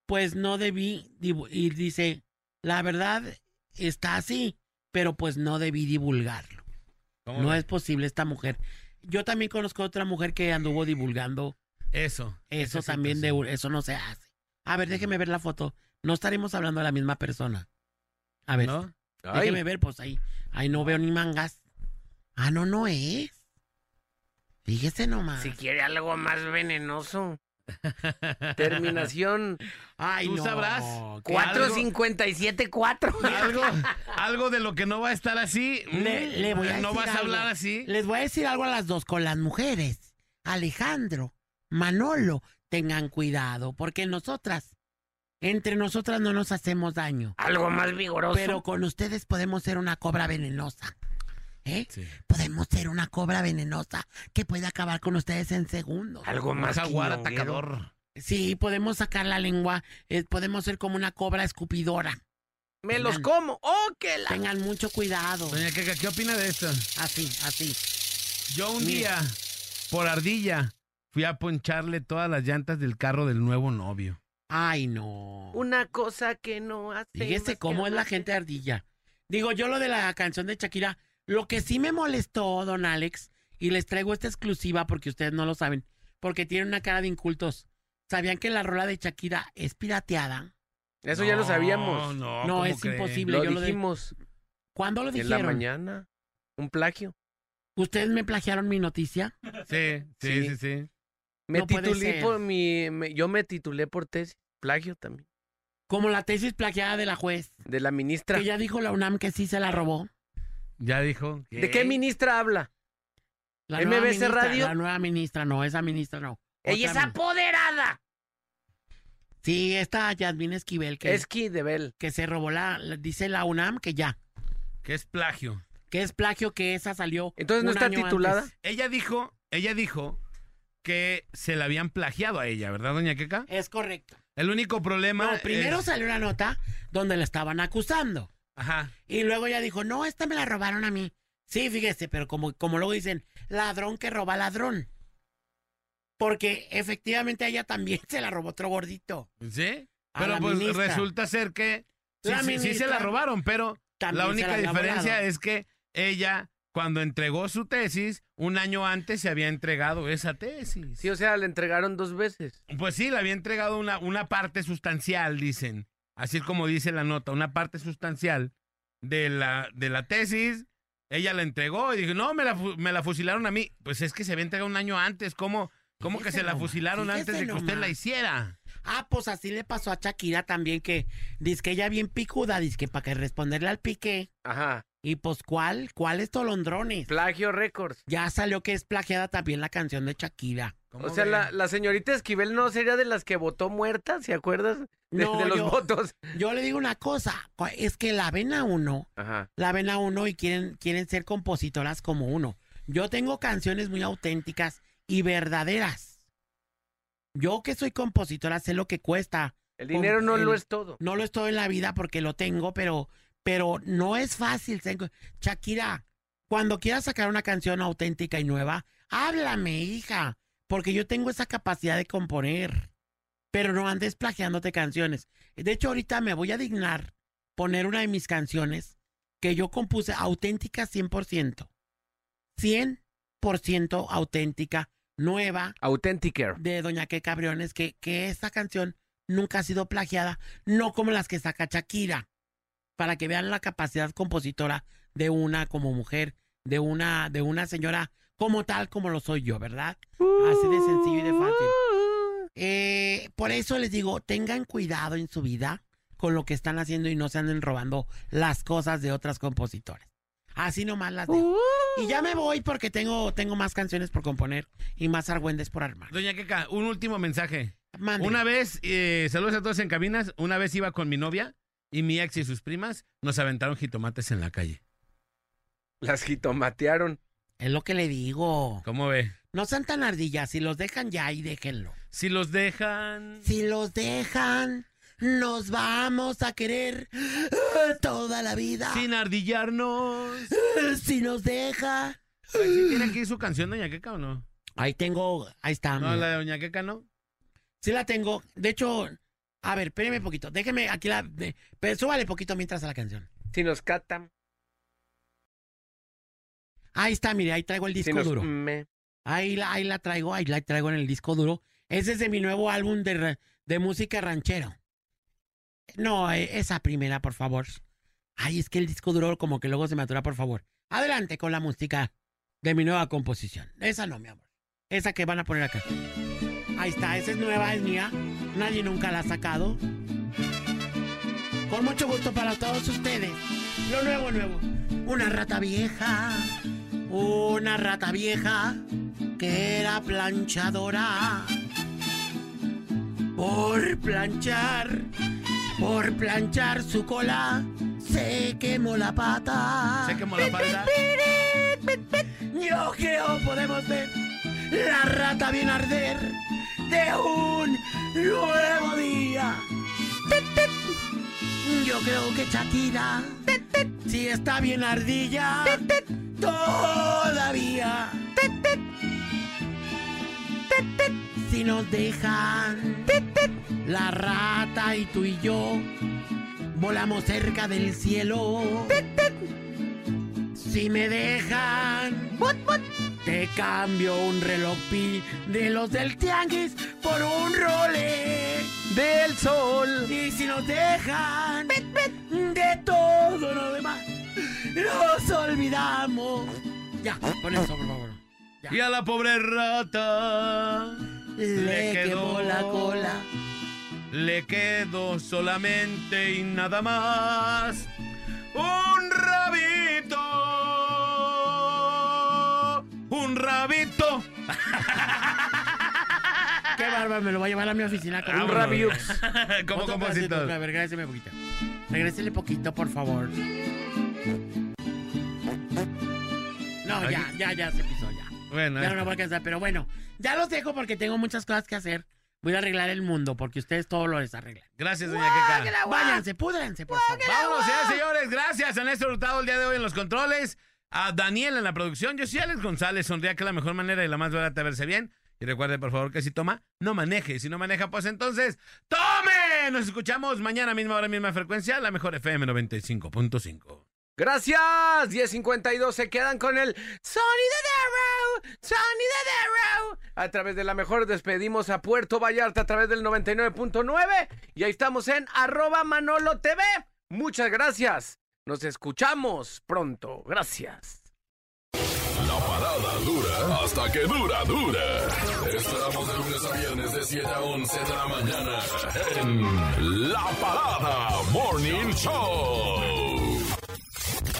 Speaker 4: Pues no debí. divu- Y dice, la verdad está así, pero pues no debí divulgarlo.
Speaker 1: ¿Cómo
Speaker 4: No
Speaker 1: ve?
Speaker 4: es posible esta mujer. Yo también conozco otra mujer que anduvo divulgando.
Speaker 1: Eso.
Speaker 4: Eso
Speaker 1: esa
Speaker 4: también de
Speaker 1: situación.
Speaker 4: eso no se hace. A ver, déjeme ver la foto. No estaremos hablando de la misma persona. A ver.
Speaker 1: ¿No?
Speaker 4: Déjeme
Speaker 1: Ay.
Speaker 4: ver, pues ahí. Ahí no veo ni mangas. Ah, no, no es. Fíjese nomás.
Speaker 2: Si quiere algo más venenoso. Terminación.
Speaker 4: Ay,
Speaker 1: Tú
Speaker 4: no,
Speaker 1: sabrás.
Speaker 4: qué
Speaker 2: 4574.
Speaker 1: Algo, algo de lo que no va a estar así.
Speaker 4: Le,
Speaker 1: mm,
Speaker 4: le voy a
Speaker 1: No
Speaker 4: decir
Speaker 1: vas a
Speaker 4: algo.
Speaker 1: hablar así.
Speaker 4: Les voy a decir algo a las dos, con las mujeres. Alejandro, Manolo, tengan cuidado, porque nosotras, entre nosotras no nos hacemos daño.
Speaker 2: Algo más vigoroso.
Speaker 4: Pero con ustedes podemos ser una cobra venenosa. ¿Eh? Podemos ser una cobra venenosa que puede acabar con ustedes en segundos.
Speaker 2: Algo más
Speaker 1: Jaguar
Speaker 2: que ñoguero.
Speaker 1: atacador.
Speaker 4: Sí, podemos sacar la lengua, eh, podemos ser como una cobra escupidora.
Speaker 2: Me los como. ¡Oh, que la!
Speaker 4: Tengan mucho cuidado.
Speaker 1: Doña Queca, ¿qué opina de esto?
Speaker 4: Así, así.
Speaker 1: Yo un día,
Speaker 4: Mira.
Speaker 1: por ardilla, fui a poncharle todas las llantas del carro del nuevo novio.
Speaker 4: Ay, no.
Speaker 2: Una cosa que no hace.
Speaker 4: Fíjese
Speaker 2: más
Speaker 4: este, cómo
Speaker 2: que
Speaker 4: es la gente ardilla. Digo, yo lo de la canción de Shakira, lo que sí me molestó, don Alex, y les traigo esta exclusiva porque ustedes no lo saben, porque tienen una cara de incultos. ¿Sabían que la rola de Shakira es pirateada?
Speaker 2: Eso ya lo sabíamos.
Speaker 1: No,
Speaker 4: No,
Speaker 1: ¿cómo
Speaker 4: es
Speaker 1: cree?
Speaker 4: imposible.
Speaker 2: Lo
Speaker 4: yo lo de-
Speaker 2: dijimos
Speaker 4: ¿Cuándo lo
Speaker 2: en
Speaker 4: dijeron?
Speaker 2: la mañana. Un plagio.
Speaker 4: ¿Ustedes me plagiaron mi noticia?
Speaker 1: Sí, sí, sí, sí.
Speaker 2: Me
Speaker 4: No puede
Speaker 2: titulé
Speaker 4: ser.
Speaker 2: por mi. me- yo me titulé por tesis. Plagio también.
Speaker 4: Como la tesis plagiada de la juez,
Speaker 2: De la ministra.
Speaker 4: que ya dijo la UNAM que sí se la robó.
Speaker 1: Ya dijo.
Speaker 2: ¿De qué ministra habla?
Speaker 4: La
Speaker 2: MBC
Speaker 4: nueva ministra,
Speaker 2: Radio.
Speaker 4: La nueva ministra, no, esa ministra no.
Speaker 2: Ella
Speaker 4: Otra
Speaker 2: es apoderada.
Speaker 4: Sí, esta Yasmín Esquivel que,
Speaker 2: Esqui de Bel.
Speaker 4: que se robó la, la- dice la UNAM que ya,
Speaker 1: Que es plagio.
Speaker 4: que es plagio que esa salió.
Speaker 2: Entonces no
Speaker 4: un
Speaker 2: está
Speaker 4: año
Speaker 2: titulada.
Speaker 4: antes.
Speaker 1: Ella dijo, ella dijo que se la habían plagiado a ella, ¿verdad, doña Queca?
Speaker 4: Es correcto.
Speaker 1: El único problema.
Speaker 2: Ah,
Speaker 4: No, primero
Speaker 1: es-
Speaker 4: salió una nota donde la estaban acusando
Speaker 1: Ajá.
Speaker 4: y luego ella dijo, "No, esta me la robaron a mí." Sí, fíjese, pero como como luego dicen, ladrón que roba ladrón. Porque efectivamente a ella también se la robó otro gordito.
Speaker 1: ¿Sí?
Speaker 4: A
Speaker 1: Pero
Speaker 4: la
Speaker 1: pues
Speaker 4: ministra.
Speaker 1: resulta ser que sí,
Speaker 4: La
Speaker 1: sí- sí se
Speaker 4: ministra
Speaker 1: la robaron, pero
Speaker 4: también
Speaker 1: la
Speaker 4: se la
Speaker 1: única
Speaker 4: había
Speaker 1: diferencia
Speaker 4: volado.
Speaker 1: es que ella, cuando entregó su tesis, un año antes se había entregado esa tesis.
Speaker 2: Sí, o sea, le entregaron dos veces.
Speaker 1: Pues sí, le había entregado una, una parte sustancial, dicen. Así es como dice la nota, una parte sustancial de la, de la tesis. Ella la entregó y dijo, no, me la, fu- me la fusilaron a mí. Pues es que se había entregado un año antes. ¿Cómo, cómo que
Speaker 4: Fíjese
Speaker 1: se la
Speaker 4: nomás,
Speaker 1: fusilaron antes
Speaker 4: fíjese
Speaker 1: de que usted la
Speaker 4: nomás.
Speaker 1: hiciera?
Speaker 4: Ah, pues así le pasó a Shakira también que dice que ella bien picuda, dice que para que responderle al pique
Speaker 2: Ajá.
Speaker 4: Y pues, ¿cuál? ¿Cuál es Tolondrones?
Speaker 2: Plagio Records.
Speaker 4: Ya salió que es plagiada también la canción de Shakira.
Speaker 2: O sea, la, la señorita Esquivel no sería de las que votó muerta, ¿se acuerdas? De,
Speaker 4: No,
Speaker 2: de los
Speaker 4: yo-
Speaker 2: votos.
Speaker 4: Yo le digo una cosa, co- es que la ven a uno, la ven a uno y quieren, quieren ser compositoras como uno. Yo tengo canciones muy auténticas y verdaderas. Yo que soy compositora sé lo que cuesta.
Speaker 2: El dinero no lo es todo.
Speaker 4: No lo es todo en la vida porque lo tengo, pero, pero no es fácil. Tengo- Shakira, cuando quieras sacar una canción auténtica y nueva, háblame, hija, porque yo tengo esa capacidad de componer pero no andes plagiándote canciones. De hecho, ahorita me voy a dignar poner una de mis canciones que yo compuse auténtica 100%. 100% auténtica, nueva.
Speaker 2: Auténtica.
Speaker 4: De Doña Que Cabriones, que, que esta canción nunca ha sido plagiada, no como las que saca Shakira. Para que vean la capacidad compositora de una como mujer, de una, de una señora como tal como lo soy yo, ¿verdad? Así de sencillo y de fácil. Eh, por eso les digo, tengan cuidado en su vida con lo que están haciendo y no se anden robando las cosas de otras compositores. Así nomás las dejo. Y ya me voy porque tengo, tengo más canciones por componer y más argüendes por armar.
Speaker 1: Doña Queca, un último mensaje.
Speaker 4: Mande.
Speaker 1: Una vez, eh, saludos a todos en cabinas, una vez iba con mi novia y mi ex y sus primas nos aventaron jitomates en la calle.
Speaker 2: Las jitomatearon.
Speaker 4: Es lo que le digo.
Speaker 1: ¿Cómo ve?
Speaker 4: No sean tan ardillas, si los dejan ya y déjenlo.
Speaker 1: Si los dejan.
Speaker 4: Si los dejan, nos vamos a querer eh, toda la vida. Eh,
Speaker 1: Sin ardillarnos.
Speaker 4: Si nos deja.
Speaker 1: ¿Tiene aquí su canción, Doña Queca, o no?
Speaker 4: Ahí tengo, ahí está.
Speaker 1: No,
Speaker 4: mira.
Speaker 1: la de Doña Queca no.
Speaker 4: Sí la tengo. De hecho, a ver, espéreme poquito. Déjeme aquí la... de- pero súbale poquito mientras a la canción.
Speaker 2: Si nos catan.
Speaker 4: Ahí está, mire, ahí traigo el disco
Speaker 2: Si nos-
Speaker 4: duro.
Speaker 2: me-
Speaker 4: Ahí, la, ahí la traigo, ahí la traigo en el disco duro. Ese es de mi nuevo álbum de, ra- de música ranchero. No, eh, esa primera, por favor. Ay, es que el disco duro como que luego se me atura, por favor. Adelante con la música de mi nueva composición. Esa no, mi amor. Esa que van a poner acá. Ahí está, esa es nueva, es mía. Nadie nunca la ha sacado. Con mucho gusto para todos ustedes. Lo nuevo, nuevo. Una rata vieja. Una rata vieja que era planchadora. Por planchar, por planchar su cola, se quemó la pata. Se
Speaker 1: quemó la pata.
Speaker 4: Yo creo podemos ver la rata bien arder de un nuevo día. Yo creo que Shakira si está bien ardilla todavía. Si nos dejan la rata y tú y yo volamos cerca del cielo. Si me dejan, te cambio un reloj pi de los del tianguis por un role del sol. Y si nos dejan de todo lo demás, nos olvidamos. Ya, pon eso, por favor.
Speaker 1: Y a la pobre rata
Speaker 4: Le quemó la cola.
Speaker 1: Le quedó solamente y nada más un rabito. Un rabito.
Speaker 4: Qué bárbaro, me lo voy a llevar a mi oficina con
Speaker 1: Ah, bueno. Como
Speaker 4: Otro pedacito,
Speaker 1: compositor.
Speaker 4: A ver, regréseme poquito. Regrésele poquito, por favor. No, ya,
Speaker 1: Aquí-
Speaker 4: ya, ya se pisó, ya.
Speaker 1: Bueno,
Speaker 4: ya
Speaker 1: ahí
Speaker 4: no me voy a alcanzar, pero bueno, ya los dejo porque tengo muchas cosas que hacer. Voy a arreglar el mundo porque ustedes todo lo desarreglan.
Speaker 1: Gracias, doña Queca.
Speaker 4: Váyanse, púdrense, por favor.
Speaker 1: Vámonos, señoras y señores. Gracias a Néstor Hurtado el día de hoy en los controles. A Daniel en la producción. Yo soy Alex González. Sonría que es la mejor manera y la más barata de verse bien. Y recuerde, por favor, que si toma, no maneje. Si no maneja, pues entonces, ¡tome! Nos escuchamos mañana misma hora, misma frecuencia. La mejor FM 95.5.
Speaker 2: Gracias. 1052 se quedan con el Sony the Darrow. Sony the Darrow. A través de la mejor despedimos a Puerto Vallarta a través del 99.9. Y ahí estamos en arroba Manolo TV. Muchas gracias. Nos escuchamos pronto. Gracias.
Speaker 19: La parada dura hasta que dura, dura. Esperamos de lunes a viernes de 7 a 11 de la mañana en La Parada Morning Show.